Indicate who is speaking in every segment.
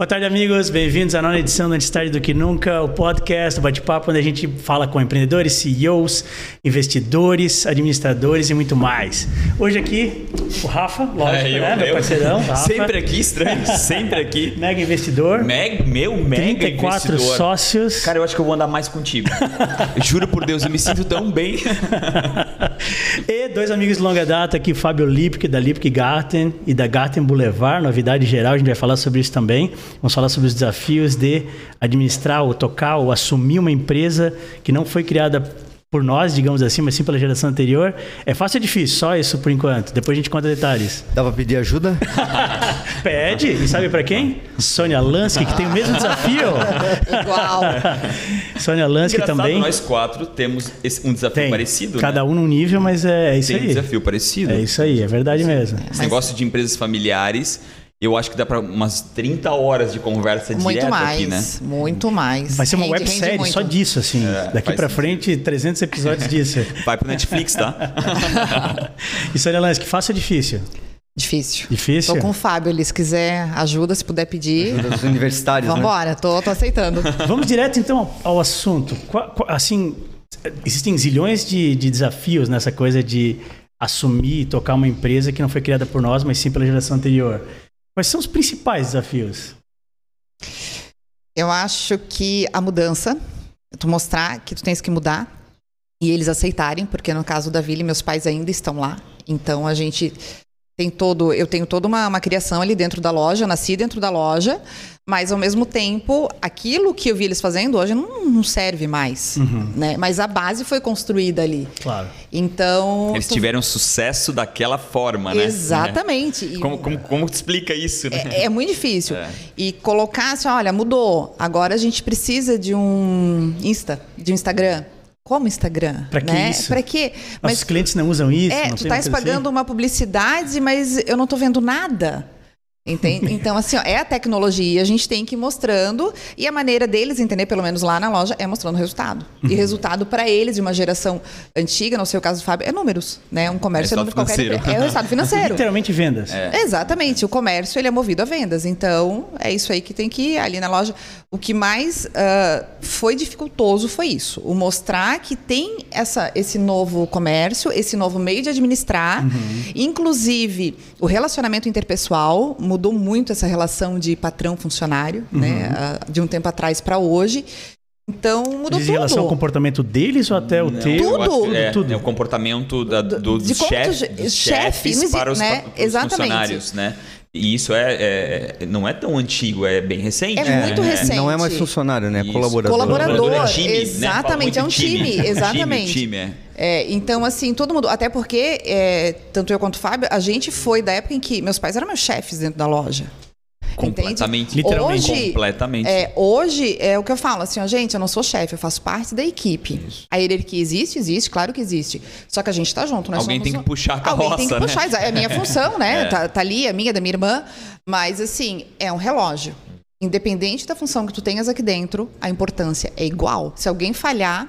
Speaker 1: Boa tarde, amigos. Bem-vindos à nona edição do Antes Tarde do Que Nunca, o podcast, o bate-papo, onde a gente fala com empreendedores, CEOs, investidores, administradores e muito mais. Hoje aqui, o Rafa, lógico,
Speaker 2: É, eu,
Speaker 1: né? Meu
Speaker 2: eu.
Speaker 1: parceirão, Rafa.
Speaker 2: Sempre aqui, estranho, sempre aqui.
Speaker 1: Mega investidor,
Speaker 2: Meg, meu mega
Speaker 1: 34
Speaker 2: investidor.
Speaker 1: sócios.
Speaker 2: Cara, eu acho que eu vou andar mais contigo. Juro por Deus, eu me sinto tão bem.
Speaker 1: e dois amigos de longa data aqui, Fábio Lipke, da Lipke Garten e da Garten Boulevard, novidade geral, a gente vai falar sobre isso também. Vamos falar sobre os desafios de administrar ou tocar ou assumir uma empresa que não foi criada por nós, digamos assim, mas sim pela geração anterior. É fácil ou difícil? Só isso por enquanto. Depois a gente conta detalhes.
Speaker 3: Dá pra pedir ajuda?
Speaker 1: Pede, e sabe pra quem? Sônia Lansky, que tem o mesmo desafio.
Speaker 4: Igual.
Speaker 2: É.
Speaker 1: Sônia Lansky
Speaker 2: Engraçado,
Speaker 1: também
Speaker 2: nós quatro temos esse- um desafio
Speaker 1: tem.
Speaker 2: parecido.
Speaker 1: Cada
Speaker 2: né?
Speaker 1: um num nível, mas é, é isso
Speaker 2: tem um
Speaker 1: aí.
Speaker 2: desafio parecido.
Speaker 1: É isso aí, é verdade mesmo.
Speaker 2: Esse negócio de empresas familiares, eu acho que dá pra umas 30 horas de conversa
Speaker 4: Muito
Speaker 2: direta
Speaker 4: mais,
Speaker 2: aqui, né?
Speaker 4: muito mais.
Speaker 1: Vai ser uma
Speaker 4: Rende, rende
Speaker 1: websérie
Speaker 4: muito.
Speaker 1: só disso, assim. Daqui
Speaker 2: É, faz
Speaker 1: pra
Speaker 2: sentido.
Speaker 1: frente, 300 episódios disso.
Speaker 2: Vai pro Netflix, tá?
Speaker 1: e, Sônia Lansky, fácil ou é difícil?
Speaker 4: Difícil.
Speaker 1: Difícil?
Speaker 4: Tô com o Fábio ali, se quiser ajuda, se puder pedir.
Speaker 3: Dos universitários, né?
Speaker 4: Vambora, tô, tô aceitando.
Speaker 1: Vamos direto, então, ao- ao assunto. Qua- qua- assim, existem zilhões de, de desafios nessa coisa de assumir e tocar uma empresa que não foi criada por nós, mas sim pela geração anterior. Quais são os principais desafios?
Speaker 4: Eu acho que a mudança, tu mostrar que tu tens que mudar e eles aceitarem, porque no caso da Ville, meus pais ainda estão lá. Então a gente tem todo, eu tenho toda uma, uma criação ali dentro da loja, nasci dentro da loja, mas ao mesmo tempo, aquilo que eu vi eles fazendo hoje não, não serve mais,
Speaker 2: Uhum.
Speaker 4: né? Mas a base foi construída ali.
Speaker 1: Claro.
Speaker 4: Então,
Speaker 2: Eles
Speaker 4: tu-
Speaker 2: tiveram sucesso daquela forma, né?
Speaker 4: Exatamente. E-
Speaker 2: Como, como, como te explica isso, né?
Speaker 4: É, é muito difícil.
Speaker 2: É.
Speaker 4: E colocar assim, olha, mudou. Agora a gente precisa de um Insta, de um Instagram. Como Instagram?
Speaker 1: Pra que
Speaker 4: né?
Speaker 1: isso?
Speaker 4: Pra quê?
Speaker 1: Nossos clientes não usam isso?
Speaker 4: é,
Speaker 1: não tem
Speaker 4: tu estás
Speaker 1: uma coisa assim.
Speaker 4: pagando uma publicidade, mas eu não tô vendo nada. Entende? Então, assim, ó, é a tecnologia, a gente tem que ir mostrando, e a maneira deles entender, pelo menos lá na loja, é mostrando resultado.
Speaker 1: Uhum.
Speaker 4: E resultado para eles, de uma geração antiga, no seu caso, Fábio, é números, né? Um comércio é,
Speaker 2: resultado
Speaker 4: número qualquer.
Speaker 2: financeiro.
Speaker 4: É o resultado
Speaker 1: Assim?
Speaker 4: financeiro.
Speaker 1: Literalmente vendas.
Speaker 2: É.
Speaker 4: Exatamente, o comércio ele é movido a vendas, então é isso aí que tem que ir ali na loja. O que mais ah, foi dificultoso foi isso, o mostrar que tem essa, esse novo comércio, esse novo meio de administrar, inclusive o relacionamento interpessoal mudou muito essa relação de patrão funcionário, né, ah, de um tempo atrás para hoje. Então mudou
Speaker 1: Diz em
Speaker 4: tudo.
Speaker 1: relação ao comportamento deles ou até o teu?
Speaker 2: Eu acho que
Speaker 4: Tudo,
Speaker 2: é,
Speaker 1: tudo.
Speaker 2: É o comportamento da,
Speaker 4: Do-
Speaker 2: do,
Speaker 4: de
Speaker 2: dos,
Speaker 4: como
Speaker 2: chef,
Speaker 4: tu-
Speaker 2: dos
Speaker 4: chefe,
Speaker 2: chefes
Speaker 4: não existe,
Speaker 2: para os,
Speaker 4: né?
Speaker 2: pa- os
Speaker 4: Exatamente.
Speaker 2: funcionários, né? E isso é, é- é- não é tão antigo, é bem recente.
Speaker 4: É
Speaker 2: né?
Speaker 4: muito recente.
Speaker 3: Não é mais funcionário, né?
Speaker 2: Isso.
Speaker 3: Colaborador.
Speaker 4: Colaborador.
Speaker 2: é time, né?
Speaker 4: exatamente,
Speaker 2: Fala
Speaker 4: é um
Speaker 2: muito
Speaker 4: time, exatamente.
Speaker 2: Time, time, é.
Speaker 4: É, então, assim, todo mundo. Até porque, é, tanto eu quanto o Fábio, a gente foi da época em que meus pais eram meus chefes dentro da loja.
Speaker 2: Completamente.
Speaker 4: Entende?
Speaker 2: Literalmente.
Speaker 4: Hoje,
Speaker 2: Completamente.
Speaker 4: é, hoje é o que eu falo, assim, ó, gente, eu não sou chefe, eu faço parte da equipe. A hierarquia existe, existe, claro que existe. Só que a gente tá junto, nós
Speaker 2: Alguém
Speaker 4: somos
Speaker 2: tem que
Speaker 4: um-
Speaker 2: puxar a
Speaker 4: Alguém tem que
Speaker 2: carroça, né?
Speaker 4: puxar, é a minha função, né? Tá, tá ali, é minha, da minha irmã. Mas, assim, é um relógio. Independente da função que tu tenhas aqui dentro, a importância é igual. Se alguém falhar.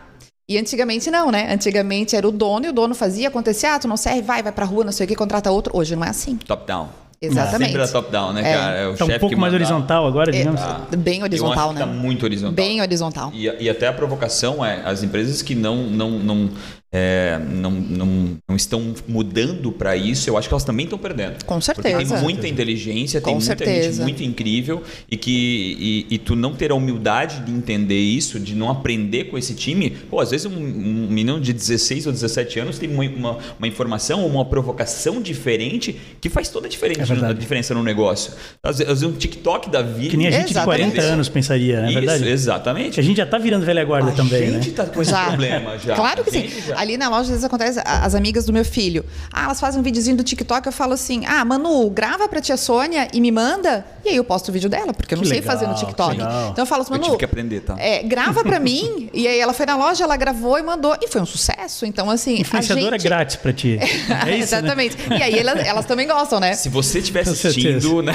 Speaker 4: E antigamente não, né? Antigamente era o dono e o dono fazia acontecer, ah, tu não serve, vai, vai pra rua, não sei o que, contrata outro. Hoje não é assim.
Speaker 2: Top down.
Speaker 4: Exatamente.
Speaker 2: Sempre é top down, né,
Speaker 4: É.
Speaker 2: cara? É o
Speaker 1: Tá um
Speaker 2: chefe
Speaker 1: pouco
Speaker 2: que
Speaker 1: mais
Speaker 2: manda. Ah,
Speaker 1: horizontal agora, digamos.
Speaker 4: Bem
Speaker 2: Eu
Speaker 4: horizontal,
Speaker 2: acho
Speaker 4: né?
Speaker 2: que tá muito horizontal.
Speaker 4: Bem horizontal.
Speaker 2: E, e até a provocação é as empresas que não não não, é, não, não, não estão mudando para isso, eu acho que elas também estão perdendo.
Speaker 4: Com
Speaker 2: Porque tem
Speaker 4: certeza.
Speaker 2: muita inteligência, tem
Speaker 4: Com
Speaker 2: muita gente
Speaker 4: certeza.
Speaker 2: muito incrível e que e, e tu não ter a humildade de entender isso, de não aprender com esse time. Pô, às vezes um, um menino de 16 ou 17 anos tem uma, uma, uma informação ou uma provocação diferente que faz toda a diferença,
Speaker 1: É verdade.
Speaker 2: a diferença no negócio. Às vezes às vezes um TikTok da vida.
Speaker 1: Que nem a gente de
Speaker 4: Exatamente.
Speaker 1: 40 anos pensaria, não é
Speaker 2: Isso,
Speaker 1: verdade?
Speaker 2: exatamente.
Speaker 1: A gente já tá virando velha guarda também,
Speaker 2: A gente
Speaker 1: né?
Speaker 2: tá com esse
Speaker 4: Já.
Speaker 2: problema já.
Speaker 4: Claro que
Speaker 2: A gente
Speaker 4: sim.
Speaker 2: já.
Speaker 4: ali na loja às vezes acontece, a- as amigas do meu filho, ah, elas fazem um videozinho do TikTok, eu falo assim, ah, Manu, grava pra tia Sônia e me manda, e aí eu posto o vídeo dela, porque eu não
Speaker 1: Que
Speaker 4: sei
Speaker 1: legal,
Speaker 4: fazer no TikTok.
Speaker 1: que legal.
Speaker 4: Então eu falo assim,
Speaker 2: Eu
Speaker 4: Manu,
Speaker 2: tive que aprender, tá?
Speaker 4: é, grava pra mim, e aí ela foi na loja, ela gravou e mandou, e foi um sucesso. Então, assim,
Speaker 1: Influenciadora
Speaker 4: a gente...
Speaker 1: grátis pra ti. É isso, né?
Speaker 4: Exatamente. E aí elas, elas também gostam, né?
Speaker 2: Se você estiver
Speaker 1: Com certeza.
Speaker 2: assistindo, né?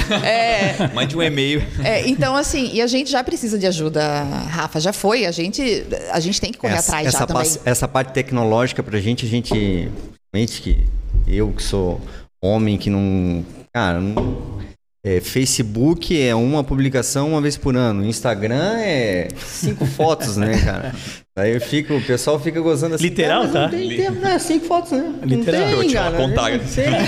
Speaker 2: Mande um e-mail.
Speaker 4: É, então, assim, e a gente já precisa de ajuda, Rafa, já foi. A gente, a gente tem que correr atrás
Speaker 3: essa,
Speaker 4: já também.
Speaker 3: pas- essa parte tecnológica pra gente, a gente. Realmente que eu que sou homem, que não. Cara, não- é, Facebook é uma publicação uma vez por ano. Instagram é cinco fotos, né, cara? Aí eu fico, o pessoal fica gozando assim.
Speaker 1: Literal,
Speaker 3: "Ah, mas não
Speaker 1: tá?
Speaker 3: Tem tempo, né? Cinco fotos, né? Não
Speaker 1: Literal.
Speaker 3: tem,
Speaker 2: Eu vou tirar
Speaker 3: cara,
Speaker 2: uma contada.
Speaker 3: não tem, né?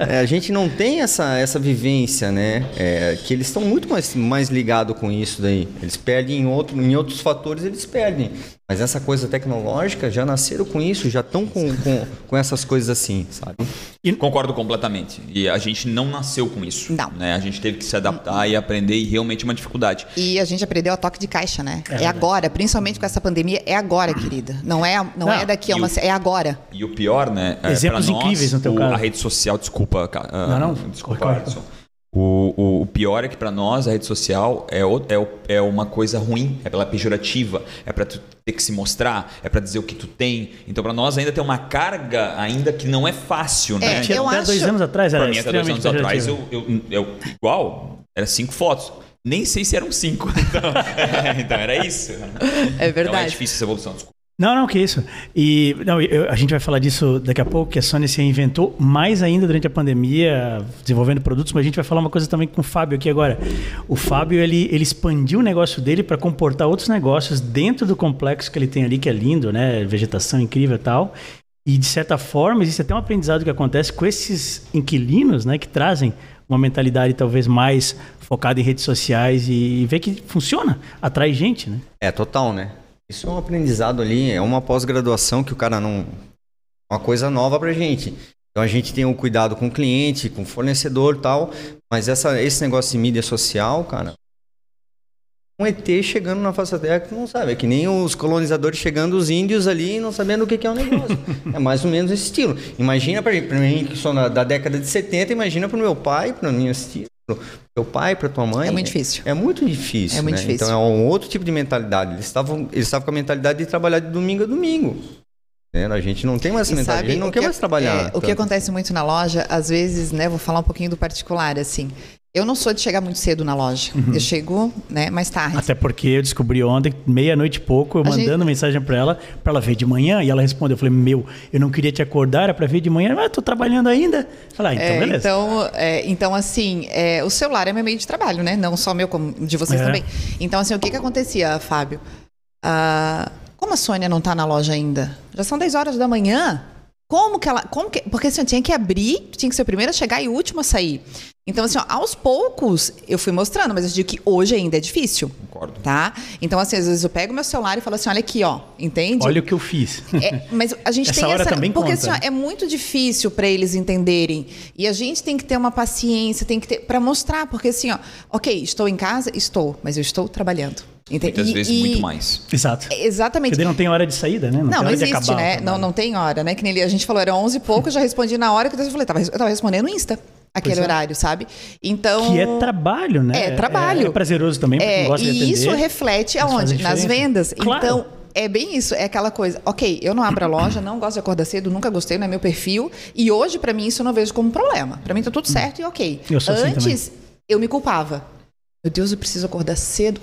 Speaker 3: É, a gente não tem essa, essa vivência, né? É, que eles estão muito mais, mais ligados com isso daí. Eles perdem em, outro, em outros fatores, eles perdem. Mas essa coisa tecnológica, já nasceram com isso, já estão com, com, com essas coisas assim, sabe?
Speaker 2: Concordo completamente. E a gente não nasceu com isso.
Speaker 4: Não.
Speaker 2: Né? A gente teve que se adaptar e aprender, e realmente é uma dificuldade.
Speaker 4: E a gente aprendeu a toque de caixa, né? É,
Speaker 1: verdade.
Speaker 4: agora, principalmente com essa pandemia, é agora, querida. Não é, não, é daqui a
Speaker 2: e
Speaker 4: uma,
Speaker 2: o-
Speaker 4: se- é agora.
Speaker 2: E o pior, né? é,
Speaker 1: Exemplos
Speaker 2: pra nós,
Speaker 1: incríveis no teu
Speaker 2: o-
Speaker 1: caso.
Speaker 2: A rede social, desculpa, cara.
Speaker 1: Não, não.
Speaker 2: Desculpa,
Speaker 1: Corre, corre.
Speaker 2: Edson. O, o, o pior é que pra nós a rede social é, o- é, o- é uma coisa ruim, é pela pejorativa, é pra tu ter que se mostrar, é pra dizer o que tu tem. Então pra nós ainda tem uma carga ainda que não é fácil, né?
Speaker 4: É,
Speaker 1: Tinha
Speaker 4: eu
Speaker 1: até
Speaker 4: acho-
Speaker 1: dois anos atrás, era
Speaker 2: Pra mim, até dois
Speaker 1: extremamente
Speaker 2: anos atrás,
Speaker 1: pejorativo.
Speaker 2: eu, eu, eu- igual, era cinco fotos. Nem sei se eram cinco. Então, então era isso.
Speaker 4: É
Speaker 2: Então é
Speaker 4: verdade.
Speaker 2: difícil essa evolução. Desculpa.
Speaker 1: Não, não, que isso. E não, eu- a gente vai falar disso daqui a pouco, que a Sony se inventou mais ainda durante a pandemia, desenvolvendo produtos, mas a gente vai falar uma coisa também com o Fábio aqui agora. O Fábio, ele, ele expandiu o negócio dele para comportar outros negócios dentro do complexo que ele tem ali, que é lindo, né? Vegetação incrível e tal. E, de certa forma, existe até um aprendizado que acontece com esses inquilinos, né? Que trazem uma mentalidade talvez mais focada em redes sociais e, e vê que funciona, atrai gente, né?
Speaker 3: É, total, né? Isso é um aprendizado ali, é uma pós-graduação que o cara não. Uma coisa nova pra gente. Então a gente tem o cuidado com o cliente, com o fornecedor e tal, mas essa, esse negócio de mídia social, cara. Um ET chegando na face da terra que tu não sabe. É que nem os colonizadores chegando, os índios ali e não sabendo o que que é o negócio. é mais ou menos esse estilo. Imagina pra, pra mim, que sou na- da década de 70, imagina pro meu pai, pro meu estilo, pro meu pai, pra tua mãe.
Speaker 4: É muito difícil.
Speaker 3: É muito difícil.
Speaker 4: É muito
Speaker 3: né?
Speaker 4: difícil.
Speaker 3: Então é um outro tipo de mentalidade. Eles estavam, eles estavam com a mentalidade de trabalhar de domingo a domingo. né? A gente não tem mais essa
Speaker 4: E
Speaker 3: mentalidade. a gente não quer
Speaker 4: que-
Speaker 3: mais trabalhar.
Speaker 4: é, o que
Speaker 3: tanto.
Speaker 4: acontece muito na loja, às vezes, né, vou falar um pouquinho do particular, assim. Eu não sou de chegar muito cedo na loja.
Speaker 3: Uhum.
Speaker 4: Eu chego, né, mais tarde.
Speaker 1: Até porque eu descobri ontem, meia-noite e pouco, eu
Speaker 4: A
Speaker 1: mandando
Speaker 4: gente-
Speaker 1: mensagem pra ela, pra ela ver de manhã, e ela respondeu. Eu falei, meu, eu não queria te acordar, era pra ver de manhã, mas tô trabalhando ainda. Eu Falei, ah, então
Speaker 4: É,
Speaker 1: beleza.
Speaker 4: então, é, então, assim, é, o celular é meu meio de trabalho, né? Não só meu, como de vocês
Speaker 1: É.
Speaker 4: também. Então, assim, o que que acontecia, Fábio? Ah, como a Sônia não tá na loja ainda? Já são 10 horas da manhã. Como que ela. Como que, porque assim, eu tinha que abrir, tinha que ser o primeiro a chegar e o último a sair. Então, assim, ó, aos poucos eu fui mostrando, mas eu digo que hoje ainda é difícil.
Speaker 2: Concordo.
Speaker 4: Tá? Então, assim, às vezes eu pego meu celular e falo assim: olha aqui, ó, entende?
Speaker 1: Olha o que eu fiz.
Speaker 4: É, mas a gente
Speaker 1: Essa
Speaker 4: tem
Speaker 1: hora
Speaker 4: essa.
Speaker 1: também
Speaker 4: porque
Speaker 1: conta,
Speaker 4: assim, ó, é muito difícil para eles entenderem. E a gente tem que ter uma paciência, tem que ter. para mostrar, porque assim, ó, ok, estou em casa, estou, mas eu estou trabalhando. Entende?
Speaker 2: Muitas
Speaker 4: E-
Speaker 2: vezes
Speaker 4: e-
Speaker 2: muito mais.
Speaker 1: Exato.
Speaker 4: Exatamente.
Speaker 1: Porque daí não tem hora de saída, né? Não, tem
Speaker 4: é, Não, não
Speaker 1: hora de
Speaker 4: existe,
Speaker 1: acabar.
Speaker 4: né? Não, não tem hora, né? Que nem ele- a gente falou, era 11 e pouco, eu já respondi na hora, que eu falei, tava, eu tava respondendo no Insta, aquele
Speaker 1: Pois é.
Speaker 4: horário, sabe? Então.
Speaker 1: Que é trabalho, né?
Speaker 4: É, trabalho.
Speaker 1: É, prazeroso também, pra quem
Speaker 4: É,
Speaker 1: gosta de atender.
Speaker 4: e isso
Speaker 1: Isso
Speaker 4: reflete
Speaker 1: faz a
Speaker 4: aonde? Nas
Speaker 1: diferença.
Speaker 4: vendas.
Speaker 1: Claro.
Speaker 4: Então, é bem isso, é aquela coisa. Ok, eu não abro a loja, não gosto de acordar cedo, nunca gostei, não é meu perfil. E hoje, pra mim, isso eu não vejo como problema. Pra mim tá tudo certo e ok.
Speaker 1: Hum. Eu sou assim
Speaker 4: Antes, eu me culpava. Meu Deus, eu preciso acordar cedo.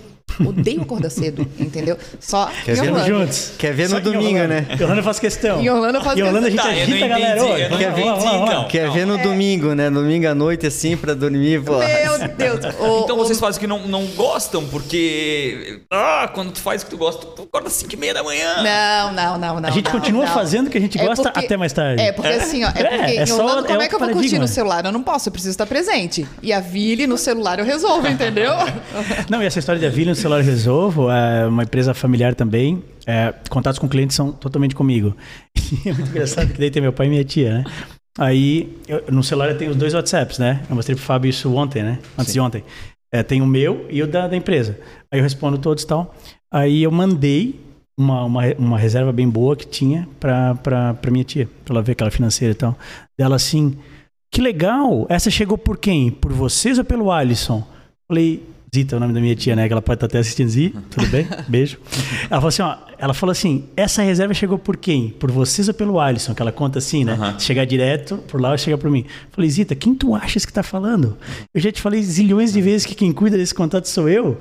Speaker 4: Odeio acordar cedo, entendeu? Só
Speaker 3: Quer ver?
Speaker 4: em
Speaker 1: Vamos
Speaker 4: Orlando.
Speaker 1: juntos.
Speaker 3: Quer ver no
Speaker 1: Só em
Speaker 3: domingo,
Speaker 1: Orlando.
Speaker 3: né?
Speaker 1: Em Orlando faz questão.
Speaker 4: Em Orlando eu faço
Speaker 1: Em Orlando a gente
Speaker 2: Tá, eu não
Speaker 1: agita,
Speaker 2: entendi,
Speaker 1: galera. ó,
Speaker 2: eu não
Speaker 1: vamos lá,
Speaker 2: entendi,
Speaker 1: vamos lá, vamos lá.
Speaker 2: então.
Speaker 3: Quer ver no domingo, né? Domingo à noite, assim, pra dormir. Pô.
Speaker 4: é- Meu Deus. o-
Speaker 2: Então
Speaker 4: o-
Speaker 2: vocês fazem que não, não gostam, porque. Ah, quando tu faz o que tu gosta, tu acorda às 5 e meia da manhã.
Speaker 4: Não, não, não, não.
Speaker 1: A gente
Speaker 4: não,
Speaker 1: continua
Speaker 4: não.
Speaker 1: fazendo o que a gente
Speaker 4: É
Speaker 1: gosta
Speaker 4: porque-
Speaker 1: até mais tarde.
Speaker 4: É, porque assim, ó, é
Speaker 1: É,
Speaker 4: porque
Speaker 1: é
Speaker 4: em
Speaker 1: só-
Speaker 4: Orlando,
Speaker 1: é
Speaker 4: como é,
Speaker 1: outro
Speaker 4: que eu vou
Speaker 1: paradigma.
Speaker 4: curtir no celular? Eu não posso, eu preciso estar presente. E a Ville no celular eu resolvo, entendeu?
Speaker 1: Não, e essa história da Vila no celular resolvo, é uma empresa familiar também. é, contatos com clientes são totalmente comigo. E é muito engraçado que daí tem meu pai e minha tia, né? Aí, eu- no celular eu tenho os dois WhatsApps, né? Eu mostrei pro Fábio isso ontem, né? Antes de ontem. É, tem o meu e o da, da empresa. Aí eu respondo todos e tal. Aí eu mandei uma, uma, uma reserva bem boa que tinha para minha tia, para ela ver aquela financeira e tal. Dela assim, que legal, essa chegou por quem? Por vocês ou pelo Alisson? Falei, Zita é o nome da minha tia, né? Que ela pode estar até assistindo. Zi, tudo bem? Beijo. Ela falou assim, ó, ela falou assim, essa reserva chegou por quem? Por vocês ou pelo Alisson? Que ela conta assim, né?
Speaker 2: Aham.
Speaker 1: Chegar direto por lá ou chegar por mim. Falei, Zita, quem tu achas que tá falando? Eu já te falei zilhões de vezes que quem cuida desse contato sou eu.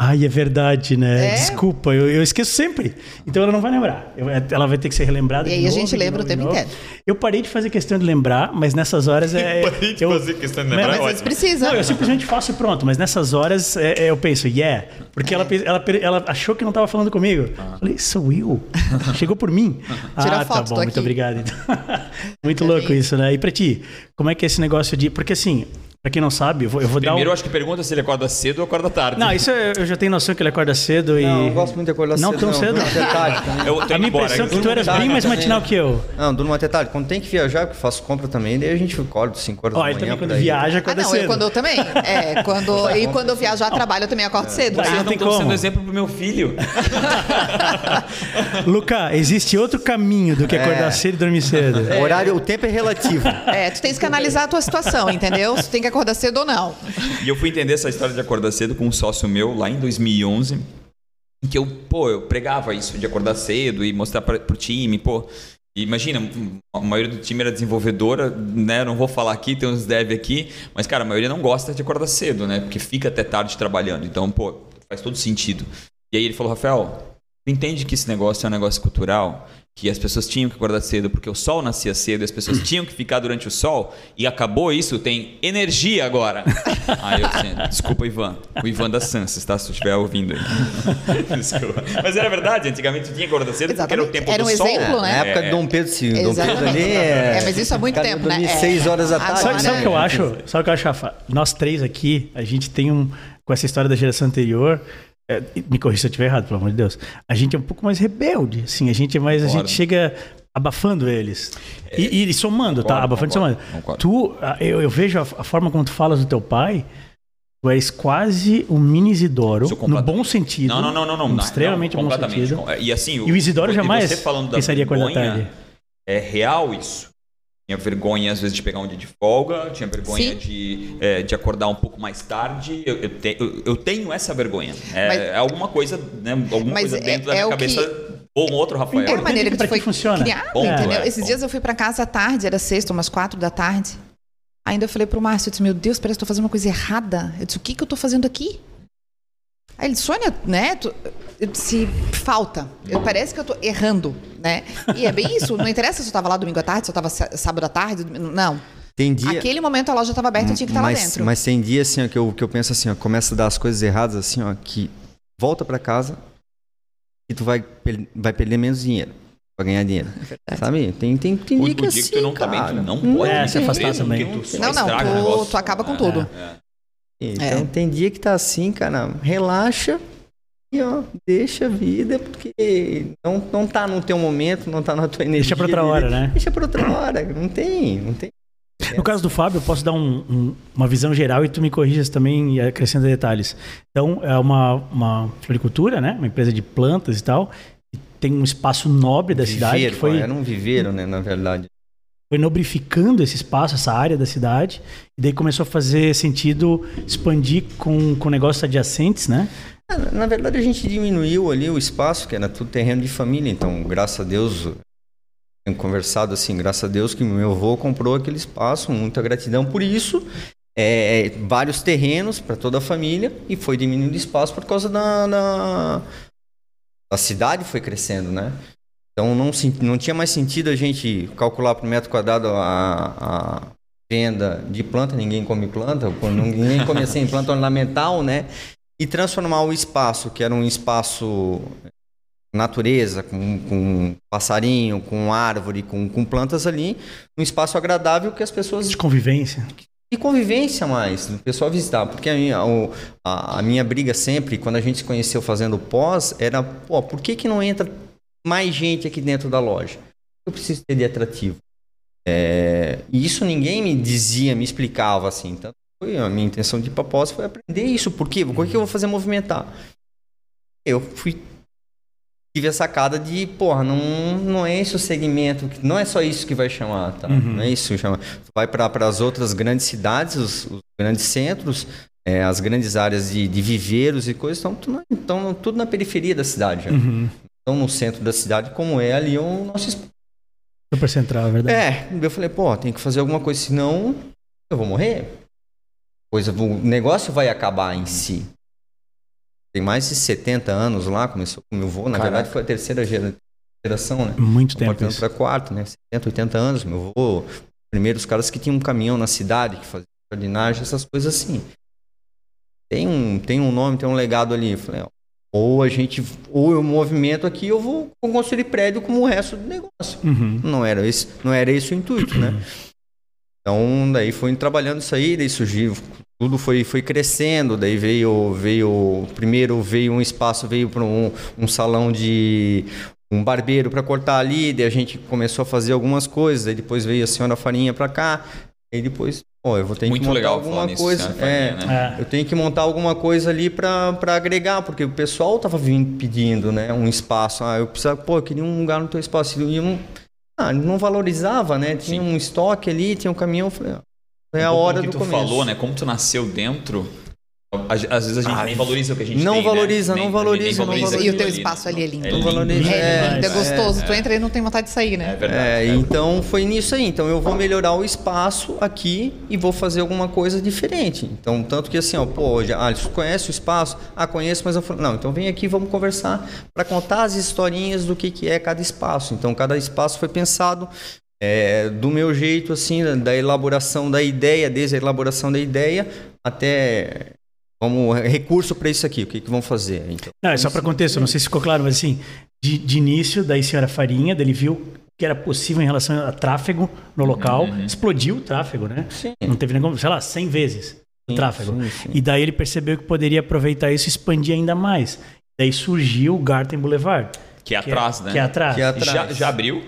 Speaker 1: Ai, é verdade, né?
Speaker 4: É?
Speaker 1: Desculpa, eu, eu esqueço sempre. Então ela não vai lembrar. Eu- ela vai ter que ser relembrada.
Speaker 4: E
Speaker 1: de
Speaker 4: aí a
Speaker 1: novo,
Speaker 4: gente
Speaker 1: de
Speaker 4: lembra
Speaker 1: novo,
Speaker 4: o
Speaker 1: de
Speaker 4: tempo
Speaker 1: novo.
Speaker 4: inteiro.
Speaker 1: Eu parei de fazer questão de lembrar, mas nessas horas é.
Speaker 2: Parei de
Speaker 1: eu-
Speaker 2: fazer questão de
Speaker 1: Mas-
Speaker 2: lembrar,
Speaker 1: mas é,
Speaker 4: Mas
Speaker 2: Olha,
Speaker 4: eles precisam.
Speaker 1: não, eu simplesmente faço e pronto, mas nessas horas é, é, eu penso, yeah. Porque
Speaker 4: É.
Speaker 1: ela, pe- ela, pe- ela achou que não estava falando comigo. Falei, sou eu. Chegou por mim.
Speaker 4: Ah. Tira
Speaker 1: ah,
Speaker 4: a foto,
Speaker 1: tá bom,
Speaker 4: tô
Speaker 1: muito
Speaker 4: aqui.
Speaker 1: obrigado. então. muito louco
Speaker 4: bem.
Speaker 1: isso, né? E pra ti, como é que é esse negócio de. Porque assim, pra quem não sabe, eu vou, eu vou dar.
Speaker 2: Primeiro,
Speaker 1: Um...
Speaker 2: eu acho que pergunta se ele acorda cedo ou acorda tarde.
Speaker 1: Não, isso é, eu eu já tenho noção que ele acorda cedo e.
Speaker 3: Não, eu gosto muito de acordar
Speaker 1: Não
Speaker 3: cedo.
Speaker 1: tão cedo?
Speaker 3: durmo até tarde também.
Speaker 2: Eu tô indo
Speaker 1: A minha
Speaker 2: embora.
Speaker 1: impressão é que
Speaker 2: Eu- tá
Speaker 1: tu eras
Speaker 3: tarde
Speaker 1: bem mais
Speaker 3: também,
Speaker 1: matinal
Speaker 3: né?
Speaker 1: que eu.
Speaker 3: Não, durmo até tarde. Quando tem que viajar, porque eu faço compra também, daí a gente acorda 5 horas
Speaker 1: Ó,
Speaker 3: da
Speaker 1: ele
Speaker 3: manhã.
Speaker 1: também quando
Speaker 3: por aí.
Speaker 1: viaja
Speaker 4: Ah,
Speaker 1: acorda
Speaker 4: não,
Speaker 1: cedo.
Speaker 4: eu quando eu também. É, quando,
Speaker 2: tá
Speaker 4: e quando eu viajo a trabalho, eu também acordo cedo.
Speaker 1: É. Daí
Speaker 4: tá?
Speaker 1: não
Speaker 2: Vocês não
Speaker 1: tem
Speaker 2: estão sendo
Speaker 1: como.
Speaker 2: exemplo pro meu filho.
Speaker 1: Luca, existe outro caminho do que acordar
Speaker 3: É.
Speaker 1: cedo e dormir cedo.
Speaker 3: O Horário, o tempo é relativo.
Speaker 4: É, tu tens que analisar a tua situação, entendeu? Se tu tem que acordar cedo ou não.
Speaker 2: E eu fui entender essa história de acordar cedo com um sócio meu lá em 2011. Em que eu, pô, eu pregava isso de acordar cedo e mostrar pra, pro time, pô. E Imagina, a maioria do time era desenvolvedora, né? Não vou falar aqui, tem uns dev aqui, mas, cara, a maioria não gosta de acordar cedo, né? Porque fica até tarde trabalhando. Então, pô, faz todo sentido. E aí ele falou, Rafael, tu entende que esse negócio é um negócio cultural? Que as pessoas tinham que acordar cedo porque o sol nascia cedo, e as pessoas tinham que ficar durante o sol, e acabou isso, tem energia agora. aí eu disse, desculpa, Ivan. O Ivan da Sansa, tá? Se tu estiver ouvindo aí. desculpa. Mas era verdade, antigamente tu tinha que acordar cedo porque era o
Speaker 4: Exatamente.
Speaker 2: tempo
Speaker 4: Era
Speaker 2: do
Speaker 4: um
Speaker 2: sol. É,
Speaker 4: exemplo,
Speaker 3: Na
Speaker 4: né?
Speaker 3: época de Dom Pedro II. Dom Pedro
Speaker 4: Exatamente.
Speaker 3: ali é...
Speaker 4: É, mas isso há muito
Speaker 3: Cara,
Speaker 4: tempo,
Speaker 3: eu
Speaker 4: né?
Speaker 3: dormi
Speaker 4: É.
Speaker 3: 6 horas da
Speaker 4: Agora,
Speaker 3: tarde.
Speaker 1: Sabe,
Speaker 4: Agora,
Speaker 1: sabe o
Speaker 4: né?
Speaker 1: que eu acho? Sabe o que eu acho, Rafa? Nós três aqui, a gente tem um. Com essa história da geração anterior. é, me corrija se eu estiver errado, pelo amor de Deus. A gente é um pouco mais rebelde, assim. A gente é mais. A
Speaker 2: Concordo. É,
Speaker 1: gente chega abafando eles. E, e somando, tá?
Speaker 2: Concordo,
Speaker 1: Abafando
Speaker 2: concordo,
Speaker 1: e somando.
Speaker 2: concordo.
Speaker 1: Tu, a- eu, eu vejo a, a forma como tu falas do teu pai. Tu és quase um mini Isidoro,
Speaker 2: Sou
Speaker 1: no
Speaker 2: completa-
Speaker 1: bom sentido.
Speaker 2: Não, não, não, não, não. não,
Speaker 1: Extremamente
Speaker 2: não,
Speaker 1: bom
Speaker 2: completamente.
Speaker 1: sentido.
Speaker 2: E assim,
Speaker 1: E o Isidoro jamais
Speaker 2: você falando da
Speaker 1: pensaria acordar
Speaker 2: vergonha,
Speaker 1: tarde.
Speaker 2: É real isso. Tinha vergonha, às vezes, de pegar um dia de folga, tinha vergonha
Speaker 4: Sim.
Speaker 2: de, é, de acordar um pouco mais tarde. Eu, eu te- eu- eu tenho essa vergonha. É,
Speaker 4: Mas-
Speaker 2: é alguma coisa, né? Alguma
Speaker 4: Mas
Speaker 2: coisa
Speaker 4: é-
Speaker 2: dentro
Speaker 4: é
Speaker 2: da minha
Speaker 4: o
Speaker 2: cabeça. Ou um outro Rafael.
Speaker 4: É a maneira que
Speaker 1: pra
Speaker 4: tu foi
Speaker 1: que funciona.
Speaker 4: criada,
Speaker 2: Bom,
Speaker 4: entendeu?
Speaker 2: é,
Speaker 4: Esses
Speaker 2: bom.
Speaker 4: dias eu fui pra casa à tarde, era sexta, umas quatro da tarde. Ainda eu falei pro Márcio, eu disse, meu Deus, parece que eu tô fazendo uma coisa errada. Eu disse, o que que eu tô fazendo aqui? Aí ele, Sônia, né? tu- eu disse, falta. Eu, parece que eu tô errando, né? E é bem isso, não interessa se eu tava lá domingo à tarde, se eu tava sá- sábado à tarde, domingo- não.
Speaker 3: Tem
Speaker 2: é
Speaker 3: dia...
Speaker 4: Aquele momento a loja tava aberta, eu tinha que estar lá
Speaker 3: mas,
Speaker 4: dentro.
Speaker 3: Mas tem dia, assim, ó, que eu, que eu penso assim, ó, começa a dar as coisas erradas, assim, ó, que volta pra casa e tu vai, per- vai perder menos dinheiro. Vai ganhar dinheiro.
Speaker 4: É
Speaker 3: Sabe? Tem, tem, tem
Speaker 2: O,
Speaker 3: dia
Speaker 2: o
Speaker 3: que
Speaker 2: dia
Speaker 3: assim,
Speaker 2: que tu não tá
Speaker 3: cara. Hum.
Speaker 2: bem, tu não pode.
Speaker 1: É,
Speaker 2: né?
Speaker 1: se afastar
Speaker 2: Mesmo
Speaker 1: também.
Speaker 2: que tu só
Speaker 4: Não, não,
Speaker 2: estraga o
Speaker 4: tu-
Speaker 2: negócio.
Speaker 4: tu acaba com tudo.
Speaker 2: É, é.
Speaker 3: Então
Speaker 4: É.
Speaker 3: tem dia que tá assim, cara, relaxa e ó, deixa a vida, porque não, não tá no teu momento, não tá na tua
Speaker 1: Deixa
Speaker 3: energia.
Speaker 1: pra outra hora, né?
Speaker 3: Deixa pra outra hora, não tem, não tem.
Speaker 2: é.
Speaker 1: No caso do Fábio, eu posso dar um- um- uma visão geral e tu me corrijas também e acrescenta detalhes. Então, é uma, uma floricultura, né? Uma empresa de plantas e tal. E tem um espaço nobre da cidade que
Speaker 3: Viveiro, ó,
Speaker 1: foi,
Speaker 3: Era um viveiro, né, na verdade.
Speaker 1: foi nobrificando esse espaço, essa área da cidade. E daí começou a fazer sentido expandir com, com negócios adjacentes, né?
Speaker 3: Ah, Na verdade, a gente diminuiu ali o espaço, que era tudo terreno de família. Então, graças a Deus, eu tenho conversado assim, graças a Deus que meu avô comprou aquele espaço, muita gratidão por isso. É, é, vários terrenos para toda a família e foi diminuindo espaço por causa da, da, da cidade foi crescendo, né? Então, não, se- não tinha mais sentido a gente calcular por metro quadrado a, a venda de planta, ninguém come planta, pô, ninguém come assim, planta ornamental, né? e transformar o espaço, que era um espaço eh, natureza, com, com passarinho, com árvore, com, com plantas ali, um espaço agradável que as pessoas
Speaker 1: De convivência.
Speaker 3: e convivência mais, do pessoal visitar. Porque a minha, o- a, a minha briga sempre, quando a gente se conheceu fazendo pós, era, pô, por que, que não entra mais gente aqui dentro da loja? Eu preciso ter de atrativo. É, e isso ninguém me dizia, me explicava assim. Então, foi, a minha intenção de ir pra pós foi aprender isso. Por quê? Por que que eu vou fazer movimentar? Eu fui tive a sacada de, porra, não, não é esse o segmento, que- não é só isso que vai chamar, tá? Não é isso que chama. Tu vai para as outras grandes cidades, os, os grandes centros, é, as grandes áreas de, de viveiros e coisas, estão tudo, na- então, tudo na periferia da cidade
Speaker 2: É.
Speaker 1: Uhum.
Speaker 3: já. Então, no centro da cidade, como é ali o nosso espaço.
Speaker 1: Super central, é verdade.
Speaker 3: É, eu falei, pô, tem que fazer alguma coisa, senão eu vou morrer. Coisa, o negócio vai acabar em si. Tem mais de 70 anos lá, começou com meu avô, na
Speaker 5: Caraca.
Speaker 3: verdade foi a terceira gera- geração,
Speaker 2: É.
Speaker 3: né?
Speaker 1: Muito tempo
Speaker 3: Partindo
Speaker 1: isso.
Speaker 3: para quarto, né? 70, 80 anos, meu avô, primeiros caras que tinham um caminhão na cidade, que faziam jardinagem, essas coisas assim. Tem um, tem um nome, tem um legado ali. Eu falei, ó, ou a gente, ou eu movimento aqui, eu vou construir prédio como o resto do negócio.
Speaker 1: Uhum.
Speaker 3: Não era esse, não era esse o intuito, né?
Speaker 2: Uhum.
Speaker 3: Então, daí foi trabalhando isso aí, daí surgiu, tudo foi, foi crescendo, daí veio, veio, primeiro veio um espaço, veio para um, um salão de um barbeiro para cortar ali, daí a gente começou a fazer algumas coisas, daí depois veio a senhora Farinha para cá, e depois, ó, eu vou ter que
Speaker 2: Muito
Speaker 3: montar
Speaker 2: legal falar
Speaker 3: alguma
Speaker 2: nisso,
Speaker 3: coisa,
Speaker 2: senhora
Speaker 3: é,
Speaker 2: Farinha, né?
Speaker 1: É.
Speaker 3: eu tenho que montar alguma coisa ali pra pra agregar, porque o pessoal tava vindo pedindo, né, um espaço. Ah, eu precisava, pô, eu queria um lugar no teu espaço. E eu não, ah, não valorizava, né? Tinha um estoque ali, tinha um caminhão. eu Falei, ó, é a
Speaker 2: Como
Speaker 3: hora
Speaker 2: Um que
Speaker 3: do
Speaker 2: tu
Speaker 3: começo.
Speaker 2: falou, né? Como tu nasceu dentro, a- às vezes a gente
Speaker 3: Ah,
Speaker 2: nem valoriza o que a gente
Speaker 3: não
Speaker 2: tem, né?
Speaker 3: valoriza,
Speaker 2: Nem-
Speaker 3: não
Speaker 2: nem
Speaker 3: valoriza, não
Speaker 2: valoriza
Speaker 4: E o
Speaker 2: aquilo
Speaker 4: teu
Speaker 2: ali,
Speaker 4: espaço
Speaker 2: né?
Speaker 4: ali é lindo.
Speaker 2: É
Speaker 4: Não
Speaker 3: valoriza,
Speaker 4: É,
Speaker 1: É,
Speaker 4: lindo, é
Speaker 1: é,
Speaker 4: gostoso. Tu entra e não tem vontade de sair,
Speaker 2: É
Speaker 4: né?
Speaker 2: verdade.
Speaker 3: É,
Speaker 2: cara.
Speaker 3: então foi nisso aí. Então eu vou melhorar o espaço aqui e vou fazer alguma coisa diferente. Então, tanto que assim, ó, pô, hoje, ah, tu conhece o espaço? Ah, conheço, mas eu falo, não, então vem aqui, vamos conversar para contar as historinhas do que, que é cada espaço. Então, cada espaço foi pensado é, do meu jeito, assim, da- da elaboração da ideia, desde a elaboração da ideia até. Vamos, recurso para isso aqui, o que, que vão fazer? Então,
Speaker 1: Não, é só para contexto, não sei se ficou claro, mas assim, de, de início, daí senhora Farinha, dele viu o que era possível em relação a tráfego no local, explodiu o tráfego, né?
Speaker 3: Uhum. Sim.
Speaker 1: Não teve nem como, sei lá, 100 vezes o
Speaker 3: Sim,
Speaker 1: tráfego.
Speaker 3: sim, sim.
Speaker 1: E daí ele percebeu que poderia aproveitar isso e expandir ainda mais. Daí surgiu o Garten Boulevard.
Speaker 2: Que é atrás, né?
Speaker 1: Que é atrás.
Speaker 3: Que é
Speaker 2: E Já,
Speaker 3: atrás.
Speaker 2: já abriu?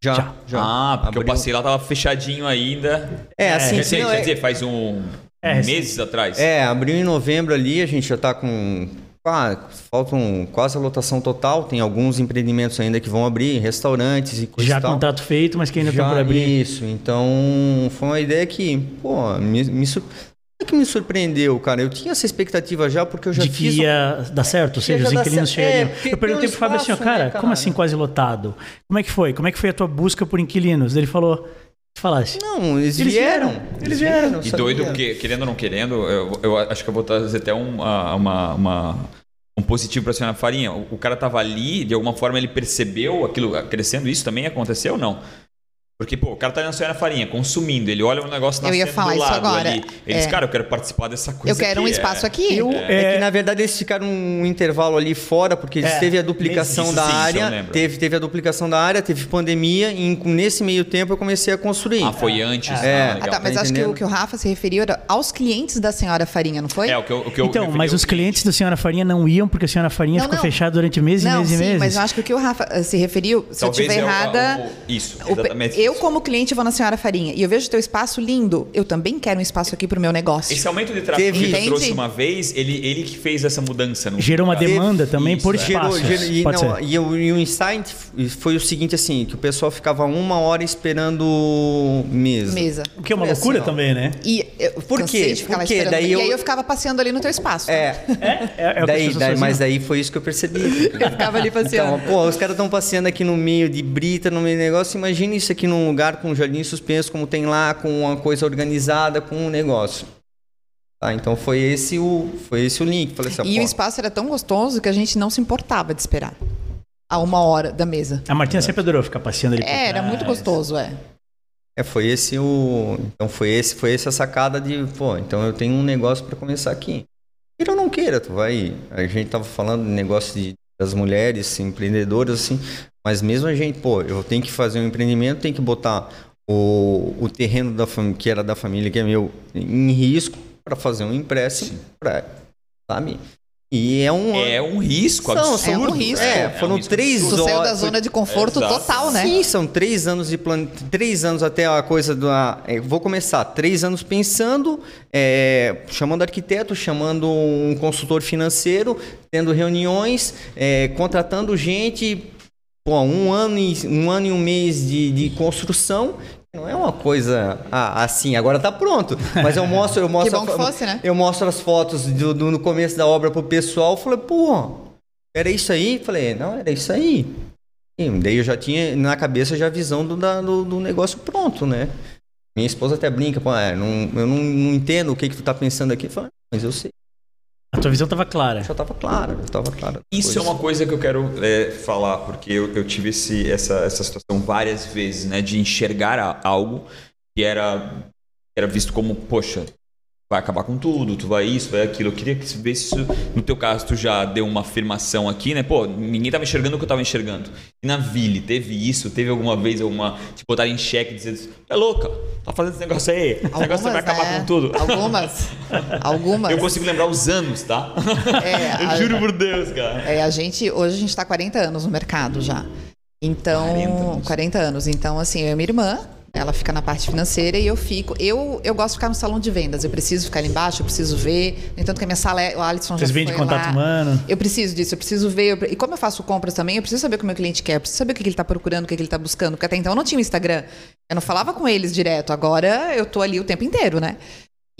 Speaker 3: já,
Speaker 1: já.
Speaker 2: Ah, porque eu
Speaker 3: Abriu.
Speaker 2: passei lá, tava fechadinho ainda.
Speaker 3: É, assim,
Speaker 2: Recente,
Speaker 3: não,
Speaker 2: quer
Speaker 3: é-
Speaker 2: dizer, faz um...
Speaker 1: É, recente.
Speaker 2: meses atrás.
Speaker 3: É, abriu em novembro ali, a gente já tá com. qua- faltam quase a lotação total, tem alguns empreendimentos ainda que vão abrir, restaurantes e coisas
Speaker 1: Já
Speaker 3: e tal.
Speaker 1: contrato feito, mas que ainda
Speaker 3: Já,
Speaker 1: tem por abrir.
Speaker 3: Isso, então foi uma ideia que, pô, me, me sur- não é que me surpreendeu, cara. Eu tinha essa expectativa já, porque eu já
Speaker 1: de que
Speaker 3: fiz. um
Speaker 1: ia dar certo, ou seja,
Speaker 3: ia
Speaker 1: os
Speaker 3: dar
Speaker 1: inquilinos
Speaker 3: certo. É,
Speaker 1: chegariam.
Speaker 3: porque
Speaker 1: eu perguntei
Speaker 3: tem um
Speaker 1: pro Fábio assim, ó,
Speaker 3: espaço, né,
Speaker 1: cara,
Speaker 3: cara?
Speaker 1: como assim quase lotado? Como é que foi? Como é que foi a tua busca por inquilinos? Ele falou, se falasse.
Speaker 3: Não, eles,
Speaker 1: Eles
Speaker 3: vieram,
Speaker 1: vieram, eles vieram.
Speaker 2: E
Speaker 3: sabia?
Speaker 2: doido, porque, querendo ou não querendo, eu, eu acho que eu vou trazer até um, ah, uma- uma- um positivo pra senhora Farinha. O, o cara tava ali, de alguma forma ele percebeu aquilo ah, crescendo. Isso também aconteceu ou não? Porque, pô, o cara tá ali na senhora Farinha, consumindo. Ele olha um negócio
Speaker 4: Eu ia
Speaker 2: nascendo
Speaker 4: falar
Speaker 2: do
Speaker 4: isso
Speaker 2: lado
Speaker 4: agora.
Speaker 2: ali. Ele diz,
Speaker 4: É.
Speaker 2: cara, eu quero participar dessa coisa
Speaker 4: Eu quero um
Speaker 2: aqui, é.
Speaker 4: espaço aqui.
Speaker 3: Eu, é,
Speaker 1: É.
Speaker 3: que na verdade eles ficaram um intervalo ali fora, porque
Speaker 1: É,
Speaker 3: teve a duplicação
Speaker 2: isso
Speaker 3: da
Speaker 2: sim, isso eu
Speaker 3: área,
Speaker 2: lembro.
Speaker 3: teve, teve a duplicação da área, teve pandemia, e em- nesse meio tempo eu comecei a construir.
Speaker 2: Ah, foi antes.
Speaker 3: É.
Speaker 2: ah,
Speaker 4: Ah,
Speaker 2: legal.
Speaker 4: tá, mas
Speaker 3: Tá
Speaker 4: acho que o
Speaker 3: entendendo?
Speaker 4: que o Rafa se referiu era aos clientes da senhora Farinha, não foi?
Speaker 2: É, o que eu, o que eu
Speaker 1: Então,
Speaker 2: eu-
Speaker 1: mas
Speaker 2: eu-
Speaker 1: os clientes da senhora Farinha não iam, porque a senhora Farinha
Speaker 4: Não,
Speaker 1: ficou
Speaker 4: não.
Speaker 1: fechada durante meses e
Speaker 4: não,
Speaker 1: meses e
Speaker 4: sim,
Speaker 1: meses.
Speaker 4: mas eu acho que o que o Rafa eh, se referiu, se eu
Speaker 2: é
Speaker 4: estiver
Speaker 2: o-
Speaker 4: errada.
Speaker 2: o- isso,
Speaker 4: O pe-
Speaker 2: exatamente.
Speaker 4: Eu,
Speaker 2: isso.
Speaker 4: como cliente, vou na Senhora Farinha e eu vejo teu espaço lindo. Eu também quero um espaço aqui pro meu negócio.
Speaker 2: Esse aumento de tráfego
Speaker 3: Teve-
Speaker 2: que tu
Speaker 4: Entende?
Speaker 2: trouxe uma vez, ele, ele que fez essa mudança. No
Speaker 1: Gerou uma
Speaker 2: cara.
Speaker 1: demanda também por
Speaker 2: é.
Speaker 1: espaço.
Speaker 3: e,
Speaker 1: Pode
Speaker 3: não,
Speaker 1: ser.
Speaker 3: e o, e o insight foi o seguinte assim, que o pessoal ficava uma hora esperando mesa.
Speaker 4: Mesa.
Speaker 1: O que é uma
Speaker 3: Foi
Speaker 1: loucura
Speaker 3: assim, ó.
Speaker 1: também, né?
Speaker 4: E eu
Speaker 3: Por
Speaker 4: cansei
Speaker 3: quê?
Speaker 4: de ficar lá
Speaker 3: Por quê?
Speaker 4: esperando.
Speaker 3: Daí
Speaker 4: e
Speaker 3: eu-
Speaker 4: aí eu ficava passeando ali no teu espaço.
Speaker 3: É,
Speaker 1: É, é, é o que as pessoas
Speaker 3: daí, daí-
Speaker 1: faziam.
Speaker 3: mas daí foi isso que eu percebi.
Speaker 4: Eu ficava ali passeando.
Speaker 3: Então, pô, os caras estão passeando aqui no meio de brita, no meio do negócio. Imagina isso aqui num lugar com um jardim suspenso, como tem lá, com uma coisa organizada, com um negócio. Tá, então foi esse o, foi esse o link. Falei assim, ó,
Speaker 4: e o
Speaker 3: pô,
Speaker 4: espaço era tão gostoso que a gente não se importava de esperar a uma hora da mesa.
Speaker 1: assim. A Martina sempre adorou ficar passeando
Speaker 3: Tipo,
Speaker 1: ali. por
Speaker 4: É, era
Speaker 1: trás.
Speaker 3: ah,
Speaker 4: muito gostoso, é.
Speaker 3: É, foi esse o. Então foi esse, foi essa sacada de, pô, então eu tenho um negócio pra começar aqui. Queira ou não queira, tu vai. A gente tava falando de negócio de, das mulheres empreendedoras, assim, mas mesmo a gente, pô, eu tenho que fazer um empreendimento, tenho que botar o, o terreno da fam- que era da família, que é meu, em risco pra fazer um empréstimo, pra, sabe? E é um.
Speaker 2: É um risco
Speaker 3: São-
Speaker 2: absurdo.
Speaker 4: É um risco.
Speaker 3: É,
Speaker 2: um
Speaker 3: foram
Speaker 2: risco
Speaker 3: três
Speaker 4: Tu
Speaker 2: absurdo.
Speaker 3: horas.
Speaker 4: saiu da
Speaker 3: Exato.
Speaker 4: zona de conforto
Speaker 2: Exato.
Speaker 4: total, né?
Speaker 3: Sim, são três anos de plano, três anos até a coisa do. a- eh, vou começar três anos pensando, eh, chamando arquiteto, chamando um consultor financeiro, tendo reuniões, eh, contratando gente. Pô, um ano e um ano e um mês de, de construção. Não é uma coisa ah, assim, agora tá pronto. Mas eu mostro, eu mostro.
Speaker 4: bom que
Speaker 3: a fo-
Speaker 4: fosse, né?
Speaker 3: É? Eu mostro as fotos do, do- no começo da obra pro pessoal. Falei, pô, era isso aí? Falei, "É, não, era isso aí. E daí eu já tinha na cabeça já a visão do, da- do, do negócio pronto, né? Minha esposa até brinca, pô, é, não- eu não, não entendo o que, que tu tá pensando aqui. Eu falo, mas eu sei,
Speaker 1: A tua visão tava clara.
Speaker 3: já tava claro, já tava claro.
Speaker 2: Isso é uma coisa que eu quero é, falar, porque eu, eu tive esse- essa, essa situação várias vezes, né? De enxergar a- algo que era, era visto como, poxa, vai acabar com tudo, tu vai isso, vai aquilo. Eu queria que se- ver se isso, no teu caso, tu já deu uma afirmação aqui, né? Pô, ninguém tava enxergando o que eu tava enxergando. E na Ville, teve isso? Teve alguma vez alguma. Te botar em xeque dizendo, é louca, tá fazendo esse negócio aí, esse negócio vai acabar
Speaker 4: né?
Speaker 2: com tudo.
Speaker 4: Algumas. Algumas.
Speaker 2: Eu consigo lembrar os anos, tá?
Speaker 4: É,
Speaker 2: eu
Speaker 4: a-
Speaker 2: juro por Deus, cara.
Speaker 4: É, a gente, hoje a gente tá 40 anos no mercado já. Então,
Speaker 2: 40
Speaker 4: 40
Speaker 2: anos.
Speaker 4: anos. Então, assim, eu e minha irmã, ela fica na parte financeira e eu fico. Eu, eu gosto de ficar no salão de vendas. Eu preciso ficar ali embaixo, eu preciso ver. No entanto, que a minha sala é. O Alisson
Speaker 1: Vocês
Speaker 4: já
Speaker 1: vendem
Speaker 4: foi
Speaker 1: contato
Speaker 4: lá.
Speaker 1: humano?
Speaker 4: Eu preciso disso, eu preciso ver. eu pre- e como eu faço compras também, eu preciso saber o que o meu cliente quer, eu preciso saber o que que ele está procurando, o que que ele está buscando, porque até então eu não tinha o Instagram. Eu não falava com eles direto, agora eu tô ali o tempo inteiro, né?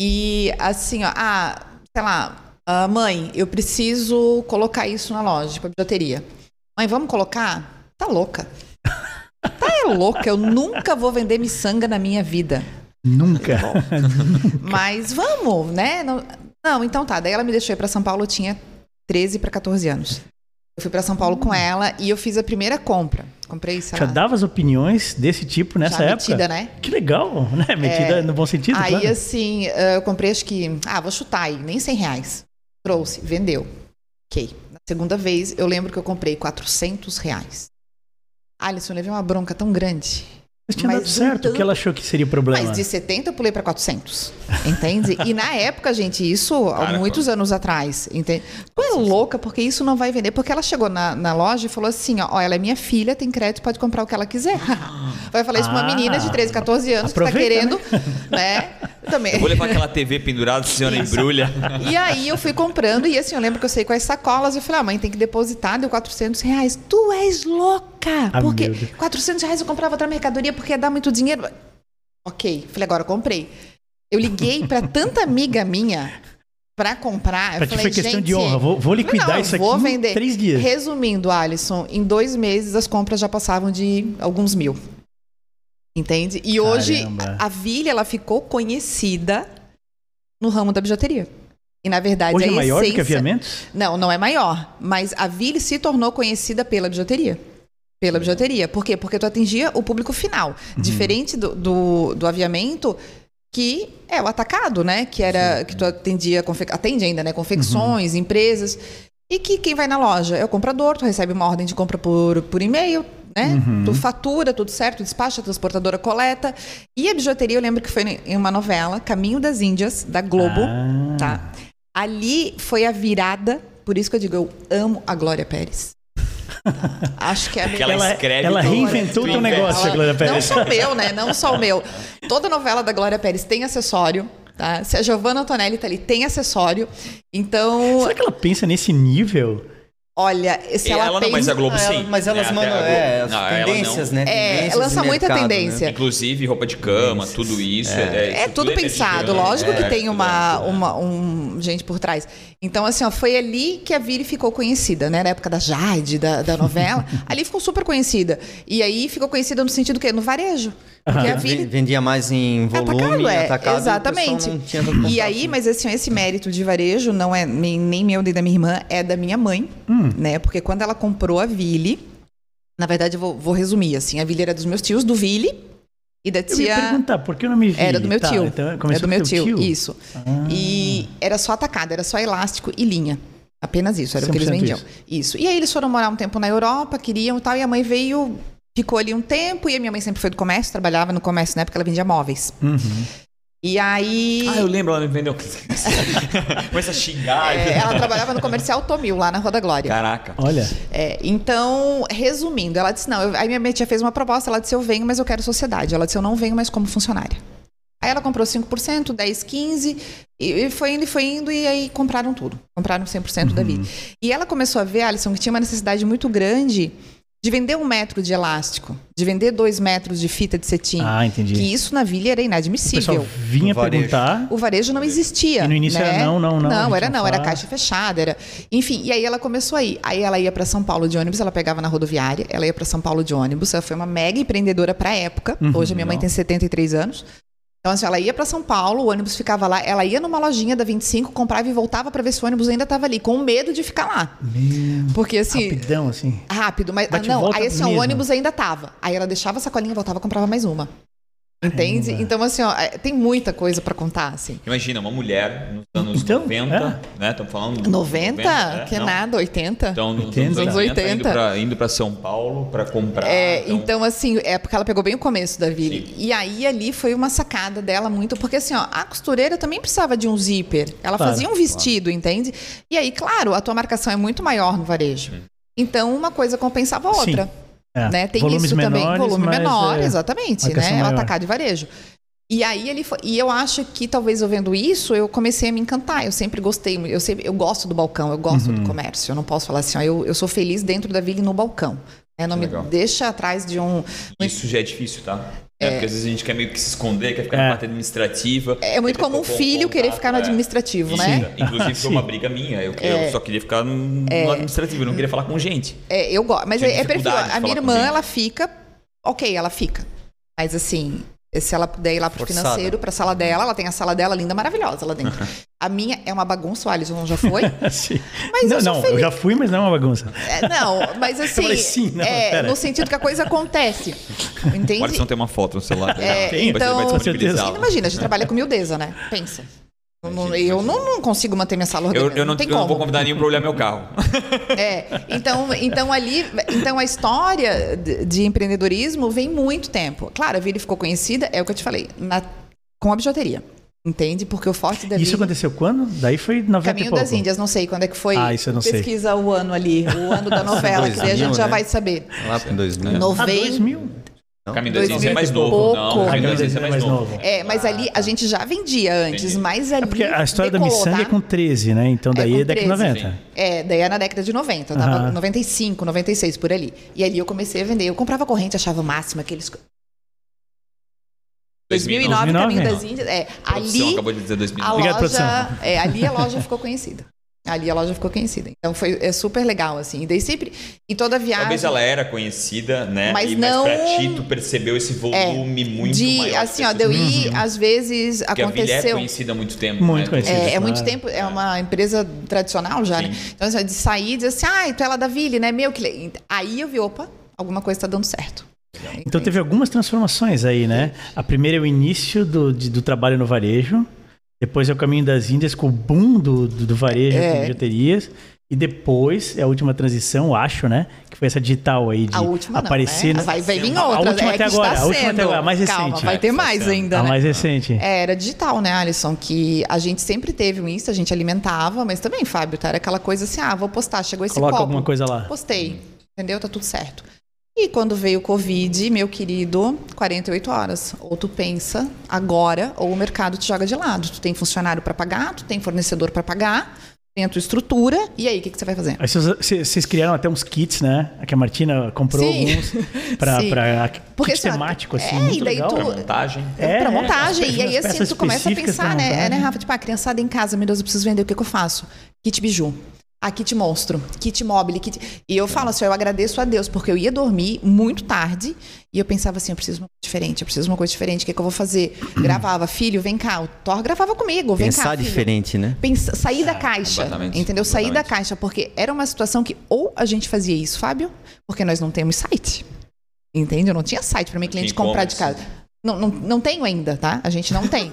Speaker 4: E assim, ó, ah, sei lá, ah, mãe, eu preciso colocar isso na loja, tipo a bijuteria. Mãe, vamos colocar? Tá louca. Tá é louca, eu nunca vou vender miçanga na minha vida.
Speaker 1: Nunca.
Speaker 4: Mas vamos, né? Não, não, então tá. Daí ela me deixou ir pra São Paulo, eu tinha 13 para 14 anos. Eu fui pra São Paulo
Speaker 1: Hum.
Speaker 4: com ela e eu fiz a primeira compra. Comprei, sei
Speaker 1: Já
Speaker 4: lá,
Speaker 1: dava as opiniões desse tipo nessa
Speaker 4: Tá. já
Speaker 1: época?
Speaker 4: metida, né?
Speaker 1: Que legal, né? Metida no bom sentido,
Speaker 4: Aí,
Speaker 1: claro.
Speaker 4: assim, eh, eu comprei, acho que... Ah, vou chutar aí, nem 100 reais. Trouxe, vendeu. Ok. Na segunda vez, eu lembro que eu comprei 400 reais. Alisson, eu levei uma bronca tão grande.
Speaker 1: Mas tinha
Speaker 4: mas
Speaker 1: dado certo,
Speaker 4: então-
Speaker 1: o que ela achou que seria o problema.
Speaker 4: Mas de 70 eu pulei pra 400, entende? e na época, gente, isso
Speaker 2: Cara,
Speaker 4: há muitos anos atrás, entende? Tu é louca porque isso não vai vender. Porque ela chegou na, na loja e falou assim, ó, ó, ela é minha filha, tem crédito, pode comprar o que ela quiser. vai falar isso pra
Speaker 1: Ah,
Speaker 4: uma menina de 13, 14 anos que tá
Speaker 1: aproveita,
Speaker 4: querendo, né? Também.
Speaker 2: Eu vou levar aquela TV pendurada, a senhora embrulha.
Speaker 4: E aí eu fui comprando e assim, eu lembro que eu saí com as sacolas e eu falei, ah, mãe, tem que depositar, deu 400 reais. Tu és louca!
Speaker 1: Ah,
Speaker 4: porque
Speaker 1: meu Deus.
Speaker 4: 400 reais eu comprava outra mercadoria porque ia dar muito dinheiro. Ok, falei, agora eu comprei. Eu liguei pra tanta amiga minha pra comprar.
Speaker 1: Pra
Speaker 4: eu
Speaker 1: ti
Speaker 4: falei,
Speaker 1: foi questão
Speaker 4: gente,
Speaker 1: de honra. Vou, vou liquidar
Speaker 4: não, eu
Speaker 1: isso aqui
Speaker 4: vou
Speaker 1: em
Speaker 4: vender.
Speaker 1: três dias.
Speaker 4: Resumindo, Alisson, em dois meses as compras já passavam de alguns mil. Entende? E hoje
Speaker 1: Caramba.
Speaker 4: a, a Vila ela ficou conhecida no ramo da bijuteria. E na verdade
Speaker 1: Hoje
Speaker 4: a
Speaker 1: é maior do que
Speaker 4: essência-
Speaker 1: aviamentos?
Speaker 4: Não, não é maior, mas a Vila se tornou conhecida pela bijuteria. Pela bijuteria. Por quê? Porque tu atingia o público final. Diferente do, do, do aviamento, que é o atacado, né? Que era que tu atendia, confe- atende ainda, né? Confecções, empresas. E que quem vai na loja é o comprador, tu recebe uma ordem de compra por, por e-mail, né? Tu fatura, tudo certo, tu despacha, a transportadora coleta. E a bijuteria, eu lembro que foi em uma novela, Caminho das Índias, da Globo,
Speaker 1: Ah.
Speaker 4: tá? Ali foi a virada, por isso que eu digo, eu amo a Glória Pérez. Tá? Acho que é a
Speaker 2: Que ela
Speaker 4: melhor-
Speaker 2: escreve. né?
Speaker 1: ela
Speaker 2: toda,
Speaker 1: reinventou
Speaker 2: tu
Speaker 1: o teu
Speaker 2: inventa.
Speaker 1: negócio,
Speaker 4: ela-
Speaker 1: Glória
Speaker 4: Não
Speaker 1: Pérez.
Speaker 4: só o meu, né? Não só o meu. Toda novela da Glória Pérez tem acessório, tá? Se a Giovanna Antonelli tá ali, tem acessório. Então,
Speaker 1: Será que ela pensa nesse nível?
Speaker 4: olha, se
Speaker 2: Ela,
Speaker 4: ela,
Speaker 2: não,
Speaker 4: pensa...
Speaker 2: mas a Globo sim.
Speaker 3: Ah, Mas elas
Speaker 2: É, até
Speaker 3: mandam
Speaker 2: a Globo.
Speaker 3: é, as
Speaker 2: Não, ela
Speaker 3: tendências, né?
Speaker 4: É,
Speaker 3: Tendências
Speaker 4: lança
Speaker 3: de
Speaker 4: muita
Speaker 3: mercado,
Speaker 4: tendência.
Speaker 3: Né?
Speaker 2: Inclusive, roupa de cama, tudo isso. É,
Speaker 4: É
Speaker 2: isso
Speaker 4: tudo
Speaker 2: é
Speaker 4: pensado,
Speaker 2: mexicano,
Speaker 4: lógico
Speaker 2: é,
Speaker 4: que tem
Speaker 2: tudo
Speaker 4: uma,
Speaker 2: é.
Speaker 4: uma um, gente por trás. Então, assim, ó, foi ali que a Vire ficou conhecida, né? Na época da Jade, da, da novela. ali ficou super conhecida. E aí ficou conhecida no sentido que No varejo. Porque a Vire
Speaker 3: Ven- Vendia mais em volume, atacado,
Speaker 4: é.
Speaker 3: atacado e o
Speaker 4: Exatamente.
Speaker 3: pessoal não tinha tanto
Speaker 4: E
Speaker 3: contato.
Speaker 4: aí, mas assim, esse mérito de varejo não é nem, nem meu nem da minha irmã, é da minha mãe,
Speaker 2: Hum.
Speaker 4: né? Porque quando ela comprou a Ville, na verdade eu vou, vou resumir assim, a Ville era dos meus tios, do Ville e da
Speaker 1: Eu ia
Speaker 4: tia
Speaker 1: perguntar, por que eu não me vi?
Speaker 4: era do meu
Speaker 1: Tá,
Speaker 4: tio.
Speaker 1: Então,
Speaker 4: é
Speaker 1: começou
Speaker 4: do
Speaker 1: com
Speaker 4: meu
Speaker 1: teu Ah.
Speaker 4: tio, isso. E era só atacado, era só elástico e linha. Apenas isso, era o que eles
Speaker 1: 100%
Speaker 4: vendiam. Isso. E aí eles foram morar um tempo na Europa, queriam e tal, e a mãe veio,
Speaker 1: Uhum.
Speaker 4: ficou ali um tempo, e a minha mãe sempre foi do comércio, trabalhava no comércio na época, ela vendia móveis. E aí.
Speaker 2: Ah, eu lembro, ela me vendeu. Começa a
Speaker 1: Ah,
Speaker 2: xingar.
Speaker 4: é, ela trabalhava no comercial Tomil, lá na Rua da Glória.
Speaker 2: Caraca.
Speaker 1: Olha,
Speaker 4: É, então, resumindo, ela disse: não, eu- aí minha tia fez uma proposta, ela disse: eu venho, mas eu quero sociedade. Ela disse: eu não venho mais como funcionária. Aí ela comprou 5%, 10%, 15%, e e foi indo e foi indo, e aí compraram tudo. Compraram 100%
Speaker 1: Uhum.
Speaker 4: da vida. E ela começou a ver, Alisson, que tinha uma necessidade muito grande de vender um metro de elástico, de vender dois metros de fita de cetim.
Speaker 1: Ah, entendi.
Speaker 4: Que isso na vila era
Speaker 1: o pessoal
Speaker 4: inadmissível.
Speaker 1: vinha
Speaker 3: No varejo.
Speaker 1: perguntar.
Speaker 4: O varejo não existia.
Speaker 1: E no início
Speaker 4: né?
Speaker 1: era não, não, não, a
Speaker 4: Não,
Speaker 1: gente
Speaker 4: era
Speaker 1: não
Speaker 4: não, era
Speaker 1: faz.
Speaker 4: caixa fechada, era. Enfim, e aí ela começou a ir. Aí ela ia para São Paulo de ônibus, ela pegava na rodoviária, ela ia para São Paulo de ônibus, ela foi uma mega empreendedora para época.
Speaker 1: Uhum,
Speaker 4: Hoje a minha mãe tem 73 anos. Então, assim, ela ia para São Paulo, o ônibus ficava lá, ela ia numa lojinha da 25, comprava e voltava para ver se o ônibus ainda estava ali, com medo de ficar lá. Porque assim,
Speaker 1: Rapidão, assim.
Speaker 4: Rápido, mas ah,
Speaker 1: Bate e
Speaker 4: não,
Speaker 1: volta
Speaker 4: aí assim, ó, o
Speaker 1: mesmo.
Speaker 4: ônibus ainda tava. Aí ela deixava a sacolinha, voltava, comprava mais uma. Entende?
Speaker 1: Caramba.
Speaker 4: Então, assim, ó, é, tem muita coisa pra contar, assim.
Speaker 2: Imagina, uma mulher nos anos
Speaker 1: Então,
Speaker 2: 90, né? Estamos falando.
Speaker 4: 90?
Speaker 2: é,
Speaker 4: é. que
Speaker 2: não.
Speaker 4: nada, 80?
Speaker 2: Então, nos
Speaker 1: 80.
Speaker 2: anos 80, indo
Speaker 4: 80.
Speaker 2: pra- indo para São Paulo para comprar.
Speaker 4: É, então, assim, é porque ela pegou bem o começo da Vili. E aí ali foi uma sacada dela muito, porque assim, ó, a costureira também precisava de um zíper. Ela
Speaker 1: Claro,
Speaker 4: fazia um vestido, entende? E aí, claro, a tua marcação é muito maior no varejo. Então, uma coisa compensava a outra.
Speaker 1: É,
Speaker 4: né? Tem
Speaker 1: volumes
Speaker 4: isso
Speaker 1: menores,
Speaker 4: também, volume
Speaker 1: mas,
Speaker 4: menor,
Speaker 1: é,
Speaker 4: exatamente,
Speaker 1: marcação
Speaker 4: né? É o
Speaker 1: maior.
Speaker 4: atacado de varejo. E aí ele foi, e eu acho que talvez eu vendo isso, eu comecei a me encantar. Eu sempre gostei, eu sempre eu gosto do balcão, eu gosto
Speaker 1: Uhum.
Speaker 4: do comércio. Eu não posso falar assim, ó, eu, eu sou feliz dentro da vila e no balcão. né? não me
Speaker 2: Legal.
Speaker 4: deixa atrás de um
Speaker 2: Isso já é difícil, tá? É, porque às vezes a gente quer meio que se esconder, quer ficar
Speaker 1: É.
Speaker 2: na parte administrativa.
Speaker 4: É muito
Speaker 2: Quer
Speaker 4: comum um
Speaker 2: ter
Speaker 4: filho
Speaker 2: contato,
Speaker 4: querer ficar no
Speaker 2: é.
Speaker 4: administrativo,
Speaker 2: Isso,
Speaker 4: né?
Speaker 2: Inclusive
Speaker 1: Sim.
Speaker 2: foi uma briga minha. Eu, eu só queria ficar no, no administrativo, eu não queria falar com gente.
Speaker 4: É, eu gosto. Mas
Speaker 2: Tinha
Speaker 4: é, é perfil.
Speaker 2: dificuldade de
Speaker 4: A
Speaker 2: falar
Speaker 4: minha
Speaker 2: com
Speaker 4: irmã,
Speaker 2: gente.
Speaker 4: ela fica. Ok, ela fica. Mas assim, se ela puder ir lá pro
Speaker 3: Forçada.
Speaker 4: financeiro, pra sala dela, ela tem a sala dela linda, maravilhosa lá dentro. a minha é uma bagunça, o Alisson já foi.
Speaker 1: Sim.
Speaker 4: Mas
Speaker 1: não,
Speaker 4: eu sou
Speaker 1: não,
Speaker 4: feliz.
Speaker 1: eu já fui, mas não é uma bagunça.
Speaker 4: É, não, mas assim.
Speaker 1: falei, sim, não,
Speaker 4: é,
Speaker 1: pera.
Speaker 4: no sentido que a coisa acontece.
Speaker 2: O
Speaker 4: Entende?
Speaker 2: Alisson tem uma foto no celular. dele.
Speaker 4: É,
Speaker 2: Vai-
Speaker 4: então-
Speaker 2: vai É.
Speaker 4: Com
Speaker 2: disponibilizar.
Speaker 1: certeza.
Speaker 4: Imagina, a gente trabalha com miudeza, né? Pensa. Eu não- Eu não, não consigo manter minha sala
Speaker 2: Eu,
Speaker 4: organizada.
Speaker 2: eu não,
Speaker 4: tem
Speaker 2: eu não
Speaker 4: como.
Speaker 2: vou convidar nenhum pra olhar meu carro.
Speaker 4: É, então, então ali, então a história de, de empreendedorismo vem muito tempo. Claro, a Vili ficou conhecida, é o que eu te falei, na- com a bijuteria, entende? Porque o forte da
Speaker 1: Isso
Speaker 4: Vili...
Speaker 1: aconteceu quando? Daí foi 90 e
Speaker 4: Caminho
Speaker 1: pouco.
Speaker 4: das Índias, não sei quando é que foi.
Speaker 1: Ah, isso eu não sei.
Speaker 4: Pesquisa o ano ali, o ano da novela, que daí a
Speaker 3: 2000,
Speaker 4: gente já
Speaker 3: né? É.
Speaker 4: vai saber.
Speaker 3: Lá em 2000.
Speaker 1: Ah,
Speaker 4: Novembro.
Speaker 1: 2000.
Speaker 2: Caminho das Índias é mais
Speaker 4: 2000 e
Speaker 2: novo.
Speaker 4: pouco.
Speaker 2: Não, Caminho das Índias é mais novo.
Speaker 4: É, mas ali a gente já vendia antes,
Speaker 2: Entendi.
Speaker 4: mas ali.
Speaker 1: É porque a história da
Speaker 4: decolou,
Speaker 1: Missanga é
Speaker 4: tá?
Speaker 1: com 13, né? Então daí
Speaker 4: com
Speaker 1: é, década de
Speaker 4: 13.
Speaker 1: 90.
Speaker 4: É, daí é na década de 90, eu tava
Speaker 1: Aham.
Speaker 4: 95, 96 por ali. E ali eu comecei a vender. Eu comprava corrente, achava o máximo aqueles 2009,
Speaker 1: 2009,
Speaker 4: Caminho
Speaker 1: né?
Speaker 4: das Índias. É,
Speaker 2: A produção
Speaker 4: ali
Speaker 2: acabou de dizer
Speaker 4: a
Speaker 2: 2009.
Speaker 1: Obrigado,
Speaker 4: loja,
Speaker 1: produção.
Speaker 4: é, ali a loja ficou conhecida. Ali a loja ficou conhecida. Então foi é super legal assim. E daí sempre e toda viagem
Speaker 2: Talvez ela era conhecida, né?
Speaker 4: Mas
Speaker 2: e,
Speaker 4: não- É,
Speaker 2: mas pra ti, tu perceu esse volume é muito
Speaker 4: de
Speaker 2: maior.
Speaker 4: assim, ó, deu ir, às vezes
Speaker 2: Porque a Vilha é
Speaker 4: aconteceu.
Speaker 2: conhecida há muito tempo.
Speaker 1: Muito
Speaker 2: né?
Speaker 1: conhecida.
Speaker 4: É, é
Speaker 1: Claro.
Speaker 4: muito tempo, é uma empresa tradicional já, né? Então, assim, de sair e dizer assim, ah, tu é lá da Ville, né? Meu que. le-". Aí eu vi, opa, alguma coisa tá dando certo.
Speaker 1: Então teve algumas transformações aí, né? A primeira é o início do, de- do trabalho no varejo, depois é o caminho das Índias com o boom do, do, do varejo
Speaker 4: É.
Speaker 1: com bijuterias, e depois é a última transição, acho, né? Que foi essa digital aí de
Speaker 4: A última não,
Speaker 1: aparecer.
Speaker 4: né?
Speaker 1: né?
Speaker 4: Vai, vai vir
Speaker 1: A
Speaker 4: outra,
Speaker 1: última
Speaker 4: é
Speaker 1: até
Speaker 4: que
Speaker 1: agora,
Speaker 4: está
Speaker 1: a última até
Speaker 4: sendo.
Speaker 1: agora, a mais
Speaker 4: Calma,
Speaker 1: recente.
Speaker 4: vai
Speaker 1: É,
Speaker 4: ter
Speaker 2: que está
Speaker 4: mais
Speaker 2: sendo.
Speaker 4: ainda,
Speaker 1: a
Speaker 4: né?
Speaker 1: mais recente.
Speaker 4: É, era digital, né, Alisson? Que a gente sempre teve um Insta, a gente alimentava, mas também, Fábio, tá? Era aquela coisa assim, ah, vou postar, chegou esse
Speaker 1: Coloca
Speaker 4: copo.
Speaker 1: alguma coisa lá.
Speaker 4: Postei, entendeu? Tá tudo certo. E quando veio o Covid, meu querido, 48 horas. Ou tu pensa agora, ou o mercado te joga de lado. Tu tem funcionário pra pagar, tu tem fornecedor pra pagar, tem a tua estrutura, e aí, o que, que você vai fazer?
Speaker 1: Aí vocês, vocês- vocês criaram até uns kits, né? Que a Martina comprou
Speaker 4: Sim.
Speaker 1: alguns pra,
Speaker 4: Sim.
Speaker 1: pra
Speaker 4: Porque,
Speaker 1: kit
Speaker 4: assim, ó,
Speaker 1: temático, assim,
Speaker 4: é,
Speaker 1: muito
Speaker 4: e daí
Speaker 1: legal.
Speaker 4: tu-
Speaker 2: Pra montagem.
Speaker 1: É,
Speaker 4: pra
Speaker 1: é,
Speaker 4: montagem.
Speaker 1: as
Speaker 4: e aí,
Speaker 1: peças-
Speaker 4: assim, tu começa a
Speaker 1: específicas pra
Speaker 4: pensar, né,
Speaker 1: montagem.
Speaker 4: né, Rafa? Tipo, a criançada em casa, meu Deus, eu preciso vender, o que, que eu faço? Kit biju. Ah, kit monstro, kit mobile, kit... E eu falo assim, ó, eu agradeço a Deus, porque eu ia dormir muito tarde e eu pensava assim, eu preciso de uma coisa diferente, eu preciso de uma coisa diferente, o que, que eu vou fazer? Gravava, filho, vem cá. O Thor gravava comigo, vem cá,
Speaker 3: Pensar
Speaker 4: filho.
Speaker 3: diferente, né?
Speaker 4: Pensa, sair da caixa,
Speaker 2: completamente,
Speaker 4: entendeu? Sair da
Speaker 2: completamente.
Speaker 4: caixa, porque era uma situação que ou a gente fazia isso, Fábio, porque nós não temos site, entende? Eu não tinha site para meu cliente comprar de
Speaker 2: e-commerce.
Speaker 4: casa. Não, não, não tenho ainda, tá? A gente não tem.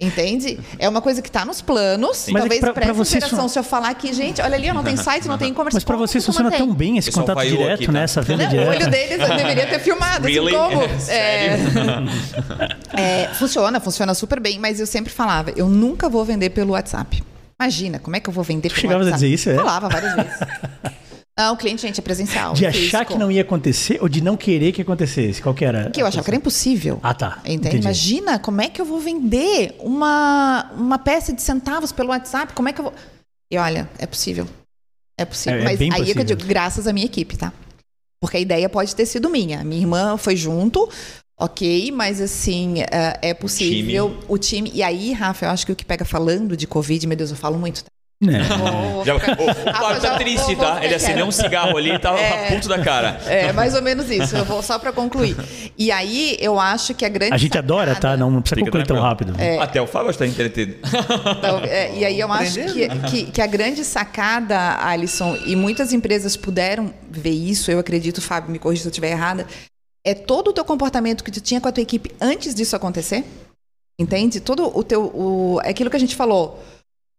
Speaker 4: Entende? É uma coisa que está nos planos.
Speaker 1: Mas é
Speaker 4: Talvez
Speaker 1: que pra- pra
Speaker 4: para
Speaker 1: vocês
Speaker 4: operação,
Speaker 1: só-
Speaker 4: se eu falar aqui, gente, olha ali, ó, não tem site, não tem e-commerce.
Speaker 1: Mas pra
Speaker 4: como que
Speaker 1: vocês
Speaker 4: tu
Speaker 1: funciona
Speaker 4: mantém?
Speaker 1: tão bem esse
Speaker 2: Pessoal
Speaker 1: contato
Speaker 2: falhou
Speaker 1: direto,
Speaker 2: aqui, tá?
Speaker 1: né? Essa venda
Speaker 4: Não, é o olho
Speaker 1: direta.
Speaker 4: deles eu deveria ter filmado, assim, como? É,
Speaker 2: Sério?
Speaker 4: é, funciona, funciona super bem, mas eu sempre falava, eu nunca vou vender pelo WhatsApp. Imagina, como é que eu vou vender pelo
Speaker 1: chegava a
Speaker 4: WhatsApp?
Speaker 1: dizer isso, é?
Speaker 4: Falava várias vezes. Não, o cliente, gente, é presencial.
Speaker 1: De
Speaker 4: é
Speaker 1: achar
Speaker 4: físico.
Speaker 1: que não ia acontecer ou de não querer que acontecesse? Qual que era?
Speaker 4: Que eu achava que era impossível.
Speaker 1: Ah, tá.
Speaker 4: Entende?
Speaker 1: Entendi.
Speaker 4: Imagina como é que eu vou vender uma, uma peça de centavos pelo WhatsApp? Como é que eu vou. E olha, é possível. É possível.
Speaker 1: É- é
Speaker 4: Mas
Speaker 1: bem
Speaker 4: aí é que
Speaker 1: possível.
Speaker 4: eu digo, graças à minha equipe, tá? Porque a ideia pode ter sido minha. Minha irmã foi junto, ok, mas assim, é- é possível. O time. E aí, Rafa, eu acho que o que pega falando de Covid, meu Deus, eu falo muito. tá?
Speaker 1: Né?
Speaker 4: Vou-
Speaker 2: Já, o
Speaker 4: Ah,
Speaker 2: Fábio
Speaker 4: já
Speaker 2: tá
Speaker 4: vou-
Speaker 2: triste,
Speaker 4: vou-
Speaker 2: tá?
Speaker 4: vou-
Speaker 2: Ele acendeu um cigarro ali e tava a ponto da cara.
Speaker 4: É, mais ou menos isso. Eu vou só pra concluir. E aí, eu acho que a grande.
Speaker 1: A gente adora, tá?
Speaker 4: sacada-
Speaker 1: Não precisa
Speaker 2: Fica
Speaker 1: concluir tão
Speaker 2: tranquilo.
Speaker 4: É,
Speaker 1: rápido.
Speaker 2: Até o Fábio está entretido.
Speaker 4: Então, é, e aí eu acho que, que, que a grande sacada, Alisson, e muitas empresas puderam ver isso, eu acredito, Fábio, me corrija se eu estiver errada, é todo o teu comportamento que tu tinha com a tua equipe antes disso acontecer, entende? Todo o teu, o, é aquilo que a gente falou,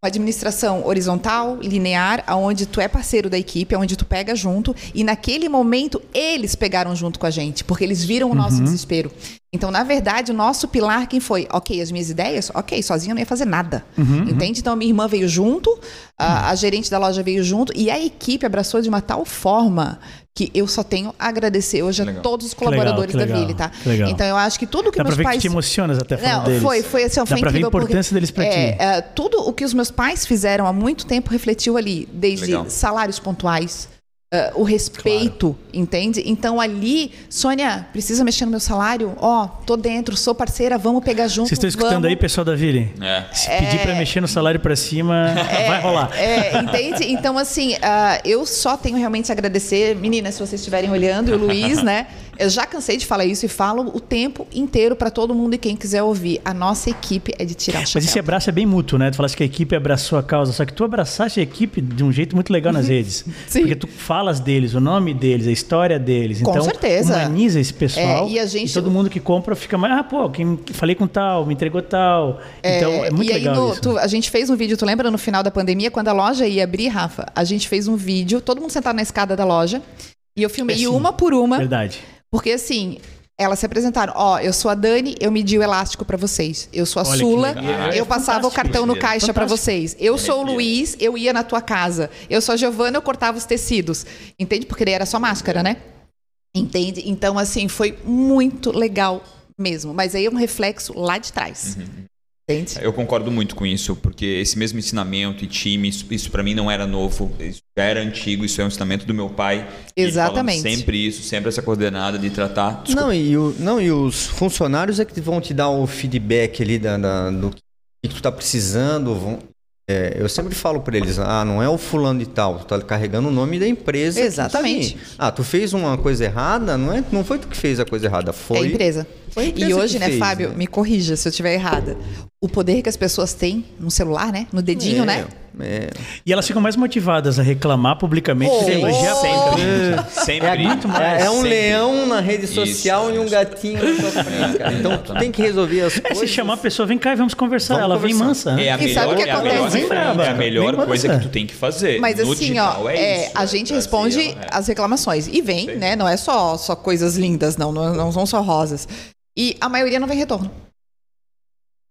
Speaker 4: uma administração horizontal, linear, aonde tu é parceiro da equipe, aonde tu pega junto, e naquele momento eles pegaram junto com a gente, porque eles viram o nosso desespero. Então, na verdade, o nosso pilar quem foi? Ok, as minhas ideias? Ok, sozinha eu não ia fazer nada. Entende? Então, a minha irmã veio junto, a, a gerente da loja veio junto, e a equipe abraçou de uma tal forma que eu só tenho a agradecer hoje a
Speaker 2: legal.
Speaker 4: todos os
Speaker 1: legal,
Speaker 4: colaboradores
Speaker 1: que legal,
Speaker 4: da Ville, tá?
Speaker 1: que legal.
Speaker 4: Então, eu acho que tudo que
Speaker 1: Dá pra
Speaker 4: meus
Speaker 1: ver que
Speaker 4: pais...
Speaker 1: te emocionas até falando deles.
Speaker 4: Foi, foi assim, ó,
Speaker 1: Dá
Speaker 4: foi
Speaker 1: pra ver a
Speaker 4: incrível. porque-
Speaker 1: importância deles pra
Speaker 4: é,
Speaker 1: ti.
Speaker 4: é, tudo o que os meus pais fizeram há muito tempo refletiu ali, desde
Speaker 2: Legal.
Speaker 4: salários pontuais, é, o respeito, entende? Então ali, Sônia, precisa mexer no meu salário? Ó, tô dentro, sou parceira, vamos pegar junto.
Speaker 1: Vocês estão escutando
Speaker 4: vamos.
Speaker 1: aí, pessoal da Vire?
Speaker 2: É.
Speaker 1: Se pedir pra mexer no salário pra cima, vai rolar.
Speaker 4: É, entende? Então, assim, ah, eu só tenho realmente a agradecer, meninas, se vocês estiverem olhando, e o Luiz, né? Eu já cansei de falar isso e falo o tempo inteiro para todo mundo e quem quiser ouvir. A nossa equipe é de tirar o chapéu.
Speaker 1: Mas esse abraço é bem mútuo, né? Tu falaste que a equipe abraçou a causa, só que tu abraçaste a equipe de um jeito muito legal nas redes.
Speaker 4: Uhum. Sim.
Speaker 1: Porque tu falas deles, o nome deles, a história deles.
Speaker 4: Com
Speaker 1: então,
Speaker 4: certeza.
Speaker 1: humaniza esse pessoal.
Speaker 4: É, e a gente-
Speaker 1: todo mundo que compra fica mais, ah, pô, quem falei com tal, me entregou tal. Então, é muito
Speaker 4: e aí
Speaker 1: legal
Speaker 4: no-
Speaker 1: isso.
Speaker 4: tu- a gente fez um vídeo, tu lembra no final da pandemia, quando a loja ia abrir, Rafa? A gente fez um vídeo, todo mundo sentado na escada da loja, e eu filmei
Speaker 1: É, sim.
Speaker 4: uma por uma,
Speaker 1: Verdade.
Speaker 4: porque assim, elas se apresentaram, ó, eu sou a Dani, eu medi o elástico pra vocês. Eu sou a
Speaker 1: Olha que
Speaker 4: Sula,
Speaker 1: legal.
Speaker 4: eu
Speaker 1: É
Speaker 4: passava o
Speaker 1: fantástico
Speaker 4: cartão no
Speaker 1: isso,
Speaker 4: caixa pra
Speaker 1: fantástico.
Speaker 4: vocês. Eu sou o Luiz, eu ia na tua casa. Eu sou a Giovana, eu cortava os tecidos. Entende? Porque daí era só máscara, né? Entende? Então, assim, foi muito legal mesmo. Mas aí é um reflexo lá de trás.
Speaker 1: Uhum.
Speaker 4: Entende?
Speaker 1: É,
Speaker 4: É
Speaker 2: É. Eu concordo muito com isso, porque esse mesmo ensinamento e time, isso, isso para mim não era novo, isso já era antigo, isso é um ensinamento do meu pai. E
Speaker 4: Exatamente.
Speaker 2: falando Sempre isso, sempre essa coordenada de tratar. Desculpa,
Speaker 3: Não e, o- não, e os funcionários é que vão te dar o feedback ali da, da- do que tu tá precisando. vão- é, eu sempre falo pra eles, ah, não é o fulano de tal, tu tá carregando o nome da empresa. que,
Speaker 4: Exatamente.
Speaker 3: assim, ah, tu fez uma coisa errada, não, é, não foi tu que fez a coisa errada, foi...
Speaker 4: É a empresa.
Speaker 3: foi a empresa
Speaker 4: e hoje,
Speaker 3: que
Speaker 4: né,
Speaker 3: fez,
Speaker 4: Fábio,
Speaker 3: né?
Speaker 4: me corrija se eu estiver errada. O poder que as pessoas têm no celular, né? No dedinho,
Speaker 3: É,
Speaker 4: né?
Speaker 3: é.
Speaker 1: E elas ficam mais motivadas a reclamar publicamente,
Speaker 4: Oh.
Speaker 1: a elogiar tá
Speaker 2: Sempre, sempre.
Speaker 1: Ah,
Speaker 3: É, é um
Speaker 2: Sempre.
Speaker 3: leão na rede social
Speaker 2: Isso,
Speaker 3: e um
Speaker 2: isso.
Speaker 3: gatinho na tua frente, cara. Então tu tem que resolver as
Speaker 1: É,
Speaker 3: coisas.
Speaker 1: se chamar a pessoa, vem cá e vamos conversar.
Speaker 3: Vamos
Speaker 1: ela
Speaker 3: conversar.
Speaker 1: vem mansa. né?
Speaker 2: É a
Speaker 4: E
Speaker 2: melhor,
Speaker 4: sabe o que
Speaker 2: é a melhor,
Speaker 4: acontece?
Speaker 2: é a melhor
Speaker 1: Vem
Speaker 2: coisa
Speaker 1: mansa.
Speaker 2: que tu tem que fazer.
Speaker 4: Mas
Speaker 2: É, No
Speaker 4: assim,
Speaker 2: digital,
Speaker 4: ó,
Speaker 2: é
Speaker 4: é,
Speaker 2: isso,
Speaker 4: a
Speaker 2: é
Speaker 4: gente
Speaker 2: trazer,
Speaker 4: responde
Speaker 2: é.
Speaker 4: as reclamações. E vem, né? Não é só, só coisas lindas, não, não. Não são só rosas. E a maioria não vem retorno.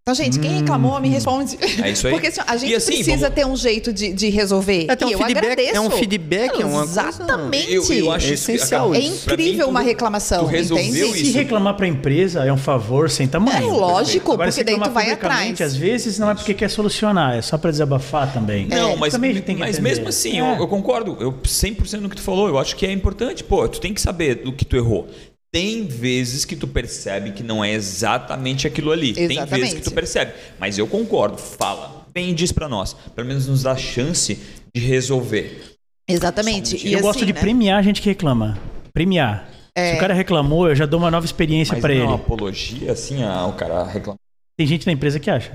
Speaker 4: Então, gente, quem reclamou me responde.
Speaker 2: Hum. É isso aí.
Speaker 4: Porque assim, a gente
Speaker 2: E assim,
Speaker 4: precisa
Speaker 2: vamos-
Speaker 4: ter um jeito de, de resolver.
Speaker 3: É, tem um
Speaker 4: e eu
Speaker 3: feedback-
Speaker 4: agradeço.
Speaker 3: é um feedback, é uma coisa-
Speaker 4: Exatamente.
Speaker 2: Eu, eu acho
Speaker 3: É
Speaker 2: isso que
Speaker 3: essencial
Speaker 2: acaba-
Speaker 4: É
Speaker 3: Pra mim,
Speaker 4: incrível uma
Speaker 2: tudo-
Speaker 4: reclamação.
Speaker 2: tu resolveu
Speaker 4: entende?
Speaker 2: isso.
Speaker 1: Se reclamar pra empresa é um favor sem
Speaker 4: É
Speaker 1: tamanho.
Speaker 4: lógico,
Speaker 1: Agora, se
Speaker 4: porque daí tu
Speaker 1: reclamar
Speaker 4: vai
Speaker 1: publicamente,
Speaker 4: atrás.
Speaker 1: Às vezes não é porque quer solucionar, é só pra desabafar também.
Speaker 4: É,
Speaker 2: Não, mas,
Speaker 1: também a gente tem que
Speaker 2: mas
Speaker 1: entender.
Speaker 2: mesmo assim,
Speaker 1: É.
Speaker 2: eu, eu concordo. Eu 100% no que tu falou. Eu acho que é importante. Pô, tu tem que saber do que tu errou. Tem vezes que tu percebe que não é exatamente aquilo ali. Tem vezes
Speaker 4: Exatamente.
Speaker 2: que tu percebe. Mas eu concordo. Fala. Bem diz pra nós. Pelo menos nos dá a chance de resolver.
Speaker 4: Exatamente. assim, né,
Speaker 1: eu gosto de
Speaker 4: prêmio.
Speaker 1: premiar a gente que reclama. Premiar.
Speaker 4: É.
Speaker 1: Se o cara reclamou, eu já dou uma nova experiência
Speaker 2: Mas
Speaker 1: pra
Speaker 2: não é
Speaker 1: ele.
Speaker 2: uma apologia, assim, ah, o cara reclama.
Speaker 1: Tem gente na empresa que acha.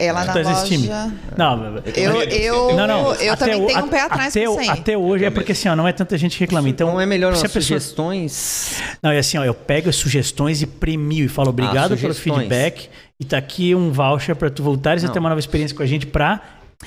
Speaker 4: É lá
Speaker 1: Tu
Speaker 4: na
Speaker 1: tá
Speaker 4: loja.
Speaker 1: existindo. Não,
Speaker 4: Eu, eu,
Speaker 1: não, não.
Speaker 4: eu
Speaker 1: Até
Speaker 4: também
Speaker 1: o-
Speaker 4: tenho um pé
Speaker 1: a-
Speaker 4: atrás
Speaker 1: até,
Speaker 4: com
Speaker 1: o-
Speaker 4: isso aí.
Speaker 1: Até hoje é
Speaker 2: Também.
Speaker 1: porque assim, ó, não é tanta gente que reclama. Então,
Speaker 3: Então é melhor
Speaker 1: se
Speaker 3: umas
Speaker 1: a pessoa
Speaker 3: sugestões.
Speaker 1: Não, é assim, ó, eu pego as sugestões e premio e falo obrigado pelo
Speaker 3: sugestões.
Speaker 1: feedback. e tá aqui um voucher para tu voltar e você
Speaker 3: Não.
Speaker 1: ter uma nova experiência com a gente pra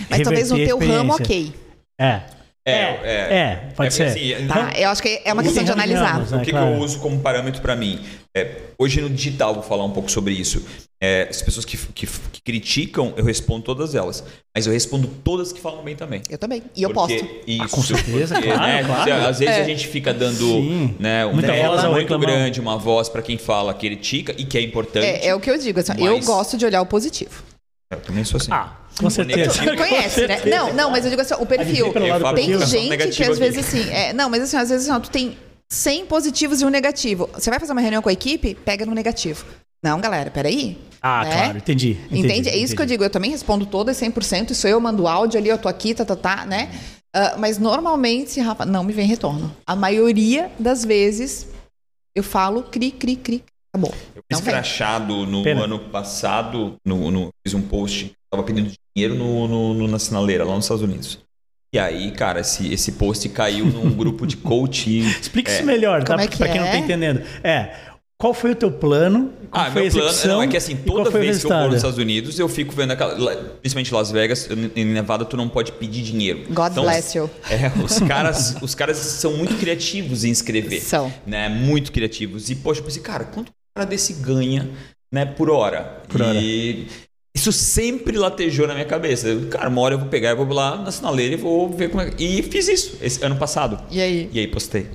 Speaker 4: Mas talvez no
Speaker 1: reverter a
Speaker 4: teu ramo,
Speaker 1: experiência.
Speaker 4: ok.
Speaker 1: É,
Speaker 2: É, é.
Speaker 1: é, pode
Speaker 2: porque
Speaker 1: ser.
Speaker 2: assim,
Speaker 4: Tá, eu acho que é uma questão de
Speaker 1: Tem ramos,
Speaker 4: analisar.
Speaker 1: né,
Speaker 2: O que,
Speaker 1: claro.
Speaker 2: que eu uso como parâmetro para mim? É, hoje no digital, vou falar um pouco sobre isso. É, as pessoas que, que- que criticam, eu respondo todas elas. Mas eu respondo todas que falam bem também.
Speaker 4: Eu também. E eu
Speaker 2: Porque-
Speaker 4: posto. É.
Speaker 2: Isso,
Speaker 1: Ah, com certeza,
Speaker 2: porque,
Speaker 1: claro,
Speaker 2: né,
Speaker 1: claro.
Speaker 2: se- Às vezes a gente fica dando
Speaker 1: Sim.
Speaker 2: né, uma
Speaker 1: Muita voz
Speaker 2: tela
Speaker 1: ao
Speaker 2: muito
Speaker 1: reclamar.
Speaker 2: grande, uma voz para quem fala, que critica e que é importante.
Speaker 4: É, é o que eu digo. assim, Eu
Speaker 2: Mas-
Speaker 4: gosto de olhar o positivo.
Speaker 2: Eu também sou assim.
Speaker 1: Ah, com certeza.
Speaker 2: negativo.
Speaker 4: Tu conhece, né? Não, não, mas eu digo assim, ó, o perfil.
Speaker 1: Aqui pelo lado
Speaker 2: Fábio,
Speaker 4: Tem
Speaker 1: positivo.
Speaker 2: Fica só
Speaker 4: gente que
Speaker 2: negativo
Speaker 4: às
Speaker 2: aqui.
Speaker 4: vezes assim, é, não, mas assim, às vezes assim, ó, tu tem 100 positivos e um negativo. Você vai fazer uma reunião com a equipe, pega no negativo. Não, galera, peraí.
Speaker 1: Ah,
Speaker 4: né?
Speaker 1: claro, entendi.
Speaker 4: Entende? É isso que eu digo. Eu também respondo todas 100%. Isso eu mando áudio ali, eu tô aqui, tá, tá, tá, né? Ah, mas normalmente, Rafa, não me vem retorno. A maioria das vezes eu falo cri, cri, cri. Acabou.
Speaker 2: Eu
Speaker 4: Não
Speaker 2: fiz
Speaker 4: vem.
Speaker 2: crachado no
Speaker 1: Pena.
Speaker 2: ano passado, no, no- fiz um post, tava pedindo dinheiro no, no- no- na sinaleira, lá nos Estados Unidos. E aí, cara, esse, esse post caiu num grupo de coaching.
Speaker 1: Explica
Speaker 2: É.
Speaker 1: isso melhor, tá?
Speaker 4: Como é
Speaker 1: Pra-
Speaker 4: que
Speaker 1: pra quem não
Speaker 4: é?
Speaker 1: tá entendendo. É. Qual foi o teu plano? Qual
Speaker 2: Ah,
Speaker 1: foi
Speaker 2: meu
Speaker 1: a
Speaker 2: plano
Speaker 1: execução
Speaker 2: não, é que assim,
Speaker 1: e qual
Speaker 2: toda
Speaker 1: foi o
Speaker 2: vez que eu vou
Speaker 1: resultado?
Speaker 2: nos Estados Unidos, eu fico vendo aquela. lá- Principalmente Las Vegas, em Nevada, tu não pode pedir dinheiro.
Speaker 4: God
Speaker 2: Então,
Speaker 4: bless you.
Speaker 2: É, os caras, os caras são muito criativos em escrever.
Speaker 4: São.
Speaker 2: Né? Muito criativos. E, poxa, eu pensei, cara, quanto um cara desse ganha né, por hora?
Speaker 1: Por hora.
Speaker 2: E isso sempre latejou na minha cabeça. Eu, Cara, uma hora eu vou pegar, eu vou lá na sinaleira e vou ver como é. que- E fiz isso esse ano passado.
Speaker 4: E aí?
Speaker 2: E aí postei.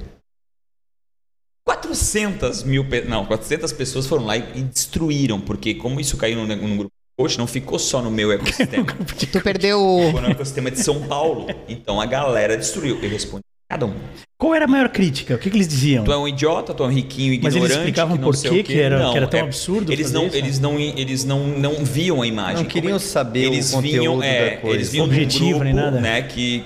Speaker 2: 400 mil pe- não 400 pessoas foram lá e e destruíram porque como isso caiu no, ne- no grupo de coach não ficou só no meu ecossistema
Speaker 4: Tu perdeu o.
Speaker 2: ficou no ecossistema de São Paulo então a galera destruiu eu respondi cada um
Speaker 1: Qual era a maior crítica? O que, que eles diziam?
Speaker 2: tu é um idiota tu é um riquinho
Speaker 1: Mas
Speaker 2: ignorante
Speaker 1: eles explicavam
Speaker 2: que não
Speaker 1: por
Speaker 2: sei
Speaker 1: que
Speaker 2: o quê.
Speaker 1: que era- que
Speaker 2: Não,
Speaker 1: era tão
Speaker 2: é-
Speaker 1: absurdo
Speaker 2: eles
Speaker 1: fazer
Speaker 2: não
Speaker 1: isso,
Speaker 2: eles não eles não não viam a imagem
Speaker 3: Não queriam
Speaker 2: Como- é
Speaker 3: saber
Speaker 2: eles
Speaker 3: o conteúdo
Speaker 2: vinham, é,
Speaker 3: da coisa.
Speaker 2: eles vinham
Speaker 1: Objetivo,
Speaker 2: de um grupo,
Speaker 1: nem nada.
Speaker 2: né que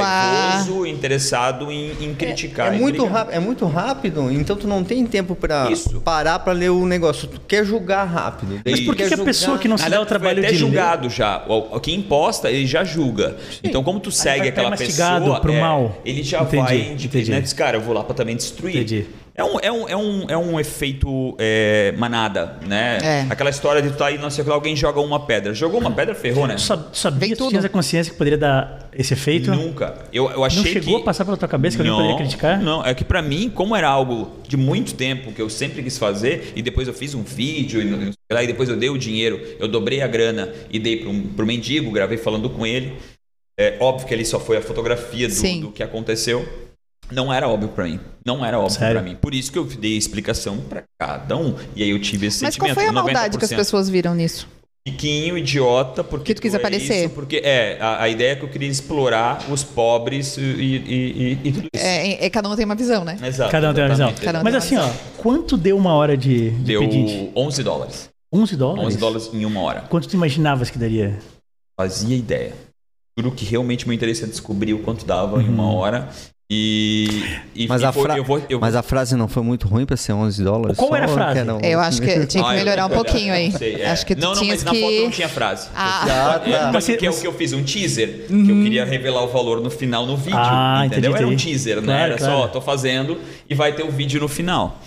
Speaker 4: Ah.
Speaker 2: raivoso, interessado em, em criticar
Speaker 3: É
Speaker 2: em
Speaker 3: muito,
Speaker 2: brigar.
Speaker 3: rápido, é muito rápido, então tu não tem tempo pra
Speaker 2: Isso.
Speaker 3: parar pra ler o negócio. Tu quer julgar rápido.
Speaker 1: Mas
Speaker 2: e-
Speaker 1: por que, que a pessoa que Ah, não se dá o
Speaker 2: é Aliás,
Speaker 1: trabalho
Speaker 2: foi até
Speaker 1: de
Speaker 2: julgado já. O- o- Quem imposta, ele já julga. Então, como tu segue
Speaker 1: vai
Speaker 2: aquela
Speaker 1: mastigado
Speaker 2: pessoa,
Speaker 1: pro
Speaker 2: é,
Speaker 1: mal.
Speaker 2: ele já
Speaker 1: Entendi,
Speaker 2: vai de,
Speaker 1: entendi.
Speaker 2: né, diz, cara, eu vou lá pra também destruir.
Speaker 1: Entendi.
Speaker 2: É um, é, um, é, um, é um efeito é, manada, né?
Speaker 4: É.
Speaker 2: Aquela história de tu tá aí, não sei o que lá, alguém joga uma pedra. Jogou uma pedra, ferrou, né?
Speaker 1: Tu sab- sabia, tu
Speaker 4: tudo.
Speaker 1: tinha essa consciência que poderia dar esse efeito?
Speaker 2: Nunca. Eu, eu achei
Speaker 1: chegou
Speaker 2: que-
Speaker 1: a passar pela tua cabeça que alguém poderia criticar?
Speaker 2: Não, é que pra mim, como era algo de muito tempo que eu sempre quis fazer, e depois eu fiz um vídeo, e, não- sei lá, e depois eu dei o dinheiro, eu dobrei a grana e dei pro, pro mendigo, gravei falando com ele. É óbvio que ali só foi a fotografia do,
Speaker 4: Sim.
Speaker 2: do que aconteceu. Não era óbvio pra mim. Não era óbvio
Speaker 1: Sério?
Speaker 2: pra mim. Por isso que eu dei explicação pra cada um. E aí eu tive esse
Speaker 4: Mas qual
Speaker 2: sentimento.
Speaker 4: foi a maldade que as
Speaker 2: 90%.
Speaker 4: pessoas viram nisso?
Speaker 2: Piquinho, idiota, porque
Speaker 4: Que tu quis
Speaker 2: é
Speaker 4: aparecer.
Speaker 2: isso, porque é, a, a ideia é que eu queria explorar os pobres e, e- e- e tudo isso.
Speaker 4: É, é, cada um tem uma visão, né?
Speaker 2: Exato.
Speaker 1: Cada um tem uma visão.
Speaker 2: exatamente.
Speaker 4: Cada um
Speaker 1: Mas
Speaker 4: tem
Speaker 1: assim,
Speaker 4: uma
Speaker 1: ó, quanto deu uma hora de, de
Speaker 2: Deu
Speaker 1: pedinte?
Speaker 2: 11 dólares.
Speaker 1: 11 dólares?
Speaker 2: 11 dólares em uma hora.
Speaker 1: Quanto tu imaginavas que daria?
Speaker 2: Fazia ideia. Juro que realmente meu interesse é descobrir o quanto dava em
Speaker 1: Uhum.
Speaker 2: uma hora. E, e
Speaker 3: Mas
Speaker 2: e
Speaker 3: a
Speaker 2: foi-
Speaker 3: fra-
Speaker 2: eu vou, eu
Speaker 3: Mas a frase não foi muito ruim pra ser 11 dólares?
Speaker 1: Qual
Speaker 3: Só
Speaker 1: era a frase?
Speaker 3: que era um-
Speaker 4: É, Eu acho que tinha
Speaker 2: Ah,
Speaker 4: que
Speaker 2: eu
Speaker 4: melhorar um
Speaker 2: tenho
Speaker 4: pouquinho aí.
Speaker 2: Não sei, é.
Speaker 4: Acho que tu
Speaker 2: não, não, mas
Speaker 4: tinhas
Speaker 2: na foto não
Speaker 4: que.
Speaker 2: tinha frase.
Speaker 4: Ah.
Speaker 3: Ah, tá.
Speaker 2: É,
Speaker 1: Mas você-
Speaker 2: que é o
Speaker 1: mas-
Speaker 2: que eu fiz, um teaser, que eu queria revelar o valor no final no vídeo,
Speaker 1: Ah,
Speaker 2: entendeu?
Speaker 1: entendi,
Speaker 2: Era um
Speaker 1: entendi.
Speaker 2: teaser, não
Speaker 1: Claro,
Speaker 2: era só,
Speaker 1: claro.
Speaker 2: tô fazendo e vai ter o vídeo no final.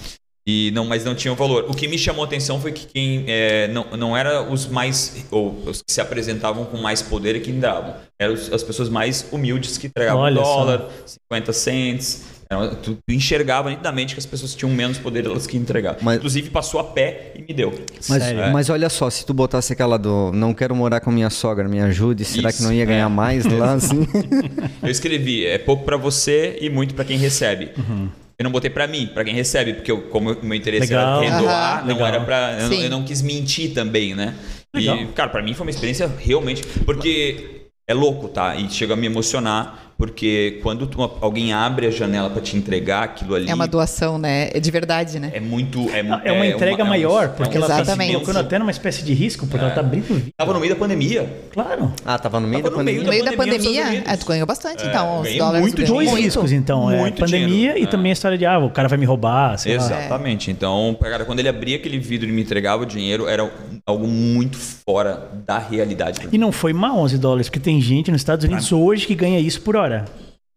Speaker 2: E não, mas não tinha o valor. O que me chamou a atenção foi que quem é, não, não era os mais ou os que se apresentavam com mais poder que davam. Eram os- as pessoas mais humildes que entregavam
Speaker 1: Olha só.
Speaker 2: dólar, 50 cents. Era- Tu, tu enxergava nitidamente que as pessoas tinham menos poder elas que entregavam.
Speaker 3: Mas-
Speaker 2: Inclusive passou a pé e me deu.
Speaker 3: Mas,
Speaker 1: Sério. É.
Speaker 3: mas olha só, se tu botasse aquela do não quero morar com a minha sogra, me ajude, será
Speaker 2: Isso,
Speaker 3: que não ia ganhar
Speaker 2: é.
Speaker 3: mais lá assim?
Speaker 2: Eu escrevi, é pouco pra você e muito pra quem recebe.
Speaker 1: Uhum.
Speaker 2: Eu não botei pra mim, pra quem recebe, porque eu, como o meu interesse
Speaker 1: Legal.
Speaker 2: era doar,
Speaker 1: Aham.
Speaker 2: não
Speaker 1: Legal.
Speaker 2: era pra. Eu, não-
Speaker 4: Sim.
Speaker 2: eu não quis mentir também, né? E,
Speaker 1: Legal.
Speaker 2: cara, pra mim foi uma experiência realmente. Porque é louco, tá? E chega a me emocionar, porque quando tu- alguém abre a janela pra te entregar aquilo ali.
Speaker 4: É uma doação, né? É de verdade, né?
Speaker 2: é muito. É, mu-
Speaker 1: É uma entrega
Speaker 2: é um- É.
Speaker 1: maior, porque ela está se
Speaker 4: Exatamente.
Speaker 1: colocando até numa espécie de risco, porque ela está abrindo vida.
Speaker 2: Tava no meio da pandemia.
Speaker 1: Claro.
Speaker 3: ah, tava no meio
Speaker 2: Tava
Speaker 3: da
Speaker 2: no meio
Speaker 3: pandemia.
Speaker 4: No meio da
Speaker 2: pandemia nos
Speaker 4: pandemia,
Speaker 2: Estados Unidos.
Speaker 4: ah, tu ganhou bastante,
Speaker 2: É,
Speaker 4: então. Os
Speaker 2: ganhei
Speaker 4: dólares
Speaker 2: muito
Speaker 4: ganhou
Speaker 2: dinheiro.
Speaker 1: Dois
Speaker 4: muito.
Speaker 1: riscos, então. É
Speaker 2: Muito
Speaker 1: pandemia
Speaker 2: dinheiro,
Speaker 1: e
Speaker 2: é.
Speaker 1: também a história de, ah, o cara vai me roubar, sei lá.
Speaker 2: Exatamente. Então, cara, quando ele abria aquele vidro e me entregava o dinheiro, era algo muito fora da realidade. pra mim.
Speaker 1: E não foi mal 11 dólares, porque tem gente nos Estados Unidos hoje que ganha isso por hora.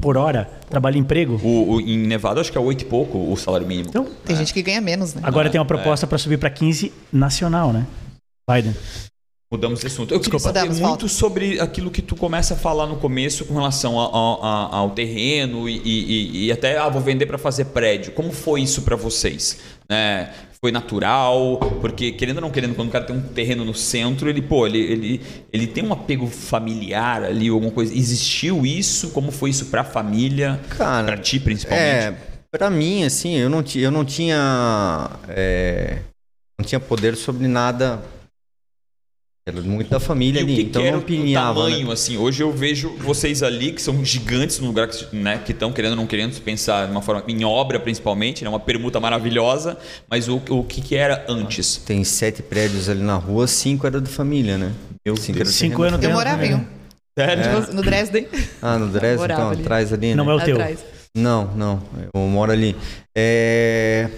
Speaker 1: Por hora. Trabalho e emprego.
Speaker 2: O, o- em Nevada, acho que é oito e pouco o salário mínimo.
Speaker 1: Então,
Speaker 4: Tem gente que ganha menos, né?
Speaker 2: É.
Speaker 1: agora tem uma proposta para subir para 15 nacional, né? Biden.
Speaker 2: Mudamos de assunto. Eu queria
Speaker 4: Desculpa.
Speaker 2: saber
Speaker 4: Mudamos,
Speaker 2: muito
Speaker 4: volta.
Speaker 2: sobre aquilo que tu começa a falar no começo com relação a- a- a- ao terreno e, e- e- e até, ah, vou vender para fazer prédio. Como foi isso para vocês? É, foi natural? Porque, querendo ou não querendo, quando o cara tem um terreno no centro, ele, pô, ele, ele, ele tem um apego familiar ali, alguma coisa. Existiu isso? Como foi isso para a família?
Speaker 3: Cara,
Speaker 2: Para ti, principalmente?
Speaker 3: É, pra mim, assim, eu não, ti- eu não tinha. é, não tinha poder sobre nada. Era muito da família
Speaker 2: E o
Speaker 3: ali,
Speaker 2: que
Speaker 3: então
Speaker 2: que era
Speaker 3: não opinhava.
Speaker 2: o
Speaker 3: né?
Speaker 2: tamanho, assim? Hoje eu vejo vocês ali, que são gigantes no lugar que né, que estão querendo ou não querendo se pensar de uma forma, em obra principalmente, né, uma permuta maravilhosa, mas o, o que, que era antes?
Speaker 3: Tem sete prédios ali na rua, cinco era da família, né? Eu cinco era
Speaker 1: Cinco
Speaker 3: terreno
Speaker 1: anos
Speaker 3: da
Speaker 4: Eu
Speaker 1: tem-
Speaker 3: família.
Speaker 4: morava em um.
Speaker 2: Sério?
Speaker 4: No Dresden.
Speaker 3: Ah, no Dresden,
Speaker 4: morava
Speaker 3: então,
Speaker 4: ali.
Speaker 3: atrás ali,
Speaker 1: Não
Speaker 3: né?
Speaker 1: é o teu.
Speaker 4: Atrás.
Speaker 3: Não, não. Eu moro ali. É...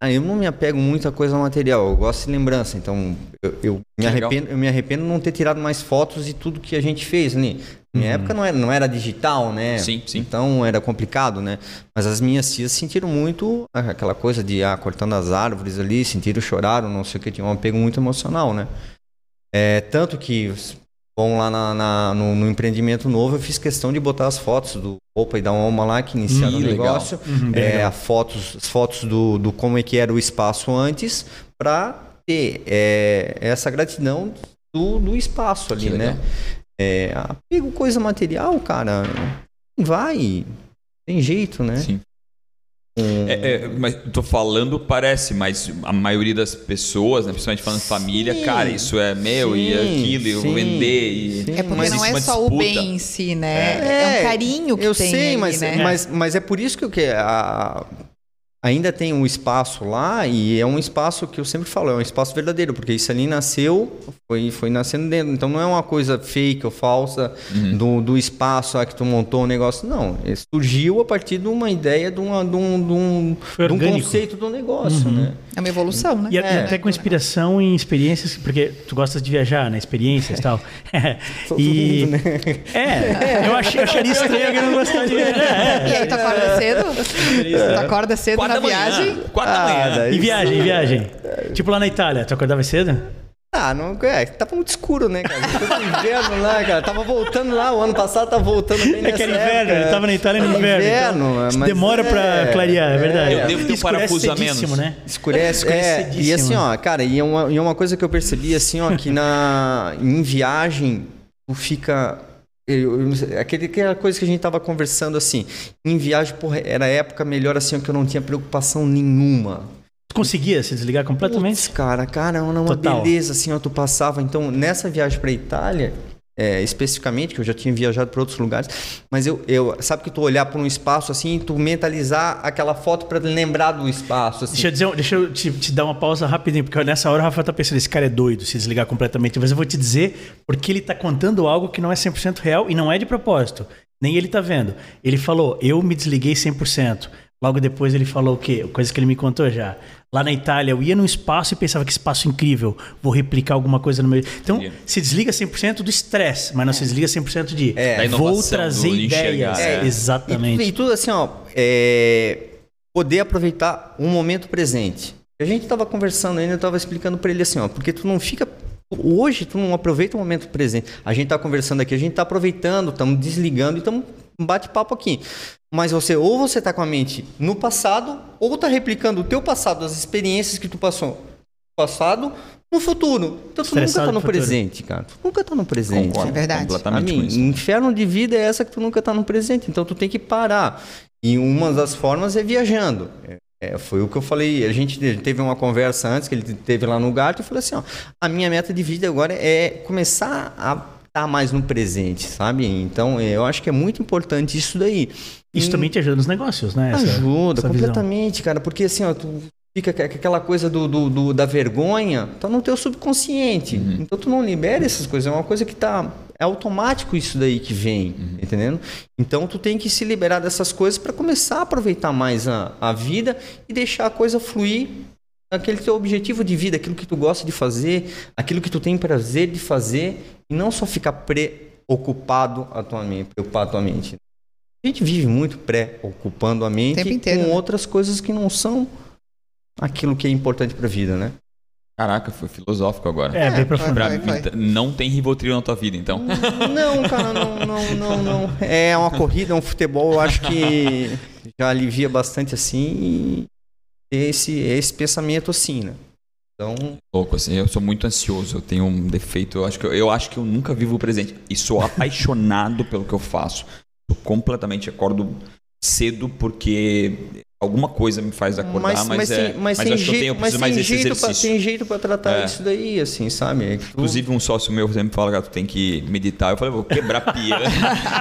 Speaker 3: Ah, eu não me apego muito a coisa material. Eu gosto de lembrança. Então, eu, eu me,
Speaker 2: Legal.
Speaker 3: arrependo, eu me arrependo de não ter tirado mais fotos de tudo que a gente fez ali. Na minha época não era, não era digital, né?
Speaker 2: Uhum. É. Sim, sim.
Speaker 3: Então era complicado, né? Mas as minhas tias sentiram muito né, aquela coisa de ah, cortando as árvores ali, sentiram, choraram, não sei o que. Tinha um apego muito emocional, né? É, tanto que Bom, lá na- na- no, no empreendimento novo, eu fiz questão de botar as fotos do Opa e da Oma lá, que iniciaram
Speaker 2: Ih,
Speaker 3: o
Speaker 2: legal.
Speaker 3: negócio.
Speaker 2: Uhum.
Speaker 1: bem
Speaker 3: É,
Speaker 1: legal.
Speaker 3: a fotos, as fotos do, do como é que era o espaço antes, para ter é, essa gratidão do, do espaço ali,
Speaker 2: Que legal.
Speaker 3: né? É, apego coisa material, cara, não vai. Tem jeito, né?
Speaker 2: Sim.
Speaker 3: Um-
Speaker 2: É, é, mas tô falando, parece, mas a maioria das pessoas, né, principalmente falando de família,
Speaker 3: Sim.
Speaker 2: cara, isso é meu e
Speaker 3: Sim,
Speaker 2: aquilo, e eu
Speaker 3: sim,
Speaker 2: vender. E...
Speaker 3: sim.
Speaker 4: É porque
Speaker 3: Mas
Speaker 4: não é
Speaker 2: existe uma
Speaker 4: só o
Speaker 2: disputa.
Speaker 4: bem em si, né? É, um carinho que
Speaker 3: eu
Speaker 4: tem
Speaker 3: sei,
Speaker 4: ali,
Speaker 3: mas,
Speaker 4: né?
Speaker 3: mas, mas é por isso que eu que a- ainda tem um espaço lá e é um espaço que eu sempre falo, é um espaço verdadeiro, porque isso ali nasceu, foi, foi nascendo dentro. Então não é uma coisa fake ou falsa
Speaker 2: Uhum.
Speaker 3: do, do espaço ah, que tu montou o negócio, não. Ele Surgiu a partir de uma ideia, de, uma, de um, de um,
Speaker 1: Foi
Speaker 3: de um
Speaker 1: orgânico.
Speaker 3: conceito do negócio,
Speaker 2: Uhum.
Speaker 3: né?
Speaker 4: É uma evolução, né?
Speaker 1: E a-
Speaker 3: É.
Speaker 1: até com inspiração em experiências, porque tu gostas de viajar, né? Experiências e tal. e...
Speaker 3: mundo,
Speaker 1: É, eu achei, né? eu acharia estranho alguém não É, gostar de viajar.
Speaker 4: E aí tu acorda cedo? Tu acorda cedo
Speaker 2: Quatro
Speaker 4: tá na
Speaker 2: da É. manhã.
Speaker 4: viagem?
Speaker 2: Quatro
Speaker 3: Ah,
Speaker 2: da manhã.
Speaker 1: É. E viagem, e viagem. Tipo lá na Itália, tu acordava cedo?
Speaker 3: Ah, não, é, tava muito escuro, né, cara? Tava inverno lá, cara. Tava voltando lá, o ano passado tava voltando bem nessa
Speaker 1: É que era inverno,
Speaker 3: época.
Speaker 1: ele tava na Itália no
Speaker 3: Era
Speaker 1: inverno. então,
Speaker 3: mas
Speaker 1: isso demora pra
Speaker 3: é,
Speaker 1: clarear, é verdade.
Speaker 2: Eu devo ter um
Speaker 1: Escurece
Speaker 2: parafuso a menos.
Speaker 1: cedíssimo, né?
Speaker 3: Escurece, é, e assim, ó, cara, e é, uma, e é uma coisa que eu percebi, assim, ó, que na, em viagem, tu fica... Eu, eu não sei, aquele, aquela coisa que a gente tava conversando, assim, em viagem, porra, era a época melhor, assim, que eu não tinha preocupação nenhuma.
Speaker 1: Tu conseguia se desligar
Speaker 3: Putz,
Speaker 1: completamente?
Speaker 3: cara, cara, era uma
Speaker 1: Total.
Speaker 3: beleza assim, ó, tu passava. Então, nessa viagem pra Itália, é, especificamente, que eu já tinha viajado pra outros lugares, mas eu, eu sabe que tu olhar pra um espaço assim, e tu mentalizar aquela foto pra lembrar do espaço, assim.
Speaker 1: Deixa eu, dizer, um- deixa eu te, te dar uma pausa rapidinho, porque nessa hora o Rafa tá pensando, esse cara é doido se desligar completamente. Mas eu vou te dizer porque ele tá contando algo que não é 100% real e não é de propósito. Nem ele tá vendo. Ele falou, eu me desliguei 100%. Logo depois ele falou o quê? Coisa que ele me contou já. Lá na Itália, eu ia num espaço e pensava que espaço incrível, vou replicar alguma coisa no meu. Então,
Speaker 2: Entendi.
Speaker 1: se desliga 100% do estresse, mas não se desliga 100% de
Speaker 3: É.
Speaker 2: Da
Speaker 1: vou
Speaker 2: inovação,
Speaker 1: trazer
Speaker 2: do
Speaker 1: ideias.
Speaker 2: enxergar, é.
Speaker 1: Exatamente.
Speaker 3: E, e tudo assim, ó, é, poder aproveitar um momento presente. A gente tava conversando ainda, eu tava explicando pra ele assim, ó, porque tu não fica hoje tu não aproveita o momento presente. A gente tá conversando aqui, a gente tá aproveitando, estamos desligando e estamos um bate-papo aqui. Mas você ou você tá com a mente no passado ou tá replicando o teu passado, as experiências que tu passou no passado no futuro. Então tu
Speaker 1: Estressado
Speaker 3: nunca tá no
Speaker 1: pro futuro.
Speaker 3: presente, cara. Tu nunca tá no presente.
Speaker 4: É verdade.
Speaker 2: Completamente
Speaker 3: Amigo,
Speaker 2: com isso. né?
Speaker 3: inferno de vida é essa que tu nunca tá no presente, então tu tem que parar. E uma das formas é viajando. É, é, foi o que eu falei, a gente te- teve uma conversa antes que ele te- teve lá no gato e falou assim, ó, a minha meta de vida agora é começar a estar mais no presente, sabe? Então, é, eu acho que é muito importante isso daí.
Speaker 1: Isso
Speaker 3: E-
Speaker 1: também te ajuda nos negócios, né? Essa-
Speaker 3: Ajuda,
Speaker 1: essa visão.
Speaker 3: completamente, cara. Porque assim, ó, tu fica com aquela coisa do, do- do- da vergonha, tá no teu subconsciente. Então tu não libera essas coisas. É uma coisa que tá. É automático isso daí que vem, entendendo? Então tu tem que se liberar dessas coisas para começar a aproveitar mais a, a vida e deixar a coisa fluir aquele teu objetivo de vida, aquilo que tu gosta de fazer, aquilo que tu tem prazer de fazer e não só ficar preocupado atualmente, preocupado atualmente. A gente vive muito pré-ocupando a mente
Speaker 4: Tempo inteiro,
Speaker 3: com
Speaker 4: né?
Speaker 3: outras coisas que não são aquilo que é importante para a vida, né?
Speaker 2: Caraca, foi filosófico agora.
Speaker 1: É, bem profundo.
Speaker 2: Pra
Speaker 3: vai,
Speaker 2: mim,
Speaker 3: vai. Hum.
Speaker 2: t- não tem Rivotril na tua vida, então.
Speaker 3: Não, cara, não, não, não, não. É uma corrida, um futebol, eu acho que já alivia bastante assim e ter esse, esse pensamento assim, né? Então,
Speaker 2: Louco, assim, eu sou muito ansioso, eu tenho um defeito, eu acho que eu, eu acho que eu nunca vivo o presente. E sou apaixonado pelo que eu faço. Sou completamente acordo cedo porque alguma coisa me faz acordar, mas, é,
Speaker 3: tem-
Speaker 2: mas
Speaker 3: tem
Speaker 2: acho que eu
Speaker 3: jei-
Speaker 2: tenho eu
Speaker 3: mas
Speaker 2: preciso mais
Speaker 3: tem
Speaker 2: desse
Speaker 3: jeito pra-
Speaker 2: exercício.
Speaker 3: tem jeito pra tratar
Speaker 2: É.
Speaker 3: isso daí, assim, sabe? É que tu-
Speaker 2: Inclusive, um sócio meu sempre fala, gato, tem que meditar. Eu falei, vou quebrar a pia.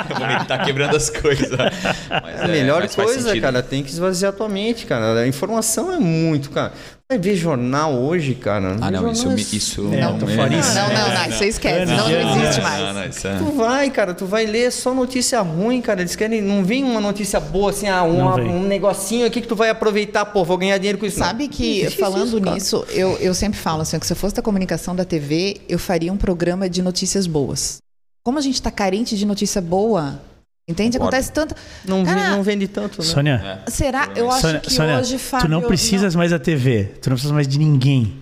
Speaker 2: eu vou meditar quebrando as coisas. Mas
Speaker 3: A melhor
Speaker 2: é, mas faz
Speaker 3: coisa,
Speaker 2: sentido.
Speaker 3: cara, tem que esvaziar tua mente, cara. A informação é muito, cara. Vai ver jornal hoje, cara.
Speaker 2: Ah,
Speaker 3: Ver
Speaker 2: não, isso,
Speaker 3: jornal é
Speaker 2: me- isso
Speaker 1: É,
Speaker 2: não,
Speaker 1: tô fora isso.
Speaker 4: Não, não, não,
Speaker 2: é,
Speaker 4: isso aí esquece, não, não
Speaker 1: Anos e
Speaker 4: existe
Speaker 1: anos.
Speaker 2: Não,
Speaker 4: mais.
Speaker 2: não, isso é-
Speaker 3: Tu vai, cara, tu vai ler só notícia ruim, cara. Eles querem. Não vem uma notícia boa, assim, ah, uma-
Speaker 1: Não vem.
Speaker 3: um negocinho aqui que tu vai aproveitar, pô, vou ganhar dinheiro com isso.
Speaker 4: Sabe
Speaker 3: Não.
Speaker 4: que,
Speaker 3: Existe
Speaker 4: falando
Speaker 3: isso, cara.
Speaker 4: nisso, eu, eu sempre falo assim, que se eu fosse da comunicação da TV, eu faria um programa de notícias boas. Como a gente está carente de notícia boa, entende?
Speaker 2: Concordo.
Speaker 4: Acontece tanta...
Speaker 3: Não, vi-
Speaker 4: Cara,
Speaker 3: não vende tanto, né?
Speaker 1: Sônia,
Speaker 2: é.
Speaker 4: Será? Eu acho
Speaker 1: Sônia,
Speaker 4: que
Speaker 1: Sônia,
Speaker 4: hoje, Fábio...
Speaker 1: tu não precisas mais da TV, tu não precisas mais de ninguém.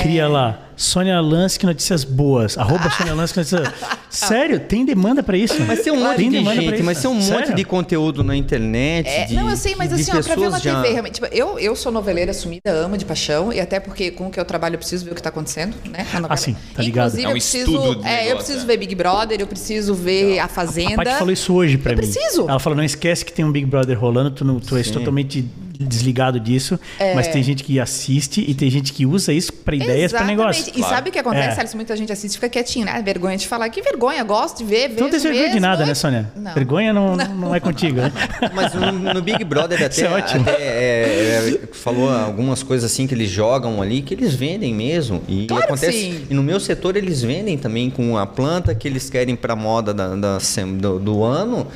Speaker 1: Cria lá, Sônia Lansky Notícias Boas, arroba Sônia Lansky Notícias Sério, tem demanda pra isso?
Speaker 3: Mas tem um monte de
Speaker 1: demanda pra
Speaker 3: gente,
Speaker 1: isso?
Speaker 3: mas tem um monte
Speaker 1: Sério?
Speaker 3: de conteúdo na internet.
Speaker 4: É,
Speaker 3: de-
Speaker 4: não, eu sei, mas
Speaker 3: de
Speaker 4: assim, ó, pra ver
Speaker 3: pessoas
Speaker 4: uma
Speaker 3: já-
Speaker 4: TV, realmente. tipo, eu, eu sou noveleira assumida, amo de paixão, e até porque com o que eu trabalho eu preciso ver o que tá acontecendo, né? na novela.
Speaker 1: Ah, sim, tá ligado.
Speaker 4: Inclusive,
Speaker 2: É um
Speaker 4: eu preciso,
Speaker 2: estudo do
Speaker 4: é, eu
Speaker 2: negócio,
Speaker 4: preciso
Speaker 2: é.
Speaker 4: ver Big Brother, eu preciso ver A
Speaker 1: A Paty
Speaker 4: Fazenda.
Speaker 1: falou isso hoje pra
Speaker 4: Eu
Speaker 1: mim.
Speaker 4: preciso.
Speaker 1: Ela falou: não esquece que tem um Big Brother rolando, tu, não, tu és totalmente desligado disso, mas tem gente que assiste e tem gente que usa isso pra ideias, pra
Speaker 4: Exatamente.
Speaker 1: negócio.
Speaker 4: E sabe o que acontece,
Speaker 1: É.
Speaker 4: Alice? Muita gente assiste e fica quietinha, né? Vergonha de falar. Que vergonha, gosto de ver, ver.
Speaker 1: Tu não tem vergonha de nada, né, Sônia?
Speaker 4: Não.
Speaker 1: Vergonha não, não é contigo, né?
Speaker 3: Mas no, no Big Brother até,
Speaker 1: Isso é ótimo.
Speaker 3: até, é, é, falou algumas coisas assim que eles jogam ali que eles vendem mesmo. E
Speaker 4: Claro que
Speaker 3: acontece.
Speaker 4: sim.
Speaker 3: E no meu setor eles vendem também com a planta que eles querem pra moda da, da sem- do, do ano.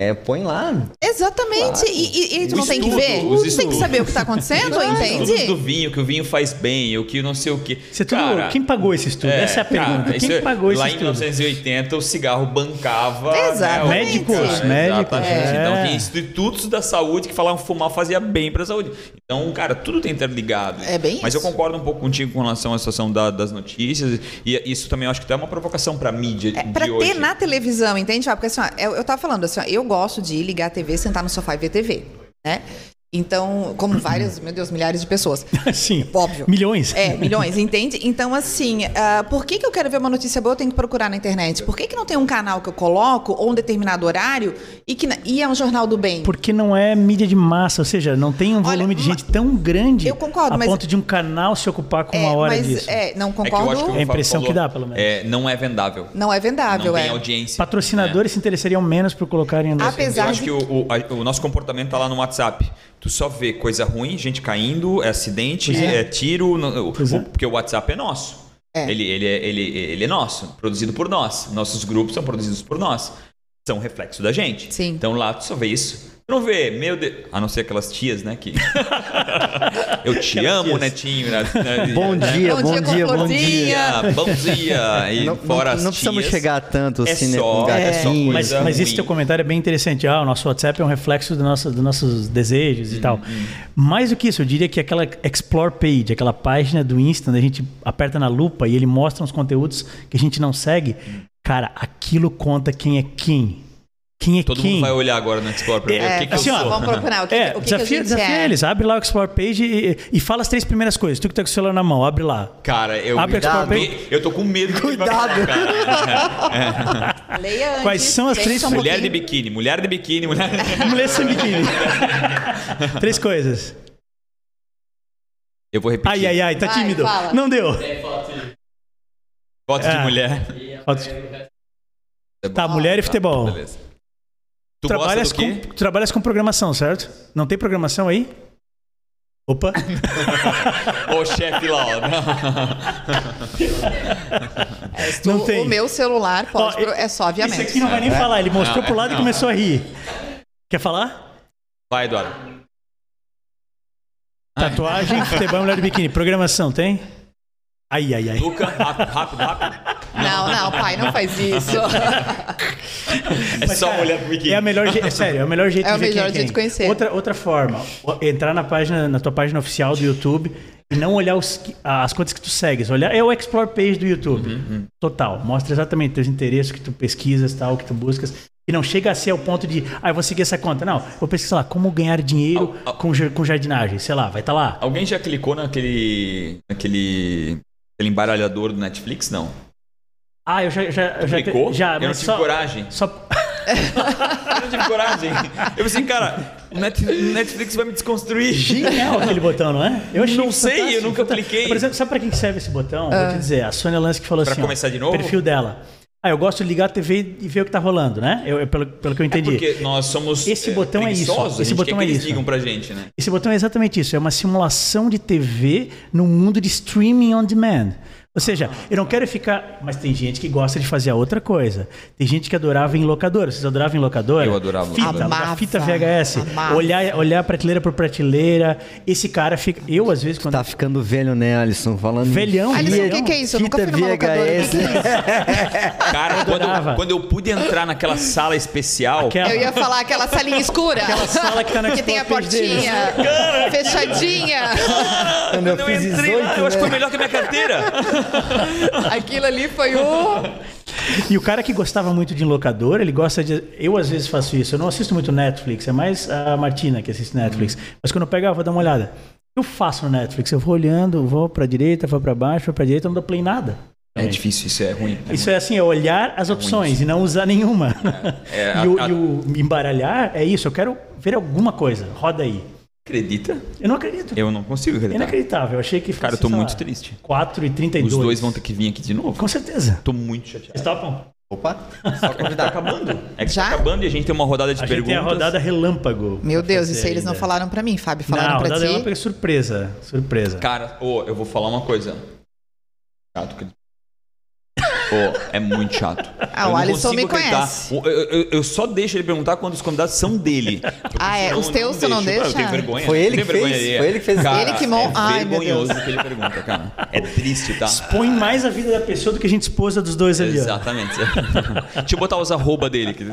Speaker 3: É, põe lá.
Speaker 4: Exatamente. E, e- e tu
Speaker 2: Os
Speaker 4: não tem que
Speaker 2: estudos, os
Speaker 4: ver? Tu tem que
Speaker 2: estudos.
Speaker 4: saber o que tá acontecendo,
Speaker 2: Estudos é do
Speaker 4: entende?
Speaker 2: vinho, que o vinho faz bem, o que não sei o quê.
Speaker 1: Você é tudo- quem pagou esse estudo? Essa é a pergunta.
Speaker 2: cara,
Speaker 1: quem
Speaker 2: isso é-
Speaker 1: pagou esse
Speaker 2: Lá em
Speaker 1: estudo?
Speaker 2: 1980, o cigarro bancava.
Speaker 4: Exatamente.
Speaker 2: né, o-
Speaker 1: Médicos,
Speaker 2: Cara,
Speaker 1: médicos,
Speaker 2: exatamente.
Speaker 1: é.
Speaker 2: Então, tinha institutos da saúde que falavam que fumar fazia bem para a saúde. Então, cara, tudo tem interligado.
Speaker 4: É bem
Speaker 2: Mas
Speaker 4: isso.
Speaker 2: eu concordo um pouco contigo com relação à situação da- das notícias. E isso também eu acho que até é uma provocação para mídia
Speaker 4: É,
Speaker 2: de
Speaker 4: pra
Speaker 2: hoje.
Speaker 4: ter na televisão, entende? Fábio? Porque assim, ó, eu, eu tava falando assim, ó, eu gosto de ligar a TV, sentar no sofá e ver TV, né? Então, como várias, meu Deus, milhares de pessoas.
Speaker 1: Sim.
Speaker 4: Óbvio.
Speaker 1: Assim, Milhões.
Speaker 4: É, milhões, entende? Então, assim, ah, por que, que eu quero ver uma notícia boa, eu tenho que procurar na internet? Por que, que não tem um canal que eu coloco, ou um determinado horário, e que na- e é um jornal do bem?
Speaker 1: Porque não é mídia de massa, ou seja, não tem um
Speaker 4: Olha,
Speaker 1: volume de
Speaker 4: ma-
Speaker 1: gente tão grande
Speaker 4: Eu concordo,
Speaker 1: a
Speaker 4: mas-
Speaker 1: ponto de um canal se ocupar com uma hora
Speaker 4: mas,
Speaker 1: disso.
Speaker 4: É, não
Speaker 2: É que eu
Speaker 4: concordo.
Speaker 2: acho que o
Speaker 1: É a impressão
Speaker 2: Fábio
Speaker 1: que dá,
Speaker 2: falou,
Speaker 1: pelo menos.
Speaker 2: É, não é vendável.
Speaker 4: Não é vendável,
Speaker 2: Não tem
Speaker 4: é.
Speaker 2: audiência. É.
Speaker 1: Patrocinadores se interessariam menos por colocarem anúncio.
Speaker 4: Apesar
Speaker 2: Eu acho
Speaker 4: de-
Speaker 2: que o, o- a- o nosso comportamento tá lá no WhatsApp. Tu só vê coisa ruim, gente caindo, é acidente,
Speaker 1: Pois é.
Speaker 2: é, tiro. no- o-
Speaker 1: Pois é.
Speaker 2: o- porque o WhatsApp é nosso.
Speaker 4: É.
Speaker 2: Ele, ele, é- ele, ele é nosso, produzido por nós. Nossos grupos são produzidos por nós. São reflexo da gente.
Speaker 4: Sim.
Speaker 2: Então lá tu só vê isso. Tu não vê, meu Deus. A não ser aquelas tias, né? Que... Eu te
Speaker 1: Aquelas
Speaker 2: amo,
Speaker 1: tias.
Speaker 2: netinho. né, né,
Speaker 3: Bom
Speaker 2: né?
Speaker 3: dia,
Speaker 4: Bom
Speaker 3: bom
Speaker 4: dia,
Speaker 3: dia, bom dia.
Speaker 4: Florzinha.
Speaker 2: Bom dia. E
Speaker 3: Não, não-
Speaker 2: fora as
Speaker 3: não precisamos
Speaker 2: tias,
Speaker 3: chegar a tanto
Speaker 2: é
Speaker 3: assim, né?
Speaker 2: só-
Speaker 3: com
Speaker 2: é só
Speaker 3: gatinhos.
Speaker 1: Mas,
Speaker 2: coisa
Speaker 1: mas esse
Speaker 2: ruim.
Speaker 1: teu comentário é bem interessante. Ah, o nosso WhatsApp é um reflexo do nosso, dos nossos desejos e tal.
Speaker 2: Uhum.
Speaker 1: Mais do que isso, eu diria que aquela Explore Page, aquela página do Insta, onde a gente aperta na lupa e ele mostra uns conteúdos que a gente não segue. Cara, aquilo conta quem é quem. Quem é
Speaker 2: Todo
Speaker 1: quem.
Speaker 2: mundo vai olhar agora no Explore pra ver
Speaker 4: É,
Speaker 2: o que, que
Speaker 1: assim,
Speaker 2: eu
Speaker 1: ó,
Speaker 2: sou.
Speaker 4: vamos procurar o que,
Speaker 1: É,
Speaker 4: o que que a
Speaker 1: desafia,
Speaker 4: gente
Speaker 1: desafia
Speaker 4: é.
Speaker 1: eles. Abre lá o Explore Page e, e fala as três primeiras coisas. Tu que tá com o celular na mão, abre lá.
Speaker 2: Cara, eu,
Speaker 1: Abre a Explore
Speaker 2: eu,
Speaker 1: Page.
Speaker 2: eu tô com medo. do que vai
Speaker 3: Cuidado.
Speaker 2: falar, cara.
Speaker 4: Leia antes,
Speaker 1: Quais são as
Speaker 4: pensa
Speaker 1: três-
Speaker 4: um
Speaker 2: mulher de
Speaker 4: pouquinho.
Speaker 2: biquíni, mulher de biquíni, mulher.
Speaker 1: Mulher sem biquíni. três coisas.
Speaker 2: Eu vou
Speaker 1: Ai,
Speaker 2: repetir.
Speaker 1: ai, ai, tá
Speaker 4: Vai,
Speaker 1: tímido.
Speaker 4: fala.
Speaker 1: Não deu.
Speaker 2: Foto de
Speaker 1: Ah.
Speaker 2: mulher.
Speaker 1: Foto de- Tá, mulher e futebol.
Speaker 2: Ah, Beleza. Tu
Speaker 1: trabalhas
Speaker 2: gosta do quê?
Speaker 1: com, trabalhas com programação, certo? Não tem programação aí? Opa.
Speaker 2: Ô chefe lá, ó.
Speaker 4: Tu-
Speaker 1: Não tem.
Speaker 4: O meu celular pode
Speaker 1: Ó,
Speaker 4: pro- é
Speaker 1: Isso
Speaker 4: só aviamento.
Speaker 1: aqui não vai nem falar. Ele mostrou
Speaker 2: Não, é,
Speaker 1: pro lado e
Speaker 2: não.
Speaker 1: começou a rir. Quer falar?
Speaker 2: Vai, Eduardo.
Speaker 1: Tatuagem, futebol, mulher de biquíni. Programação, tem? Ai, ai, ai.
Speaker 2: Luca, rápido, rápido, rápido.
Speaker 4: Não, não, pai, não faz isso.
Speaker 2: É só
Speaker 1: cara,
Speaker 2: olhar pro
Speaker 1: É a
Speaker 2: biquíni.
Speaker 1: melhor, je- é sério, é o melhor jeito
Speaker 4: É
Speaker 1: de
Speaker 4: o
Speaker 1: ver quem
Speaker 4: melhor
Speaker 1: quem.
Speaker 4: jeito de conhecer.
Speaker 1: Outra outra forma, o- entrar na página, na tua página oficial do YouTube e não olhar os que- as contas que tu segues, olhar é o explore page do
Speaker 2: Uhum,
Speaker 1: YouTube. Total, mostra exatamente teus interesses, o que tu pesquisas, tal, o que tu buscas. E não chega a ser ao ponto de, ah, eu vou seguir essa conta. Não, vou pesquisar lá, como ganhar dinheiro
Speaker 2: Al- al-
Speaker 1: com, jar- com jardinagem, sei lá, vai estar lá.
Speaker 2: Alguém já clicou naquele. naquele. aquele embaralhador do Netflix? Não.
Speaker 1: Ah, eu já... já, eu já
Speaker 2: Clicou?
Speaker 1: Já,
Speaker 2: eu não
Speaker 1: mas
Speaker 2: tive
Speaker 1: só,
Speaker 2: coragem.
Speaker 1: só,
Speaker 2: Eu não tive coragem. Eu pensei, cara, o Net- Netflix vai me desconstruir.
Speaker 1: genial aquele botão, não é? Eu achei
Speaker 2: Não sei,
Speaker 1: fantástico,
Speaker 2: eu nunca
Speaker 1: fantástico.
Speaker 2: cliquei.
Speaker 1: Por exemplo, sabe pra quem serve esse botão? Vou te dizer, a Sônia Lance que falou
Speaker 2: Pra
Speaker 1: assim.
Speaker 2: começar de novo?
Speaker 1: O perfil dela. Ah, eu gosto de ligar a TV e ver o que tá rolando, né? Eu, eu- pelo, pelo que eu entendi.
Speaker 2: É Porque nós somos.
Speaker 1: Esse botão é isso,
Speaker 2: preguiçosos, a
Speaker 1: esse
Speaker 2: gente
Speaker 1: botão
Speaker 2: quer que
Speaker 1: é
Speaker 2: eles
Speaker 1: isso.
Speaker 2: ligam pra gente, né?
Speaker 1: Esse botão é exatamente isso, é uma simulação de TV no mundo de streaming on demand. Ou seja, eu não quero ficar. Mas tem gente que gosta de fazer a outra coisa. Tem gente que adorava em locadora. Vocês adoravam em locadora?
Speaker 2: Eu adorava
Speaker 1: Fita,
Speaker 2: locadora.
Speaker 1: alugar fita
Speaker 4: Amava,
Speaker 1: VHS.
Speaker 4: amava.
Speaker 1: Olhar, olhar prateleira por prateleira. Esse cara fica. Eu, às vezes, quando.
Speaker 3: Tá ficando velho, né, Alisson? Falando em
Speaker 1: Velhão,
Speaker 4: Alisson,
Speaker 1: velhão.
Speaker 4: o que, que é isso? Eu nunca fui
Speaker 3: Fita
Speaker 4: numa locadora. O que,
Speaker 3: VHS.
Speaker 4: que é isso?
Speaker 2: Cara, quando eu,
Speaker 1: adorava.
Speaker 2: quando eu pude entrar naquela sala especial.
Speaker 1: Aquela-
Speaker 4: Eu ia falar aquela salinha escura. Aquela
Speaker 1: sala que tá no
Speaker 4: tem a
Speaker 1: Explore Page
Speaker 4: portinha fechadinha.
Speaker 3: Quando eu fiz 18,
Speaker 2: eu acho que foi
Speaker 3: né?
Speaker 2: melhor que a minha carteira.
Speaker 4: Aquilo ali foi o...
Speaker 1: E o cara que gostava muito de locador, ele gosta de. Eu às vezes faço isso. Eu não assisto muito Netflix, é mais a Martina que assiste Netflix. Mas quando eu pego, ah, vou dar uma olhada. Eu faço no Netflix, eu vou olhando, vou pra direita, vou pra baixo, vou pra direita, eu não dou play em nada.
Speaker 2: É difícil, isso é ruim.
Speaker 1: Isso é assim, é olhar as opções e não usar nenhuma.
Speaker 2: É, é,
Speaker 1: e, o,
Speaker 2: a-
Speaker 1: e o embaralhar é isso, eu quero ver alguma coisa, roda aí.
Speaker 2: Acredita?
Speaker 1: Eu não acredito.
Speaker 2: Eu não
Speaker 1: É
Speaker 2: consigo acreditar.
Speaker 1: Inacreditável, é- eu achei que fosse.
Speaker 2: Cara, eu tô
Speaker 1: sei
Speaker 2: muito
Speaker 1: lá,
Speaker 2: triste.
Speaker 1: 4 e 32.
Speaker 2: Os dois vão ter que vir aqui de novo.
Speaker 1: Com certeza.
Speaker 2: Tô muito chateado.
Speaker 1: Vocês topam?
Speaker 3: Opa, só
Speaker 2: Tá
Speaker 3: convidar.
Speaker 2: acabando. É que
Speaker 4: Já?
Speaker 2: tá acabando e a gente tem uma rodada de
Speaker 1: A gente
Speaker 2: perguntas.
Speaker 1: tem a rodada relâmpago.
Speaker 4: Meu
Speaker 1: pra
Speaker 4: Deus,
Speaker 1: fazer né?
Speaker 4: isso aí eles não
Speaker 1: ainda.
Speaker 4: falaram pra mim, Fábio. Falaram
Speaker 1: não,
Speaker 4: pra
Speaker 1: da
Speaker 4: ti.
Speaker 1: Europa é surpresa.
Speaker 4: Tá.
Speaker 1: Surpresa.
Speaker 2: Cara, ô, eu vou falar uma coisa. Chato, que... Ô, é muito chato.
Speaker 4: Ah,
Speaker 2: Eu
Speaker 4: o
Speaker 2: não
Speaker 4: Alisson
Speaker 2: consigo
Speaker 4: me
Speaker 2: acreditar.
Speaker 4: conhece.
Speaker 2: O- Eu, eu- eu só deixo ele perguntar quando os convidados são dele.
Speaker 4: Ah, é? Os teus tu não
Speaker 2: deixo. Ah, Eu
Speaker 4: deixa?
Speaker 2: tenho vergonha.
Speaker 3: Foi ele
Speaker 2: Eu tenho
Speaker 3: que fez?
Speaker 2: vergonha alheia.
Speaker 3: Foi ele que fez?
Speaker 2: Cara,
Speaker 4: Ele que mon-
Speaker 2: É
Speaker 4: Ai, meu
Speaker 2: vergonhoso
Speaker 4: Deus.
Speaker 2: que ele pergunta, cara. É triste, tá?
Speaker 1: Expõe mais a vida da pessoa do que a gente expôs a dos dois ali. ó.
Speaker 2: Exatamente. Deixa eu botar os arroba dele. que-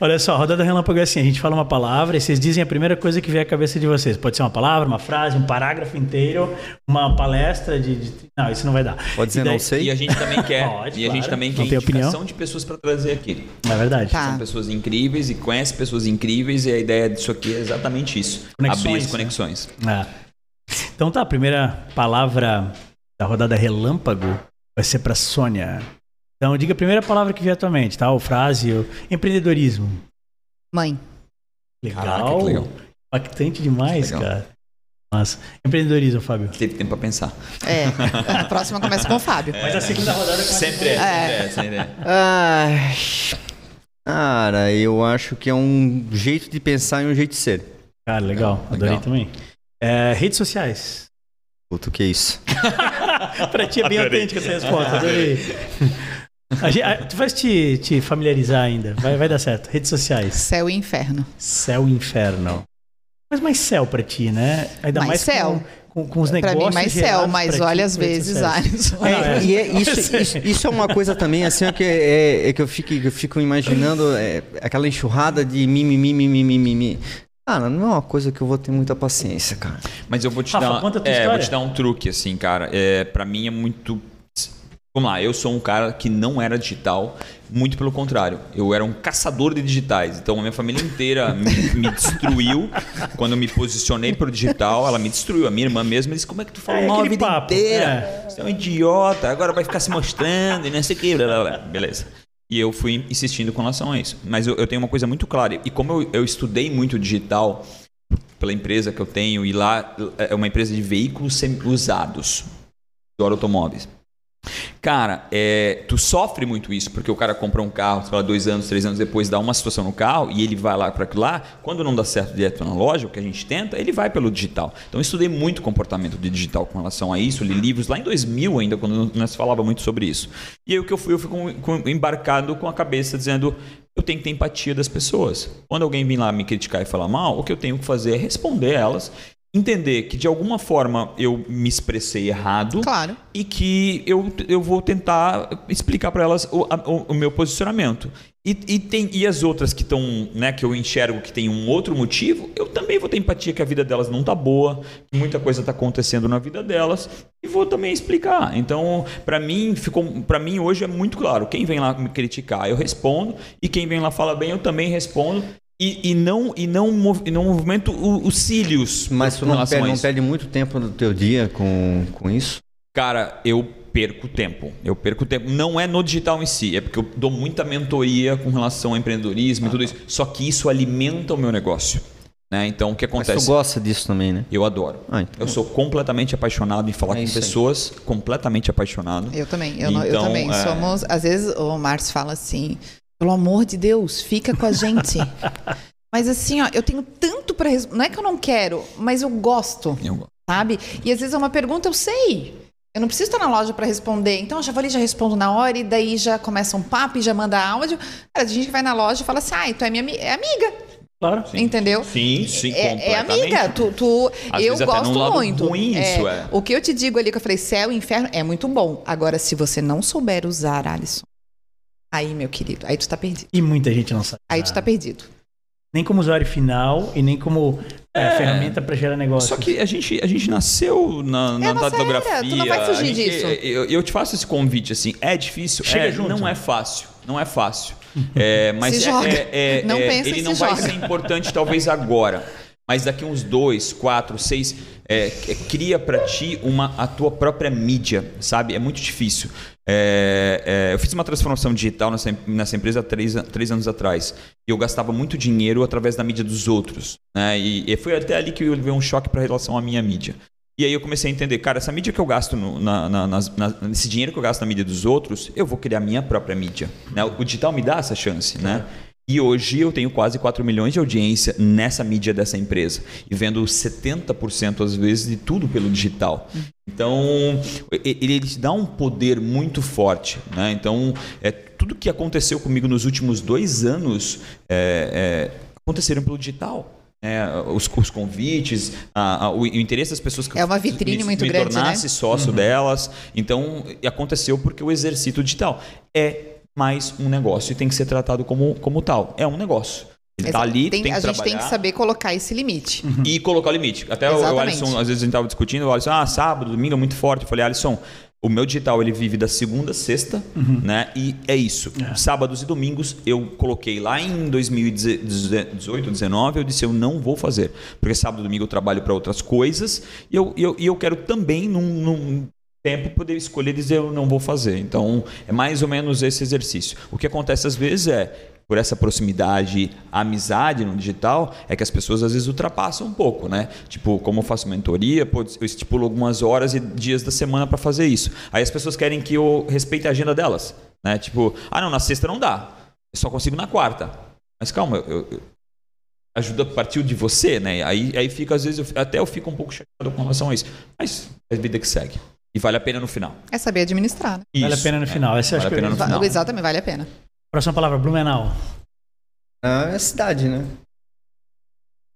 Speaker 1: Olha só, a rodada relâmpago é assim: a gente fala uma palavra e vocês dizem a primeira coisa que vier à cabeça de vocês. Pode ser uma palavra, uma frase, um parágrafo inteiro, uma palestra de. de- Não, isso não vai dar.
Speaker 3: Pode dizer
Speaker 1: E daí-
Speaker 3: não
Speaker 2: E
Speaker 3: sei?
Speaker 2: a gente também quer.
Speaker 1: Pode,
Speaker 2: e a gente
Speaker 1: claro.
Speaker 2: também quer
Speaker 1: Não tem
Speaker 2: indicação
Speaker 1: opinião?
Speaker 2: de pessoas pra trazer aqui.
Speaker 1: É verdade.
Speaker 4: Tá.
Speaker 2: São pessoas incríveis e conhece pessoas incríveis e a ideia disso aqui é exatamente isso.
Speaker 1: Conexões,
Speaker 2: Abrir as
Speaker 1: né?
Speaker 2: conexões.
Speaker 1: É. Então tá, a primeira palavra da rodada relâmpago vai ser pra Sônia. Então diga a primeira palavra que vier à tua mente, tá? Ou frase, ou... empreendedorismo.
Speaker 4: Mãe,
Speaker 1: Legal.
Speaker 2: Caraca, que legal.
Speaker 1: Impactante demais,
Speaker 2: Legal.
Speaker 1: cara. Nossa. Empreendedorismo, Fábio.
Speaker 2: Teve tempo pra pensar.
Speaker 4: é. A próxima começa com o Fábio.
Speaker 1: Mas a segunda rodada
Speaker 2: Sempre é, sempre é,
Speaker 4: É.
Speaker 2: sempre é.
Speaker 3: Ai, cara, eu acho que é um jeito de pensar e um jeito de ser.
Speaker 1: Cara, legal.
Speaker 2: Legal,
Speaker 1: Adorei
Speaker 2: legal.
Speaker 1: também. É, redes sociais.
Speaker 3: Puto, que isso?
Speaker 1: pra ti é bem autêntica essa resposta. Adorei. A gente- a- tu vais te, te familiarizar ainda. Vai, vai dar certo. Redes sociais.
Speaker 4: Céu e inferno.
Speaker 1: Céu e inferno. Mas mais céu pra ti, né? Ainda
Speaker 4: Mais
Speaker 1: mais, com-
Speaker 4: céu.
Speaker 1: Com, com os
Speaker 4: Pra
Speaker 1: negócios.
Speaker 4: mim, mais céu.
Speaker 1: gerados
Speaker 4: Mas
Speaker 1: pra ti com
Speaker 4: olha,
Speaker 1: redes
Speaker 4: às vezes,
Speaker 1: sociais.
Speaker 4: Alisson.
Speaker 1: É, Ah,
Speaker 3: E é, isso, isso, isso é uma coisa também, assim, ó, que, é, é que eu fico, eu fico imaginando é, aquela enxurrada de mimimi, mimimi, mimimi. Cara, não é uma coisa que eu vou ter muita paciência, cara.
Speaker 2: Mas eu vou te
Speaker 1: Rafa,
Speaker 2: dar.
Speaker 1: conta a tua
Speaker 2: é, vou
Speaker 1: história.
Speaker 2: te dar um truque, assim, cara. É, para mim é muito. Vamos lá, eu sou um cara que não era digital, muito pelo contrário. Eu era um caçador de digitais. Então a minha família inteira me, me destruiu. Quando eu me posicionei pro digital, ela me destruiu. A minha irmã mesmo disse: Como é que tu fala
Speaker 1: É,
Speaker 2: mal a
Speaker 1: aquele
Speaker 2: vida
Speaker 1: papo,
Speaker 2: inteira? Você é um idiota, agora vai ficar se mostrando e não sei o que. blá, blá, blá." Beleza. E eu fui insistindo com relação a isso. Mas eu, eu tenho uma coisa muito clara. E como eu, eu estudei muito digital pela empresa que eu tenho, e lá é uma empresa de veículos semi- usados, de automóveis. Cara, é, tu sofre muito isso, porque o cara compra um carro, sei lá, dois anos, três anos depois, dá uma situação no carro e ele vai lá para aquilo lá. Quando não dá certo direto na loja, o que a gente tenta, ele vai pelo digital. Então eu estudei muito comportamento de digital com relação a isso, li livros lá em 2000 ainda, quando não se falava muito sobre isso. E aí o que eu fui, eu fui com- com- embarcado com a cabeça dizendo. Eu tenho que ter empatia das pessoas. Quando alguém vir lá me criticar e falar mal, o que eu tenho que fazer é responder a elas entender que de alguma forma eu me expressei errado
Speaker 4: Claro.
Speaker 2: e que eu, eu vou tentar explicar para elas o, a- o- o meu posicionamento. E, e, tem, e as outras que estão, né, que eu enxergo que tem um outro motivo, eu também vou ter empatia que a vida delas não tá boa, que muita coisa tá acontecendo na vida delas, e vou também explicar. Então, para mim, ficou para mim hoje é muito claro, quem vem lá me criticar, eu respondo, e quem vem lá fala bem, eu também respondo. E, e não e não mov- e não movimento o- os cílios.
Speaker 3: Mas tu
Speaker 2: em
Speaker 3: não, um
Speaker 2: relação a
Speaker 3: perde, não
Speaker 2: isso.
Speaker 3: perde muito tempo do teu dia com, com isso?
Speaker 2: Cara, eu perco tempo. Eu perco tempo. Não é no digital em si, é porque eu dou muita mentoria com relação ao empreendedorismo e tudo isso. Só que isso alimenta o meu negócio. Né? Então, o que
Speaker 3: Mas
Speaker 2: acontece?
Speaker 3: tu gosta disso também, né?
Speaker 2: Eu adoro.
Speaker 3: Ah, então.
Speaker 2: Eu sou completamente apaixonado em falar
Speaker 3: É
Speaker 2: com
Speaker 3: isso aí.
Speaker 2: pessoas, completamente apaixonado.
Speaker 4: Eu também, eu, não- eu
Speaker 2: Então,
Speaker 4: também.
Speaker 2: é.
Speaker 4: Somos, às vezes o Márcio fala assim, pelo amor de Deus, fica com a gente. mas assim, ó, eu tenho tanto pra responder. Não é que eu não quero, mas eu gosto,
Speaker 2: Eu gosto.
Speaker 4: sabe? E às vezes é uma pergunta, eu sei. Eu não preciso estar na loja pra responder. Então, eu já vou ali, já respondo na hora, e daí já começa um papo e já manda áudio. Cara, a gente que vai na loja e fala assim, ai, tu é minha ami- é amiga,
Speaker 1: Claro.
Speaker 4: entendeu?
Speaker 2: Sim, sim,
Speaker 4: É, é
Speaker 2: completamente.
Speaker 4: amiga, tu, tu-
Speaker 2: Às
Speaker 4: eu
Speaker 2: vezes até
Speaker 4: gosto
Speaker 2: num lado
Speaker 4: muito.
Speaker 2: ruim isso é.
Speaker 4: O que eu te digo ali que eu falei, céu e inferno é muito bom. Agora, se você não souber usar, Alisson, aí, meu querido, aí tu tá perdido.
Speaker 1: E muita gente não sabe.
Speaker 4: Aí tu
Speaker 2: É.
Speaker 4: tá perdido.
Speaker 1: Nem como usuário final e nem como é,
Speaker 2: É.
Speaker 1: ferramenta para gerar negócio.
Speaker 2: Só que a gente, a gente nasceu na, na
Speaker 4: É a nossa
Speaker 2: datilografia.
Speaker 4: era, tu não vai fugir
Speaker 2: a gente- é,
Speaker 4: disso.
Speaker 2: Eu, eu te faço esse convite assim. É difícil?
Speaker 1: Chega
Speaker 2: é,
Speaker 1: junto.
Speaker 2: Não é fácil. Não é fácil. É, mas
Speaker 4: Se
Speaker 2: é-
Speaker 4: joga.
Speaker 2: é- é-
Speaker 4: Não
Speaker 2: é,
Speaker 4: pensa e
Speaker 2: ele
Speaker 4: se
Speaker 2: não vai
Speaker 4: joga.
Speaker 2: ser importante talvez agora. Mas daqui uns dois, quatro, seis, é, c- cria pra ti uma, a tua própria mídia, sabe? É muito difícil. É, é, eu fiz uma transformação digital nessa, em- nessa empresa há três, an- três anos atrás. E eu gastava muito dinheiro através da mídia dos outros. Né? E, e foi até ali que eu levei um choque pra relação à minha mídia. E aí eu comecei a entender, cara, essa mídia que eu gasto, no- na, na- nas- na- nesse dinheiro que eu gasto na mídia dos outros, eu vou criar minha própria mídia. né? O digital me dá essa chance, né? E hoje eu tenho quase 4 milhões de audiência nessa mídia dessa empresa. E vendo 70% às vezes de tudo pelo digital. Então, e- e- ele te dá um poder muito forte. Né? Então, é, tudo que aconteceu comigo nos últimos dois anos é, é, aconteceram pelo digital. É, os, os convites, a- a- o, interesse das pessoas que
Speaker 4: É uma
Speaker 2: eu-
Speaker 4: vitrine
Speaker 2: me,
Speaker 4: muito
Speaker 2: me
Speaker 4: grande, né?
Speaker 2: tornasse sócio delas. Então, e aconteceu porque eu exercito o digital. É mais um negócio e tem que ser tratado como, como tal. É um negócio. Ele tá ali, tem,
Speaker 4: Tem-
Speaker 2: que
Speaker 4: a gente
Speaker 2: trabalhar
Speaker 4: tem que saber colocar esse limite.
Speaker 2: e colocar o limite. Até o- o
Speaker 4: Exatamente.
Speaker 2: Alisson, às vezes a gente tava discutindo, o Alisson, ah, sábado, domingo é muito forte. Eu falei, Alisson, o meu digital ele vive da segunda a sexta, né? E é isso. Sábados e domingos eu coloquei lá em 2018, 19, eu disse eu não vou fazer, porque sábado e domingo eu trabalho para outras coisas e eu, e eu, e eu quero também num, num tempo poder escolher dizer eu não vou fazer. Então, é mais ou menos esse exercício. O que acontece às vezes é por essa proximidade, a amizade no digital, é que as pessoas às vezes ultrapassam um pouco, né? Tipo, como eu faço mentoria, pô, eu estipulo algumas horas e dias da semana para fazer isso. Aí as pessoas querem que eu respeite a agenda delas, né? Tipo, ah, não, na sexta não dá. Eu só consigo na quarta. Mas calma, eu, eu- ajuda partiu de você, né? Aí, aí fica, às vezes, eu- até eu fico um pouco chateado com relação a isso. Mas é a vida que segue. E vale a pena no final.
Speaker 4: É saber administrar, né?
Speaker 1: Vale
Speaker 2: Isso,
Speaker 1: a pena no
Speaker 2: né?
Speaker 1: final. Essa eu acho
Speaker 2: Vale a pena
Speaker 1: que
Speaker 2: no
Speaker 1: eu...
Speaker 2: final. Não.
Speaker 4: Exatamente, vale a pena.
Speaker 1: Próxima palavra, Blumenau.
Speaker 3: Ah, é a cidade, né?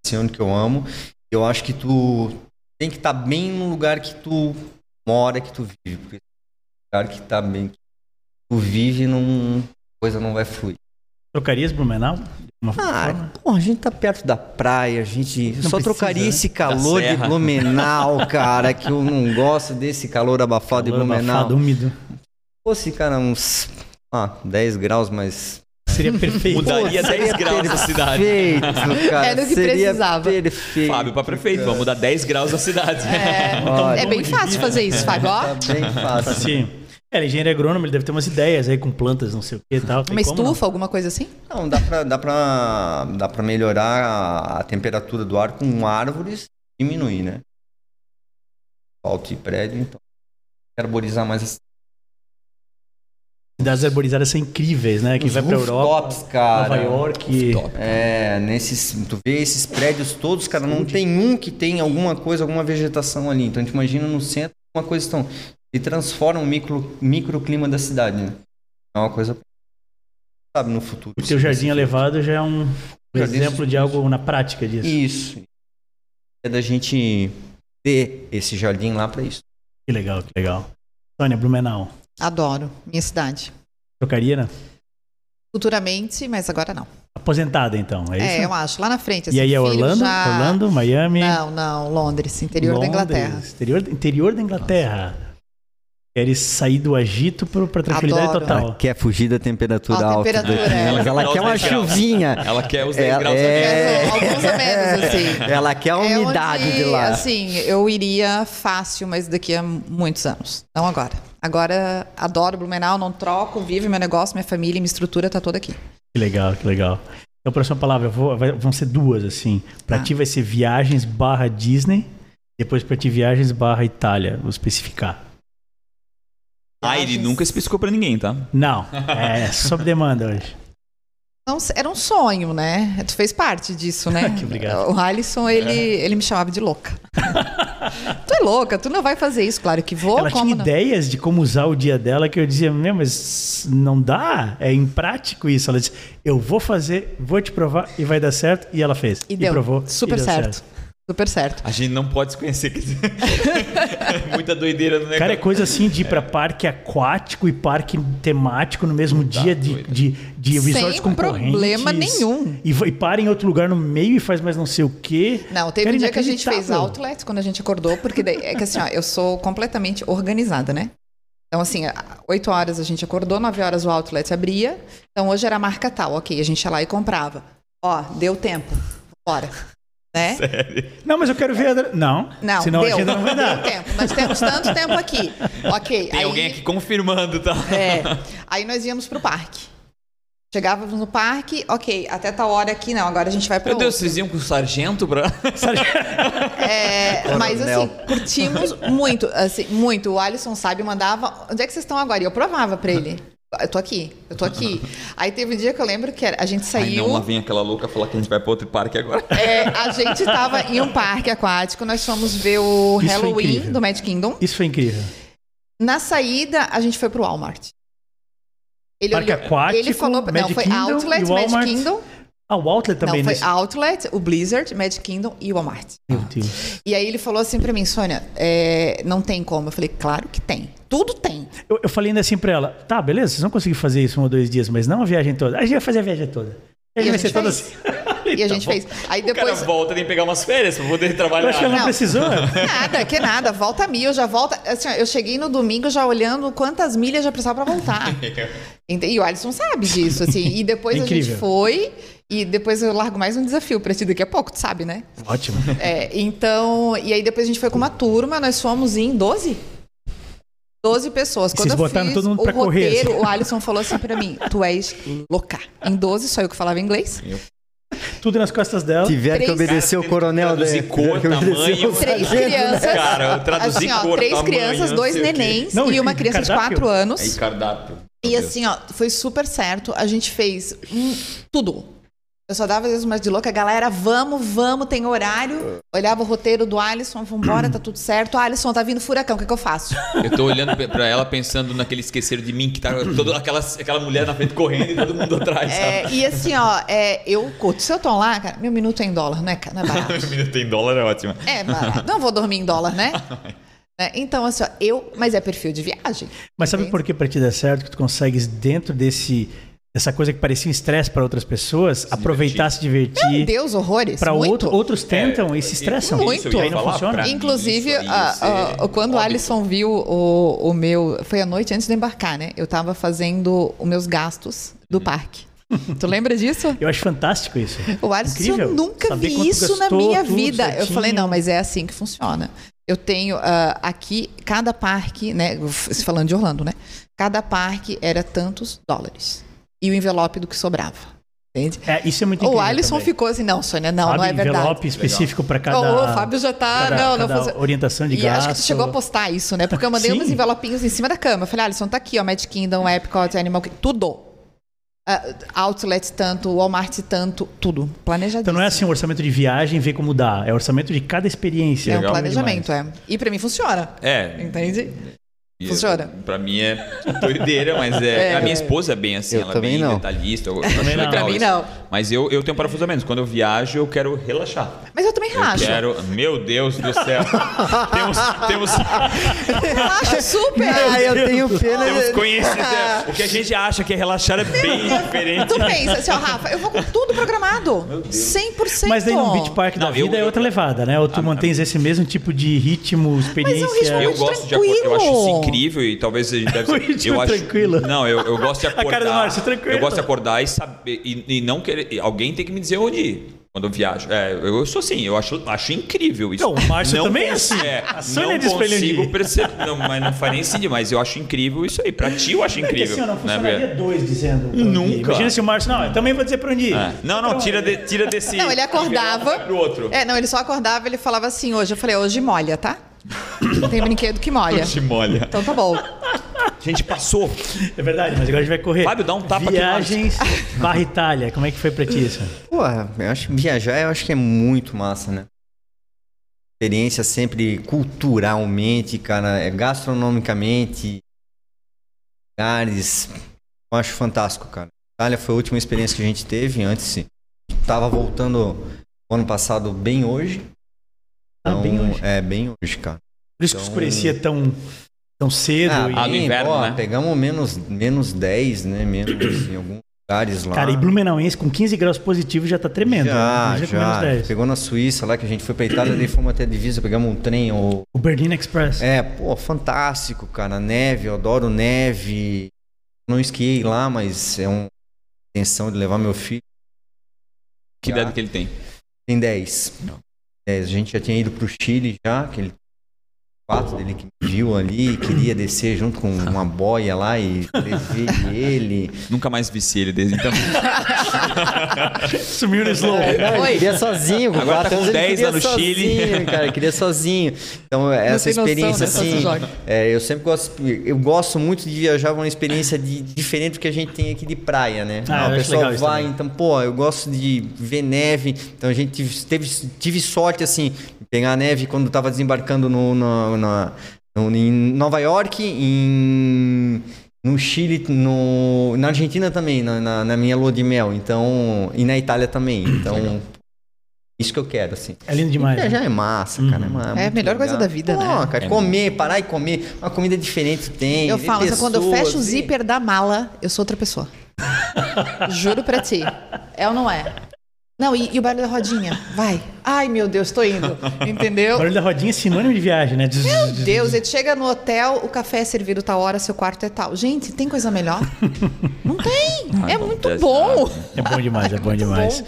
Speaker 3: Esse ano que eu amo. Eu acho que tu tem que estar bem no lugar que tu mora, que tu vive. Porque o lugar que tá bem, que tu vive, não, coisa não vai fluir.
Speaker 1: Trocarias Blumenau? De uma
Speaker 3: Ah,
Speaker 1: forma?
Speaker 3: pô, a gente tá perto da praia, a gente. Eu
Speaker 1: Não
Speaker 3: só
Speaker 1: precisa,
Speaker 3: trocaria
Speaker 1: né?
Speaker 3: esse calor de
Speaker 2: serra.
Speaker 3: Blumenau, cara, que eu não gosto desse calor abafado
Speaker 1: Calor
Speaker 3: de Blumenau.
Speaker 1: abafado, úmido.
Speaker 3: Fosse, cara, uns ah, 10 graus, mas.
Speaker 1: Seria perfeito.
Speaker 2: Mudaria 10 graus na cidade.
Speaker 3: Perfeito, cara.
Speaker 4: Era o que
Speaker 3: seria
Speaker 4: precisava.
Speaker 3: Perfeito.
Speaker 2: Fábio pra prefeito, vamos mudar 10 graus na cidade. Então,
Speaker 3: Olha,
Speaker 4: é bem fácil fazer
Speaker 2: né?
Speaker 4: isso, Fábio.
Speaker 3: Tá
Speaker 4: Ó,
Speaker 3: bem fácil.
Speaker 1: Assim, é, ele é engenheiro agrônomo, ele deve ter umas ideias aí com plantas, não sei o que e tal. Tem
Speaker 4: uma
Speaker 1: como não?
Speaker 4: estufa, alguma coisa assim?
Speaker 3: Não, dá pra, dá pra, dá pra melhorar a, a temperatura do ar com árvores e diminuir, né? Alto e prédio, então. Arborizar mais as
Speaker 1: Cidades arborizadas são incríveis, né? Quem vai pra Europa,
Speaker 3: rooftops, cara.
Speaker 1: Nova York.
Speaker 2: Top.
Speaker 3: É, nesses, tu vê esses prédios todos, cara, não tem um que tem alguma coisa, alguma vegetação ali. Então, a gente imagina no centro uma coisa tão... E transforma o micro, microclima da cidade, né? É uma coisa... Sabe, no futuro.
Speaker 1: O teu jardim elevado já é um
Speaker 3: Jardim
Speaker 1: exemplo de algo na prática disso.
Speaker 3: Isso. É é da gente ter esse jardim lá para isso.
Speaker 1: Que legal, que legal. Sônia, Blumenau,
Speaker 4: Adoro, minha cidade.
Speaker 1: trocaria, né?
Speaker 4: Futuramente, mas agora não.
Speaker 1: Aposentada, então, é isso?
Speaker 4: É, eu acho. Lá na frente.
Speaker 1: e
Speaker 4: assim,
Speaker 1: aí é
Speaker 4: filho
Speaker 1: Orlando,
Speaker 4: já-
Speaker 1: Orlando, Miami,
Speaker 4: Não, não, Londres, interior
Speaker 1: Londres,
Speaker 4: da Inglaterra.
Speaker 1: Interior, interior da Inglaterra. Queres sair do agito pro- pra tranquilidade
Speaker 4: Adoro. Ah,
Speaker 1: total.
Speaker 3: Ela quer fugir da temperatura
Speaker 4: Ó, a
Speaker 3: alta.
Speaker 4: temperatura,
Speaker 3: do-
Speaker 4: é.
Speaker 3: Ela, ela quer uma chuvinha.
Speaker 2: Ela quer os 10
Speaker 3: Ela-
Speaker 2: graus
Speaker 3: é.
Speaker 4: Quero Alguns a menos, assim.
Speaker 3: Ela quer a
Speaker 4: É
Speaker 3: umidade
Speaker 4: onde,
Speaker 3: de lá.
Speaker 4: Assim, eu iria fácil, mas daqui a muitos anos. Não agora. Agora adoro Blumenau, não troco, vivo meu negócio, minha família, minha estrutura tá toda aqui.
Speaker 1: Que legal, que legal. Então, a próxima palavra vou- vai- vão ser duas, assim. Pra
Speaker 4: Tá.
Speaker 1: ti vai ser viagens barra Disney, depois pra ti viagens barra Itália, vou especificar.
Speaker 2: Ah, ele nunca especificou pra ninguém, tá?
Speaker 1: Não, é sob demanda hoje.
Speaker 4: Não, era um sonho, né? Tu fez parte disso, né?
Speaker 1: Que obrigado. É.
Speaker 4: O Alisson, ele, ele me chamava de louca. tu é louca, tu não vai fazer isso, claro que vou,
Speaker 1: Ela
Speaker 4: como
Speaker 1: tinha
Speaker 4: não?
Speaker 1: ideias de como usar o dia dela que eu dizia, meu, mas não dá, é imprático isso. Ela disse, eu vou fazer, vou te provar e vai dar certo. E ela fez.
Speaker 4: E deu,
Speaker 1: provou. e
Speaker 4: super
Speaker 1: deu
Speaker 4: certo. Super certo.
Speaker 2: A gente não pode se conhecer. quer dizer. É Muita doideira no negócio.
Speaker 1: Cara, é coisa assim de ir pra parque aquático e parque temático no mesmo dia de,
Speaker 2: doido.
Speaker 1: de, de resorts
Speaker 4: Sem
Speaker 1: concorrentes.
Speaker 4: problema nenhum.
Speaker 1: E, vai- e para em outro lugar no meio e faz mais não sei o quê.
Speaker 4: Não, teve
Speaker 1: Cara,
Speaker 4: um dia que a gente fez
Speaker 1: inacreditável.
Speaker 4: outlet quando a gente acordou, porque daí, é que assim, ó, eu sou completamente organizada, né? Então, assim, a- 8 horas a gente acordou, 9 horas o outlet abria. Então, hoje era a marca tal, ok, a gente ia lá e comprava. Ó, deu tempo, bora. Né?
Speaker 1: Não, mas eu quero ver. A... Não,
Speaker 4: Não,
Speaker 1: senão
Speaker 4: deu,
Speaker 1: a agenda não vai dar.
Speaker 4: deu tempo. Nós temos tanto tempo aqui. Ok,
Speaker 2: Tem
Speaker 4: aí,
Speaker 2: alguém aqui confirmando, tá?
Speaker 4: é, aí nós íamos pro parque. Chegávamos no parque, ok, até tal hora aqui não, agora a gente vai pro
Speaker 2: Meu Deus,
Speaker 4: outro.
Speaker 2: vocês iam com o sargento pra.
Speaker 4: É, mas
Speaker 3: Coronel.
Speaker 4: assim, curtimos muito, assim, muito. O Alisson sabe, mandava. Onde é que vocês estão agora? E eu provava pra ele. Eu tô aqui, eu tô aqui. Aí teve um dia que eu lembro que era- a gente
Speaker 2: Aí não,
Speaker 4: saiu.
Speaker 2: lá vem aquela louca falar que a gente vai pra outro parque agora.
Speaker 4: é, a gente tava em um parque aquático, nós fomos ver o
Speaker 1: Isso é
Speaker 4: Halloween
Speaker 1: incrível.
Speaker 4: do Magic Kingdom.
Speaker 1: Isso foi incrível.
Speaker 4: Na saída, a gente foi pro Walmart. Ele,
Speaker 1: Parque aquático,
Speaker 4: ele falou. não,
Speaker 1: Magic
Speaker 4: foi
Speaker 1: Kingdom
Speaker 4: Outlet,
Speaker 1: e Walmart.
Speaker 4: Magic Kingdom.
Speaker 1: Ah, o Outlet também.
Speaker 4: não, foi
Speaker 1: nesse...
Speaker 4: Outlet, o Blizzard, Magic Kingdom e o Walmart.
Speaker 1: Meu Deus.
Speaker 4: E aí ele falou assim pra mim, Sônia, é, não tem como. Eu falei, claro que tem. Tudo tem.
Speaker 1: Eu, eu falei ainda assim pra ela: tá, beleza, vocês vão conseguir fazer isso um ou dois dias, mas não a viagem toda. A gente vai fazer a viagem toda. A
Speaker 4: E
Speaker 1: gente
Speaker 4: a
Speaker 1: vai ser
Speaker 4: gente
Speaker 1: toda
Speaker 4: fez.
Speaker 1: assim.
Speaker 4: E a
Speaker 1: Tá
Speaker 4: gente
Speaker 1: bom.
Speaker 4: fez. Aí
Speaker 2: O cara
Speaker 4: depois.
Speaker 2: volta, tem que pegar umas férias pra poder trabalhar. né?
Speaker 1: Eu acho que ela não,
Speaker 4: Não.
Speaker 1: precisou.
Speaker 4: Nada, que nada. Volta mil, já volta. Assim, ó, eu cheguei no domingo já olhando quantas milhas já precisava pra voltar. Ente- E o Alisson sabe disso, assim. E depois a gente
Speaker 1: É Incrível.
Speaker 4: foi. E depois eu largo mais um desafio pra ti daqui a pouco, tu sabe, né?
Speaker 1: Ótimo.
Speaker 4: É, então, e aí depois a gente foi com uma turma, nós fomos em 12? 12 pessoas.
Speaker 1: E
Speaker 4: Quando
Speaker 1: vocês
Speaker 4: eu
Speaker 1: botaram
Speaker 4: fiz
Speaker 1: todo mundo
Speaker 4: o
Speaker 1: pra correr,
Speaker 4: roteiro,
Speaker 1: assim.
Speaker 4: o Alisson falou assim pra mim: "Tu és louca". Em 12 só eu que falava inglês.
Speaker 1: Tudo nas costas dela.
Speaker 3: Tiveram que
Speaker 4: Três-
Speaker 3: obedecer o coronel
Speaker 2: traduzir
Speaker 3: dele.
Speaker 2: cor,
Speaker 3: Tiveram que obedecer
Speaker 2: tamanho.
Speaker 3: o
Speaker 4: Três
Speaker 3: sargento.
Speaker 4: crianças.
Speaker 2: Cara, eu traduzi
Speaker 4: assim, ó,
Speaker 2: cor,
Speaker 4: três
Speaker 2: tamanho,
Speaker 4: crianças,
Speaker 2: não
Speaker 4: dois
Speaker 2: sei o quê.
Speaker 4: nenéns
Speaker 1: né? Não, e
Speaker 4: e uma criança de
Speaker 1: cardápio?
Speaker 4: 4 anos.
Speaker 2: Aí, cardápio. Meu
Speaker 4: E
Speaker 2: Deus.
Speaker 4: assim, ó, foi super certo. A gente fez hum, tudo. Eu só dava às vezes mais de louca, galera, vamos, vamos, tem horário. Olhava o roteiro do Alisson, vambora, tá tudo certo. Alisson, tá vindo furacão, o que, que eu faço?
Speaker 2: Eu tô olhando pra- pra ela pensando naquele esquecer de mim que tá toda aquela, aquela mulher na frente correndo e todo mundo atrás. sabe?
Speaker 4: É, e assim, ó, é, eu, Couto, se eu tô lá, cara, meu minuto é em dólar, né, cara? Não é barato.
Speaker 2: Menina, tem dólar, é ótima.
Speaker 4: É barato. Não vou dormir em dólar, né? Né? Então, assim, ó, eu. Mas é perfil de viagem.
Speaker 1: Mas sabe
Speaker 4: entende?
Speaker 1: por que pra ti dá certo? Que tu consegues, dentro desse, dessa coisa que parecia um estresse pra outras pessoas, aproveitar, se
Speaker 4: Meu
Speaker 1: divertir. É,
Speaker 4: Deus, horrores.
Speaker 1: Pra
Speaker 4: muito.
Speaker 1: outro, outros tentam e se estressam.
Speaker 4: Muito.
Speaker 1: E aí não funciona.
Speaker 4: Pra Inclusive, a- a- quando o Alisson viu o, o meu. Foi a noite antes de embarcar, né? Eu tava fazendo os meus gastos do parque. Tu lembra disso?
Speaker 1: Eu acho fantástico isso.
Speaker 4: O Alisson,
Speaker 1: Incrível.
Speaker 4: eu nunca
Speaker 1: Saber quanto
Speaker 4: vi isso na
Speaker 1: gastou,
Speaker 4: minha
Speaker 1: tudo
Speaker 4: vida. Eu
Speaker 1: certinho.
Speaker 4: falei, não, mas é assim que funciona. Eu tenho ah, aqui, cada parque, né? f- Falando de Orlando, né? Cada parque era tantos dólares. E o envelope do que sobrava. Entende?
Speaker 1: É, isso é muito
Speaker 4: O
Speaker 1: incrível.
Speaker 4: Alisson
Speaker 1: também.
Speaker 4: ficou assim, não, Sônia, não,
Speaker 1: Sabe,
Speaker 4: não é verdade.
Speaker 1: envelope específico pra cada.
Speaker 4: Ô, o Fábio já tá.
Speaker 1: cada-
Speaker 4: não, não
Speaker 1: cada
Speaker 4: fazer-
Speaker 1: Orientação de
Speaker 4: e
Speaker 1: gasto.
Speaker 4: acho que tu chegou a postar isso, né? Porque eu mandei
Speaker 1: Sim.
Speaker 4: uns envelopinhos em cima da cama. Eu falei, Alisson, tá aqui, ó, Magic Kingdom, Epcot, Animal Kingdom, tudo. Ah, outlet tanto, Walmart tanto, tudo. Planejadinho.
Speaker 1: Então não é assim um orçamento de viagem, ver como dá. É orçamento de cada experiência.
Speaker 4: É um
Speaker 2: Legal
Speaker 4: planejamento, é. E pra mim funciona,
Speaker 2: É,
Speaker 4: entende?
Speaker 2: E
Speaker 4: Funciona?
Speaker 2: eu- Pra mim é doideira, mas é.
Speaker 4: É.
Speaker 2: a minha esposa é bem assim,
Speaker 3: Eu
Speaker 2: ela é
Speaker 3: também
Speaker 2: bem
Speaker 3: não.
Speaker 2: detalhista. Eu, eu acho
Speaker 1: não.
Speaker 2: legal
Speaker 1: Pra
Speaker 4: mim
Speaker 2: isso.
Speaker 4: não.
Speaker 2: Mas eu, eu tenho parafusamento. Quando eu viajo, eu quero relaxar.
Speaker 4: Mas eu também
Speaker 2: Eu
Speaker 4: relaxo.
Speaker 2: quero. Meu Deus do céu! temos, temos,
Speaker 4: Relaxo super.
Speaker 3: Ah, eu tenho pena.
Speaker 2: temos
Speaker 3: de-
Speaker 2: conhecido. O que a gente acha que é relaxar é bem diferente.
Speaker 4: Tu pensa assim, ó, Rafa, eu vou com tudo programado. 100%.
Speaker 1: Mas daí no beach park da
Speaker 2: Não, eu-
Speaker 1: vida é
Speaker 2: eu- Ah,
Speaker 1: outra levada, né? Ou tu mantens esse mesmo tipo de ritmo, experiência.
Speaker 4: ritmo
Speaker 2: Eu
Speaker 4: Muito
Speaker 2: gosto de acordar. Eu
Speaker 4: tranquilo.
Speaker 2: acho isso incrível e talvez a gente deve
Speaker 1: O
Speaker 2: ser.
Speaker 1: ritmo
Speaker 2: eu acho,
Speaker 1: tranquilo.
Speaker 2: Não, eu, eu gosto de
Speaker 1: cara do
Speaker 2: acordar.
Speaker 1: Márcio, tranquilo.
Speaker 2: Eu gosto de acordar e saber. E, e não querer. e Alguém tem que me dizer onde ir. Quando eu viajo. É, eu sou assim, eu acho, acho incrível isso.
Speaker 1: Não, o Márcio também é
Speaker 2: cons-
Speaker 1: assim.
Speaker 2: É,
Speaker 1: A Sônia
Speaker 2: não
Speaker 1: diz pra ele É onde
Speaker 2: consigo
Speaker 1: ir.
Speaker 2: perceber. Não, mas não faz nem sentido, mas eu acho incrível isso aí. Pra ti eu acho
Speaker 1: Porque
Speaker 2: incrível.
Speaker 1: assim, ó, não
Speaker 2: né,
Speaker 1: funcionaria
Speaker 2: Bia?
Speaker 1: dois dizendo. pra onde ir.
Speaker 2: Nunca.
Speaker 1: Imagina se o Márcio. Não, eu também vou dizer pra onde ir.
Speaker 2: É. Não, não, tira, de- tira desse.
Speaker 4: Não, ele acordava.
Speaker 2: Pro um outro.
Speaker 4: É, não, ele só acordava ele falava assim: hoje eu falei, hoje molha, tá? Tem brinquedo que molha.
Speaker 2: Te molha.
Speaker 4: Então tá bom.
Speaker 2: A gente passou.
Speaker 1: É verdade, mas agora a gente vai correr.
Speaker 2: Fábio, dá um tapa aqui,
Speaker 1: Viagens barra Itália. Como é que foi pra ti isso?
Speaker 3: Porra, eu acho viajar eu acho que é muito massa, né? Experiência sempre culturalmente, cara, é gastronomicamente, lugares. Eu acho fantástico, cara. Itália foi a última experiência que a gente teve antes. Tava voltando o ano passado bem hoje.
Speaker 1: Ah,
Speaker 3: Então,
Speaker 1: bem hoje.
Speaker 3: É, bem hoje, cara.
Speaker 1: Por isso que
Speaker 3: Então-
Speaker 1: escurecia tão, tão cedo.
Speaker 3: Ah,
Speaker 1: e...
Speaker 2: Ah, no
Speaker 3: bem,
Speaker 2: inverno,
Speaker 3: pô,
Speaker 2: né?
Speaker 3: Pegamos menos, menos 10, né? Menos em alguns lugares lá.
Speaker 1: Cara, e Blumenauense com 15 graus positivos já tá tremendo.
Speaker 3: Já,
Speaker 1: né? Imagina com
Speaker 3: já.
Speaker 1: menos 10.
Speaker 3: Pegou na Suíça lá que a gente foi pra Itália, daí fomos até a divisa, pegamos um trem. Ou...
Speaker 1: O Berlin Express.
Speaker 3: É, pô, fantástico, cara. Neve, eu adoro neve. Não esquiei lá, mas é uma intenção de levar meu filho.
Speaker 2: Que idade que ele tem?
Speaker 3: Tem 10. 10. A gente já tinha ido pro Chile já, aquele fato dele que me viu ali, queria descer junto com uma boia lá e levar ele.
Speaker 2: Nunca mais vi ele desde então.
Speaker 1: Sumiu no slow.
Speaker 3: Não, ele queria sozinho. Com
Speaker 2: é Agora
Speaker 3: quatro
Speaker 2: tá com
Speaker 3: anos, ele
Speaker 2: 10
Speaker 3: queria
Speaker 2: lá no Chile.
Speaker 3: sozinho, Cara, queria sozinho. Então, essa
Speaker 4: tem noção,
Speaker 3: experiência,
Speaker 4: né, quando se
Speaker 3: assim.
Speaker 4: joga.
Speaker 3: é, eu sempre gosto. Eu gosto muito de viajar uma experiência de- diferente do que a gente tem aqui de praia, né?
Speaker 1: Ah, eu
Speaker 3: o
Speaker 1: acho
Speaker 3: pessoal
Speaker 1: legal isso
Speaker 3: vai,
Speaker 1: também.
Speaker 3: então, pô, eu gosto de ver neve. Então a gente tive, teve- tive sorte, assim, de pegar neve quando tava desembarcando no, na- na- no- em Nova York, em. No Chile, no, na Argentina também, na, na- na minha lua de mel, então. E na Itália também. Então, isso que eu quero, assim.
Speaker 1: É lindo demais.
Speaker 3: Viajar
Speaker 1: né?
Speaker 3: é massa, cara. É, ma-
Speaker 4: É a
Speaker 3: muito
Speaker 4: melhor coisa
Speaker 3: legal.
Speaker 4: da vida,
Speaker 3: Pô,
Speaker 4: né?
Speaker 3: cara,
Speaker 2: É
Speaker 3: comer, parar e comer. Uma comida diferente tem.
Speaker 4: Eu
Speaker 3: ver
Speaker 4: falo, assim, quando eu
Speaker 3: pessoas,
Speaker 4: fecho o
Speaker 3: ver-
Speaker 4: zíper da mala, eu sou outra pessoa. Juro pra ti. É ou não é? Não, e, e o barulho da rodinha? Vai. Ai, meu Deus, tô indo. Entendeu?
Speaker 1: Barulho da rodinha é sinônimo de viagem, né?
Speaker 4: Meu Deus, é ele chega no hotel, o café é servido tal hora, seu quarto é tal. Gente, tem coisa melhor? Não tem. é muito
Speaker 2: acontece
Speaker 4: bom.
Speaker 1: É bom demais, é bom demais.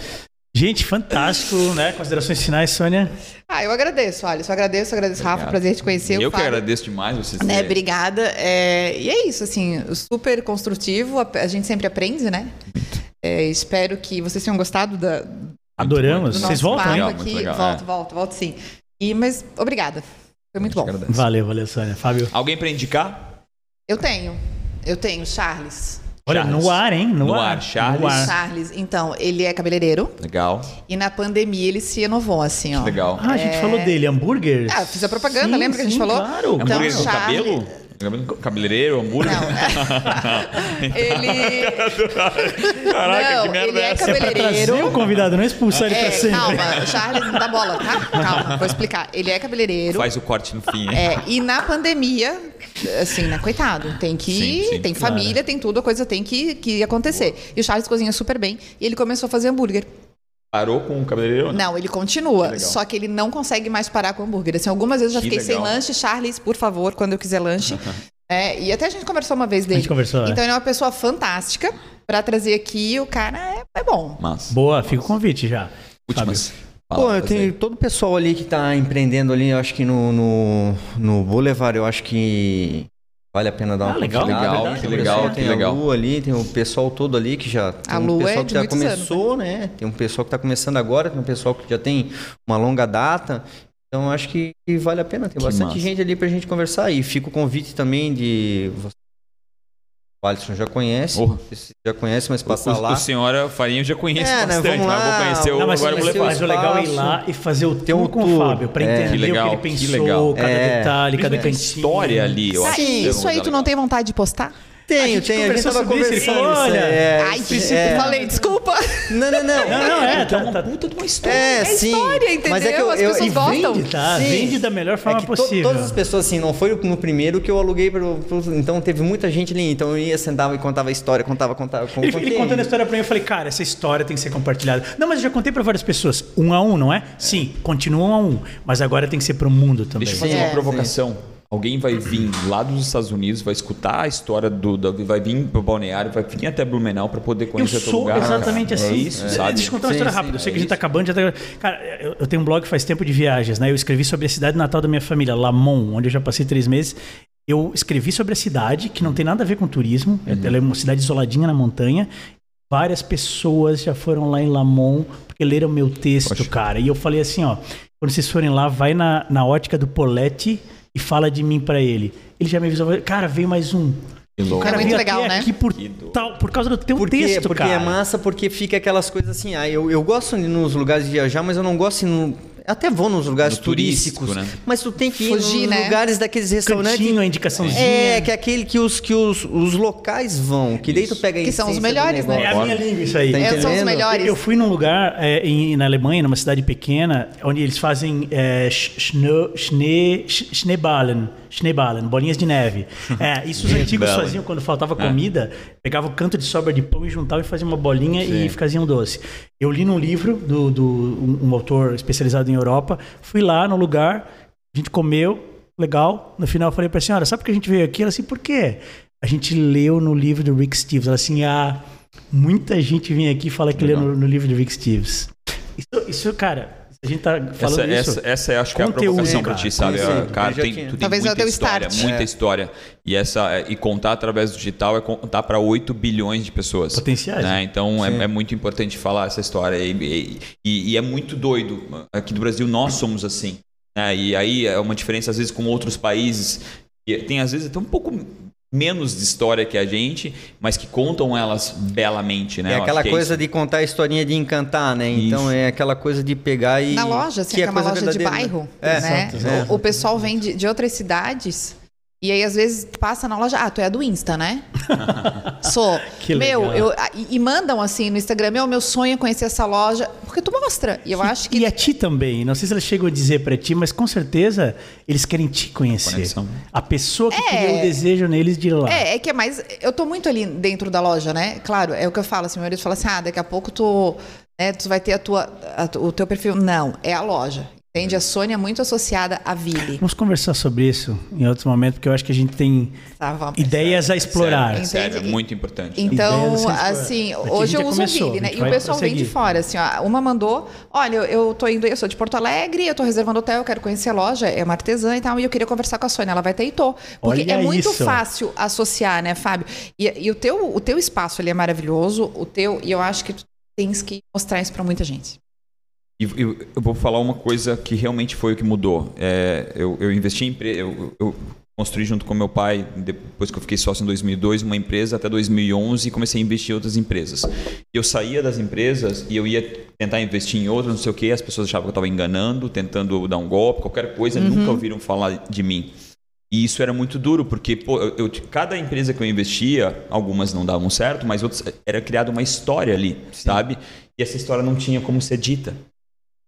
Speaker 1: Gente, fantástico, né? Considerações finais, Sônia.
Speaker 4: Ah, eu agradeço, Alisson. Eu agradeço, eu agradeço, Rafa.
Speaker 2: Obrigado.
Speaker 4: Ah, um Prazer te conhecer.
Speaker 2: Eu,
Speaker 4: o
Speaker 2: que
Speaker 4: Fábio.
Speaker 2: agradeço demais vocês.
Speaker 4: Né,
Speaker 2: terem-
Speaker 4: obrigada. É, e é isso, assim, super construtivo. A, a gente sempre aprende, né? É, espero que vocês tenham gostado da, do
Speaker 1: Adoramos.
Speaker 4: nosso
Speaker 1: Vocês voltam,
Speaker 4: papo
Speaker 1: hein?
Speaker 2: Legal, muito
Speaker 4: aqui.
Speaker 2: legal,
Speaker 4: volto,
Speaker 2: é.
Speaker 4: volto, volto sim. E, mas obrigada. Foi muito bom.
Speaker 1: Valeu, valeu, Sônia. Fábio.
Speaker 2: Alguém pra indicar?
Speaker 4: Eu tenho. Eu tenho, Charles.
Speaker 1: Olha,
Speaker 2: Charles.
Speaker 1: no ar, hein? No,
Speaker 2: No
Speaker 1: ar.
Speaker 2: ar, Charles.
Speaker 1: No ar.
Speaker 4: Charles, então, ele é cabeleireiro
Speaker 2: Legal,
Speaker 4: e na pandemia ele se renovou, assim, ó.
Speaker 2: legal.
Speaker 1: Ah, a gente falou dele, hambúrguer.
Speaker 4: Ah, fiz a propaganda, lembra que a gente falou?
Speaker 1: Claro.
Speaker 4: então,
Speaker 2: hambúrguer com
Speaker 4: Charles-
Speaker 2: cabelo? Cabelo- Cabeleireiro, hambúrguer?
Speaker 4: Não. ele.
Speaker 2: Caraca,
Speaker 4: não,
Speaker 2: que merda
Speaker 4: ele
Speaker 2: é
Speaker 4: é
Speaker 2: essa?
Speaker 1: É pra trazer
Speaker 4: cabeleireiro.
Speaker 1: o convidado, não expulsar ele pra
Speaker 4: É,
Speaker 1: sempre.
Speaker 4: calma, Charles, não dá bola, tá? Calma, vou explicar. Ele é cabeleireiro.
Speaker 2: Faz o corte no fim, hein?
Speaker 4: É, e na pandemia, assim, né, coitado, tem que
Speaker 2: Sim, sim,
Speaker 4: tem
Speaker 1: claro.
Speaker 4: família, tem tudo, a coisa tem que, que acontecer. E o Charles cozinha super bem e ele começou a fazer hambúrguer.
Speaker 2: Parou com o cabeleireiro?
Speaker 4: Não, ele continua,
Speaker 2: Que legal.
Speaker 4: só que ele não consegue mais parar com hambúrguer. Assim, algumas vezes eu já
Speaker 2: Que
Speaker 4: fiquei sem
Speaker 2: legal.
Speaker 4: lanche, Charles, por favor, quando eu quiser lanche. É, e até a gente conversou uma vez
Speaker 1: A
Speaker 4: dele.
Speaker 1: gente conversou, né?
Speaker 4: Então ele é uma pessoa fantástica pra trazer aqui, o cara é, é bom.
Speaker 2: Mas,
Speaker 1: Boa, fica o convite já.
Speaker 2: últimas.
Speaker 3: Pô, eu
Speaker 2: palavras
Speaker 3: tenho
Speaker 2: aí.
Speaker 3: todo o pessoal ali que tá empreendendo ali, eu acho que no, no, no Boulevard, eu acho que vale a pena dar uma
Speaker 1: Ah, legal,
Speaker 3: conferida.
Speaker 1: legal,
Speaker 3: Tem
Speaker 1: que
Speaker 3: o
Speaker 1: legal,
Speaker 3: pessoal,
Speaker 1: que
Speaker 3: Tem
Speaker 2: legal.
Speaker 3: a Lu ali, tem o pessoal todo ali que já... Tem
Speaker 4: A
Speaker 3: um
Speaker 4: Lu é
Speaker 3: pessoal
Speaker 4: de
Speaker 3: que já
Speaker 4: muitos anos,
Speaker 3: começou, né? Tem um pessoal que tá começando agora, tem um pessoal que já tem uma longa data. Então, eu acho que vale a pena. Tem
Speaker 2: Que
Speaker 3: bastante
Speaker 2: massa.
Speaker 3: gente ali pra gente conversar. E fica o convite também de... você O Alisson já conhece.
Speaker 2: Oh.
Speaker 3: esse Já conhece, mas
Speaker 2: o,
Speaker 3: passar
Speaker 2: o
Speaker 3: lá.
Speaker 2: senhora Farinha eu já conheço
Speaker 3: É, né,
Speaker 2: bastante,
Speaker 3: vamos
Speaker 2: mas eu vou
Speaker 3: lá.
Speaker 2: conhecer o
Speaker 3: Não,
Speaker 1: mas,
Speaker 2: agora
Speaker 1: mas,
Speaker 2: o
Speaker 1: mas
Speaker 2: Boulevard.
Speaker 1: o legal é ir lá e fazer o tour com o
Speaker 3: tour.
Speaker 1: Fábio, pra entender
Speaker 2: Que legal,
Speaker 1: o que ele
Speaker 2: que
Speaker 1: pensou,
Speaker 2: legal.
Speaker 1: cada
Speaker 3: É.
Speaker 1: detalhe, cada
Speaker 2: Tem
Speaker 1: cantinho.
Speaker 2: história ali, eu
Speaker 4: Ah,
Speaker 2: acho. que é
Speaker 4: isso
Speaker 2: uma
Speaker 4: aí
Speaker 2: coisa
Speaker 4: tu não
Speaker 2: legal.
Speaker 4: tem vontade de postar?
Speaker 1: A
Speaker 3: Tenho,
Speaker 1: gente
Speaker 3: tenho. A gente
Speaker 1: conversou
Speaker 3: tava
Speaker 1: sobre isso, ele
Speaker 3: conversando.
Speaker 1: falou,
Speaker 3: isso,
Speaker 1: olha,
Speaker 3: é,
Speaker 4: Ai,
Speaker 3: isso,
Speaker 4: eu falei, desculpa.
Speaker 3: Não, não, não.
Speaker 1: Não, não, é,
Speaker 2: Então,
Speaker 3: um
Speaker 1: tá,
Speaker 2: uma
Speaker 1: tá,
Speaker 2: puta de uma história.
Speaker 3: É,
Speaker 4: É
Speaker 3: sim.
Speaker 4: história,
Speaker 3: Mas é que
Speaker 4: entendeu?
Speaker 3: eu,
Speaker 4: As
Speaker 3: eu,
Speaker 4: pessoas
Speaker 3: e
Speaker 4: gostam.
Speaker 3: Vende, É
Speaker 1: Tá, vende da melhor forma
Speaker 3: que to-
Speaker 1: possível.
Speaker 3: todas as pessoas, assim, não foi no primeiro que eu aluguei. Pro, pro- então teve muita gente ali. Então eu ia, sentava e contava a história, contava, contava. con-
Speaker 1: Ele, ele
Speaker 3: contei.
Speaker 1: contando a história pra mim, eu falei, cara, essa história tem que ser compartilhada. Não, mas eu já contei pra várias pessoas. Um a um, não é? Sim, continua um a um. Mas agora tem que ser pro mundo também.
Speaker 2: Deixa eu fazer
Speaker 3: Sim,
Speaker 2: uma
Speaker 3: sim.
Speaker 2: provocação. Alguém vai vir lá dos Estados Unidos, vai escutar a história do, da- vai vir pro Balneário, vai vir até Blumenau para poder
Speaker 1: Eu
Speaker 2: conhecer teu
Speaker 1: sou
Speaker 2: lugar.
Speaker 1: exatamente
Speaker 2: cara.
Speaker 1: assim.
Speaker 2: É isso, sabe?
Speaker 1: Deixa eu contar uma
Speaker 3: Sim,
Speaker 1: história
Speaker 3: sim,
Speaker 1: rápida. eu sei
Speaker 3: é
Speaker 1: que a gente tá
Speaker 3: isso.
Speaker 1: acabando. Já tá... Cara, eu, eu tenho um blog faz tempo de viagens, né? Eu escrevi sobre a cidade natal da minha família, Lamon, onde eu já passei três meses. Eu escrevi sobre a cidade, que não tem nada a ver com turismo.
Speaker 2: Uhum.
Speaker 1: Ela é uma cidade isoladinha na montanha. Várias pessoas já foram lá em Lamon, porque leram meu texto,
Speaker 2: Poxa.
Speaker 1: cara. E eu falei assim, ó. Quando vocês forem lá, vai na, na ótica do Poletti e fala de mim pra ele. Ele já me avisou. Cara, veio mais um.
Speaker 2: Que
Speaker 1: O
Speaker 2: louco.
Speaker 1: cara
Speaker 4: É muito
Speaker 1: veio
Speaker 4: legal,
Speaker 1: até
Speaker 4: né?
Speaker 1: aqui por,
Speaker 2: Que doido.
Speaker 1: tal, por causa do teu
Speaker 3: Por quê?
Speaker 1: Um texto,
Speaker 3: porque
Speaker 1: cara.
Speaker 3: é massa, porque fica aquelas coisas assim. Ah, eu, eu gosto de ir nos lugares de viajar, mas eu não gosto de ir no- Até vou nos lugares
Speaker 2: No turístico,
Speaker 3: turísticos.
Speaker 2: né?
Speaker 3: Mas tu tem que ir
Speaker 4: Fugir,
Speaker 3: nos
Speaker 4: né?
Speaker 3: lugares daqueles restaurantes.
Speaker 1: cantinho, a indicaçãozinha.
Speaker 3: É, que é aquele que os, que os, os locais vão, que daí tu pega a
Speaker 4: Que são os
Speaker 3: essência do
Speaker 4: melhores, né?
Speaker 1: É
Speaker 3: negócio.
Speaker 1: a minha língua isso aí.
Speaker 3: Tá
Speaker 4: É, são os
Speaker 3: entendendo?
Speaker 4: melhores.
Speaker 1: Eu fui num lugar é, em- na Alemanha, numa cidade pequena, onde eles fazem é, sch- schne- schne- sch- Schneeballen, Schneeballen, bolinhas de neve. É, isso os antigos
Speaker 2: Schneeballen.
Speaker 1: faziam quando faltava
Speaker 2: É.
Speaker 1: comida, pegava o canto de sobra de pão e juntava e fazia uma bolinha e faziam doce. Eu li num livro do, do- um, um autor especializado em Europa, fui lá no lugar, a gente comeu, legal. No final eu falei pra senhora, sabe por que a gente veio aqui? Ela assim, por quê? A gente leu no livro do Rick Stevens. Ela assim, ah, muita gente vem aqui e fala que leu no, no livro do Rick Stevens. Isso, isso, cara, a gente tá falando
Speaker 2: Essa,
Speaker 1: isso.
Speaker 2: essa, essa eu acho que é a
Speaker 1: Conteúdo,
Speaker 2: provocação pra
Speaker 1: cara.
Speaker 2: ti, sabe?
Speaker 3: Conteúdo.
Speaker 2: Ah, Cara,
Speaker 3: Eu já
Speaker 2: tem,
Speaker 3: tinha.
Speaker 2: tu tem
Speaker 4: Talvez é o
Speaker 2: muita
Speaker 4: teu
Speaker 2: história,
Speaker 4: start.
Speaker 2: muita história. E, essa, e contar através do digital é contar para 8 bilhões de pessoas.
Speaker 1: Potenciais,
Speaker 2: né? Então é, é muito importante falar essa história. E, e- e- e é muito doido. Aqui do Brasil nós somos assim. né? E aí é uma diferença, às vezes, com outros países. E tem, às vezes, até um pouco menos de história que a gente, mas que contam elas belamente, né?
Speaker 3: É
Speaker 2: Eu acho
Speaker 3: aquela
Speaker 2: que é
Speaker 3: coisa
Speaker 2: isso.
Speaker 3: de contar a historinha de encantar, né?
Speaker 2: Isso.
Speaker 3: Então é aquela coisa de pegar e.
Speaker 4: Na loja, assim,
Speaker 3: que
Speaker 4: que é uma
Speaker 3: coisa
Speaker 4: loja de
Speaker 3: verdadeira, né?
Speaker 4: bairro,
Speaker 3: É,
Speaker 4: né?
Speaker 3: exato, exato.
Speaker 4: O, o pessoal vem de, de outras cidades e aí às vezes passa na loja, ah, tu é a do Insta, né? Sou.
Speaker 1: Que
Speaker 4: Meu,
Speaker 1: legal.
Speaker 4: eu, ah, e, e mandam assim no Instagram, meu, meu sonho é conhecer essa loja, porque tu mostra. E eu acho que
Speaker 1: E é a ti também. Não sei se eles chegam a dizer pra ti, mas com certeza eles querem te conhecer.
Speaker 2: Conexão.
Speaker 1: A pessoa que
Speaker 4: É.
Speaker 1: criou o desejo neles de ir lá.
Speaker 4: É, é que é mais. Eu tô muito ali dentro da loja, né? Claro, é o que eu falo. Assim, meu marido fala assim: ah, daqui a pouco tu, né, tu vai ter a tua, a tu- o teu perfil. Não, é a loja. Entende? A Sônia é muito associada à Ville.
Speaker 1: Vamos conversar sobre isso em outro momento, porque eu acho que a gente tem
Speaker 4: Tá, vamos.
Speaker 1: ideias a explorar.
Speaker 2: Sério, sério, é
Speaker 4: Entende?
Speaker 2: muito importante.
Speaker 4: Então,
Speaker 1: Ideias sem explorar. Aqui
Speaker 4: assim,
Speaker 1: a gente
Speaker 4: hoje eu
Speaker 1: já
Speaker 4: uso
Speaker 1: começou,
Speaker 4: o Ville,
Speaker 1: a
Speaker 4: né?
Speaker 1: gente
Speaker 4: E o
Speaker 1: vai
Speaker 4: pessoal vem de
Speaker 1: prosseguir.
Speaker 4: fora, assim, ó. Uma mandou, olha, eu, eu tô indo, eu sou de Porto Alegre, eu tô reservando hotel, eu quero conhecer a loja, é uma artesã e tal, e eu queria conversar com a Sônia, ela vai ter Itô. Porque
Speaker 1: Olha
Speaker 4: é muito
Speaker 1: isso.
Speaker 4: fácil associar, né, Fábio? E, e o, teu, o teu espaço ali é maravilhoso, o teu, e eu acho que tu tens que mostrar isso pra muita gente.
Speaker 2: E e eu, vou falar uma coisa que realmente foi o que mudou. É, eu, eu investi em empresa. Eu, eu construí junto com meu pai, depois que eu fiquei sócio em 2002, uma empresa até 2011 e comecei a investir em outras empresas. Eu saía das empresas e eu ia tentar investir em outras, não sei o quê. As pessoas achavam que eu estava enganando, tentando dar um golpe, qualquer coisa. Nunca ouviram falar de mim. E isso era muito duro, porque pô, eu, eu- cada empresa que eu investia, algumas não davam certo, mas outras era criada uma história ali, sabe? E essa história não tinha como ser dita.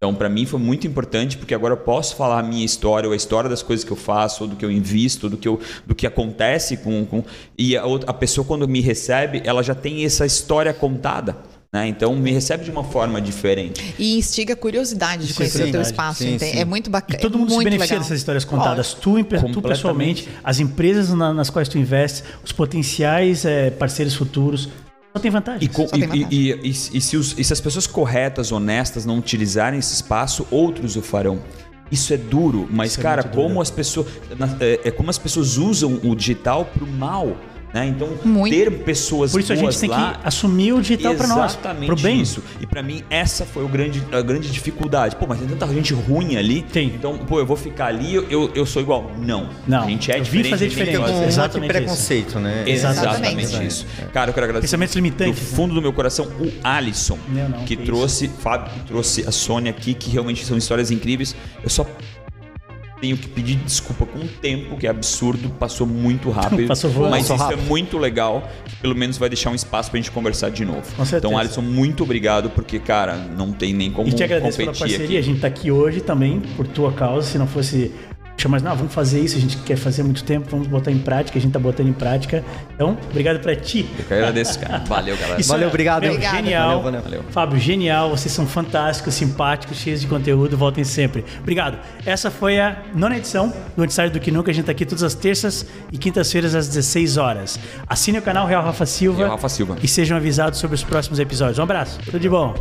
Speaker 2: Então, para mim foi muito importante, porque agora eu posso falar a minha história, ou a história das coisas que eu faço, ou do que eu invisto, do que, eu, do que acontece com. com- e a, outra- a pessoa, quando me recebe, ela já tem essa história contada. Né? Então, me recebe de uma forma diferente.
Speaker 4: E instiga a curiosidade de
Speaker 1: Isso é
Speaker 4: conhecer o teu
Speaker 1: verdade,
Speaker 4: espaço,
Speaker 3: sim,
Speaker 4: entende?
Speaker 3: sim.
Speaker 4: É muito
Speaker 1: E
Speaker 4: bacana.
Speaker 1: todo mundo
Speaker 4: é
Speaker 1: se
Speaker 4: muito
Speaker 1: beneficia
Speaker 4: legal.
Speaker 1: dessas histórias contadas. Tu, em- tu
Speaker 2: Completamente.
Speaker 1: pessoalmente, as empresas na- nas quais tu investe, os potenciais eh, parceiros futuros, só tem
Speaker 2: E,
Speaker 1: vantagens.
Speaker 2: co-
Speaker 4: Só tem
Speaker 2: e-
Speaker 4: vantagem.
Speaker 2: e- e- e se- e se os- e se as pessoas corretas, honestas, não utilizarem esse espaço, outros o farão. Isso é duro, mas,
Speaker 1: Isso é
Speaker 2: cara,
Speaker 1: muito duro.
Speaker 2: como as pessoas. na- É, é como as pessoas usam o digital pro mal. Né? Então,
Speaker 4: Muito.
Speaker 2: ter pessoas
Speaker 1: Por isso a
Speaker 2: boas
Speaker 1: gente tem
Speaker 2: lá,
Speaker 1: que assumir o digital para nós.
Speaker 2: Exatamente
Speaker 1: Pro bem.
Speaker 2: isso. E pra mim, essa foi o grande, a grande dificuldade. Pô, mas tem tanta gente ruim ali.
Speaker 1: Tem.
Speaker 2: Então, pô, eu vou ficar ali, eu- eu, eu sou igual. Não.
Speaker 1: Não.
Speaker 2: A gente é
Speaker 1: Eu vim
Speaker 2: diferente.
Speaker 1: fazer
Speaker 2: a gente tem
Speaker 1: diferente.
Speaker 3: Fica
Speaker 2: que
Speaker 3: com um
Speaker 2: fazer.
Speaker 3: monte de
Speaker 1: Exatamente
Speaker 3: preconceito, né?
Speaker 2: é. Exatamente,
Speaker 4: Exatamente.
Speaker 2: isso. Cara, eu quero agradecer.
Speaker 1: Pensamentos limitantes,
Speaker 2: Do
Speaker 1: né?
Speaker 2: fundo do meu coração, o Alisson,
Speaker 1: Meu não,
Speaker 2: que
Speaker 1: que
Speaker 2: trouxe, Fábio, que trouxe a Sônia aqui, que realmente são histórias incríveis. Eu só tenho que pedir desculpa com o tempo, que é absurdo, passou muito rápido.
Speaker 1: Passou voando.
Speaker 2: Mas
Speaker 1: Passou
Speaker 2: isso é
Speaker 1: rápido.
Speaker 2: muito legal, que pelo menos vai deixar um espaço pra gente conversar de novo.
Speaker 1: Com certeza.
Speaker 2: Então, Alisson, muito obrigado, porque, cara, não tem nem como
Speaker 1: E te agradeço
Speaker 2: competir
Speaker 1: pela parceria.
Speaker 2: aqui.
Speaker 1: A gente tá aqui hoje também por tua causa. Se não fosse chamar, não, vamos fazer isso, a gente quer fazer há muito tempo, vamos botar em prática, a gente tá botando em prática. Então, obrigado pra ti.
Speaker 2: Eu que agradeço, cara. Valeu, galera.
Speaker 1: Isso
Speaker 3: Valeu, obrigado,
Speaker 1: meu,
Speaker 3: hein?
Speaker 4: Obrigada.
Speaker 1: Genial.
Speaker 3: Valeu,
Speaker 2: valeu.
Speaker 1: Fábio, genial. Vocês são fantásticos, simpáticos, cheios de conteúdo. Voltem sempre. Obrigado. Essa foi a nona edição do Antissário do Que Nunca. A gente tá aqui todas as terças e quintas-feiras às 16 horas. Assine o canal Real Rafa Silva.
Speaker 2: Real Rafa Silva.
Speaker 1: E sejam avisados sobre os próximos episódios. Um abraço. Tudo de bom.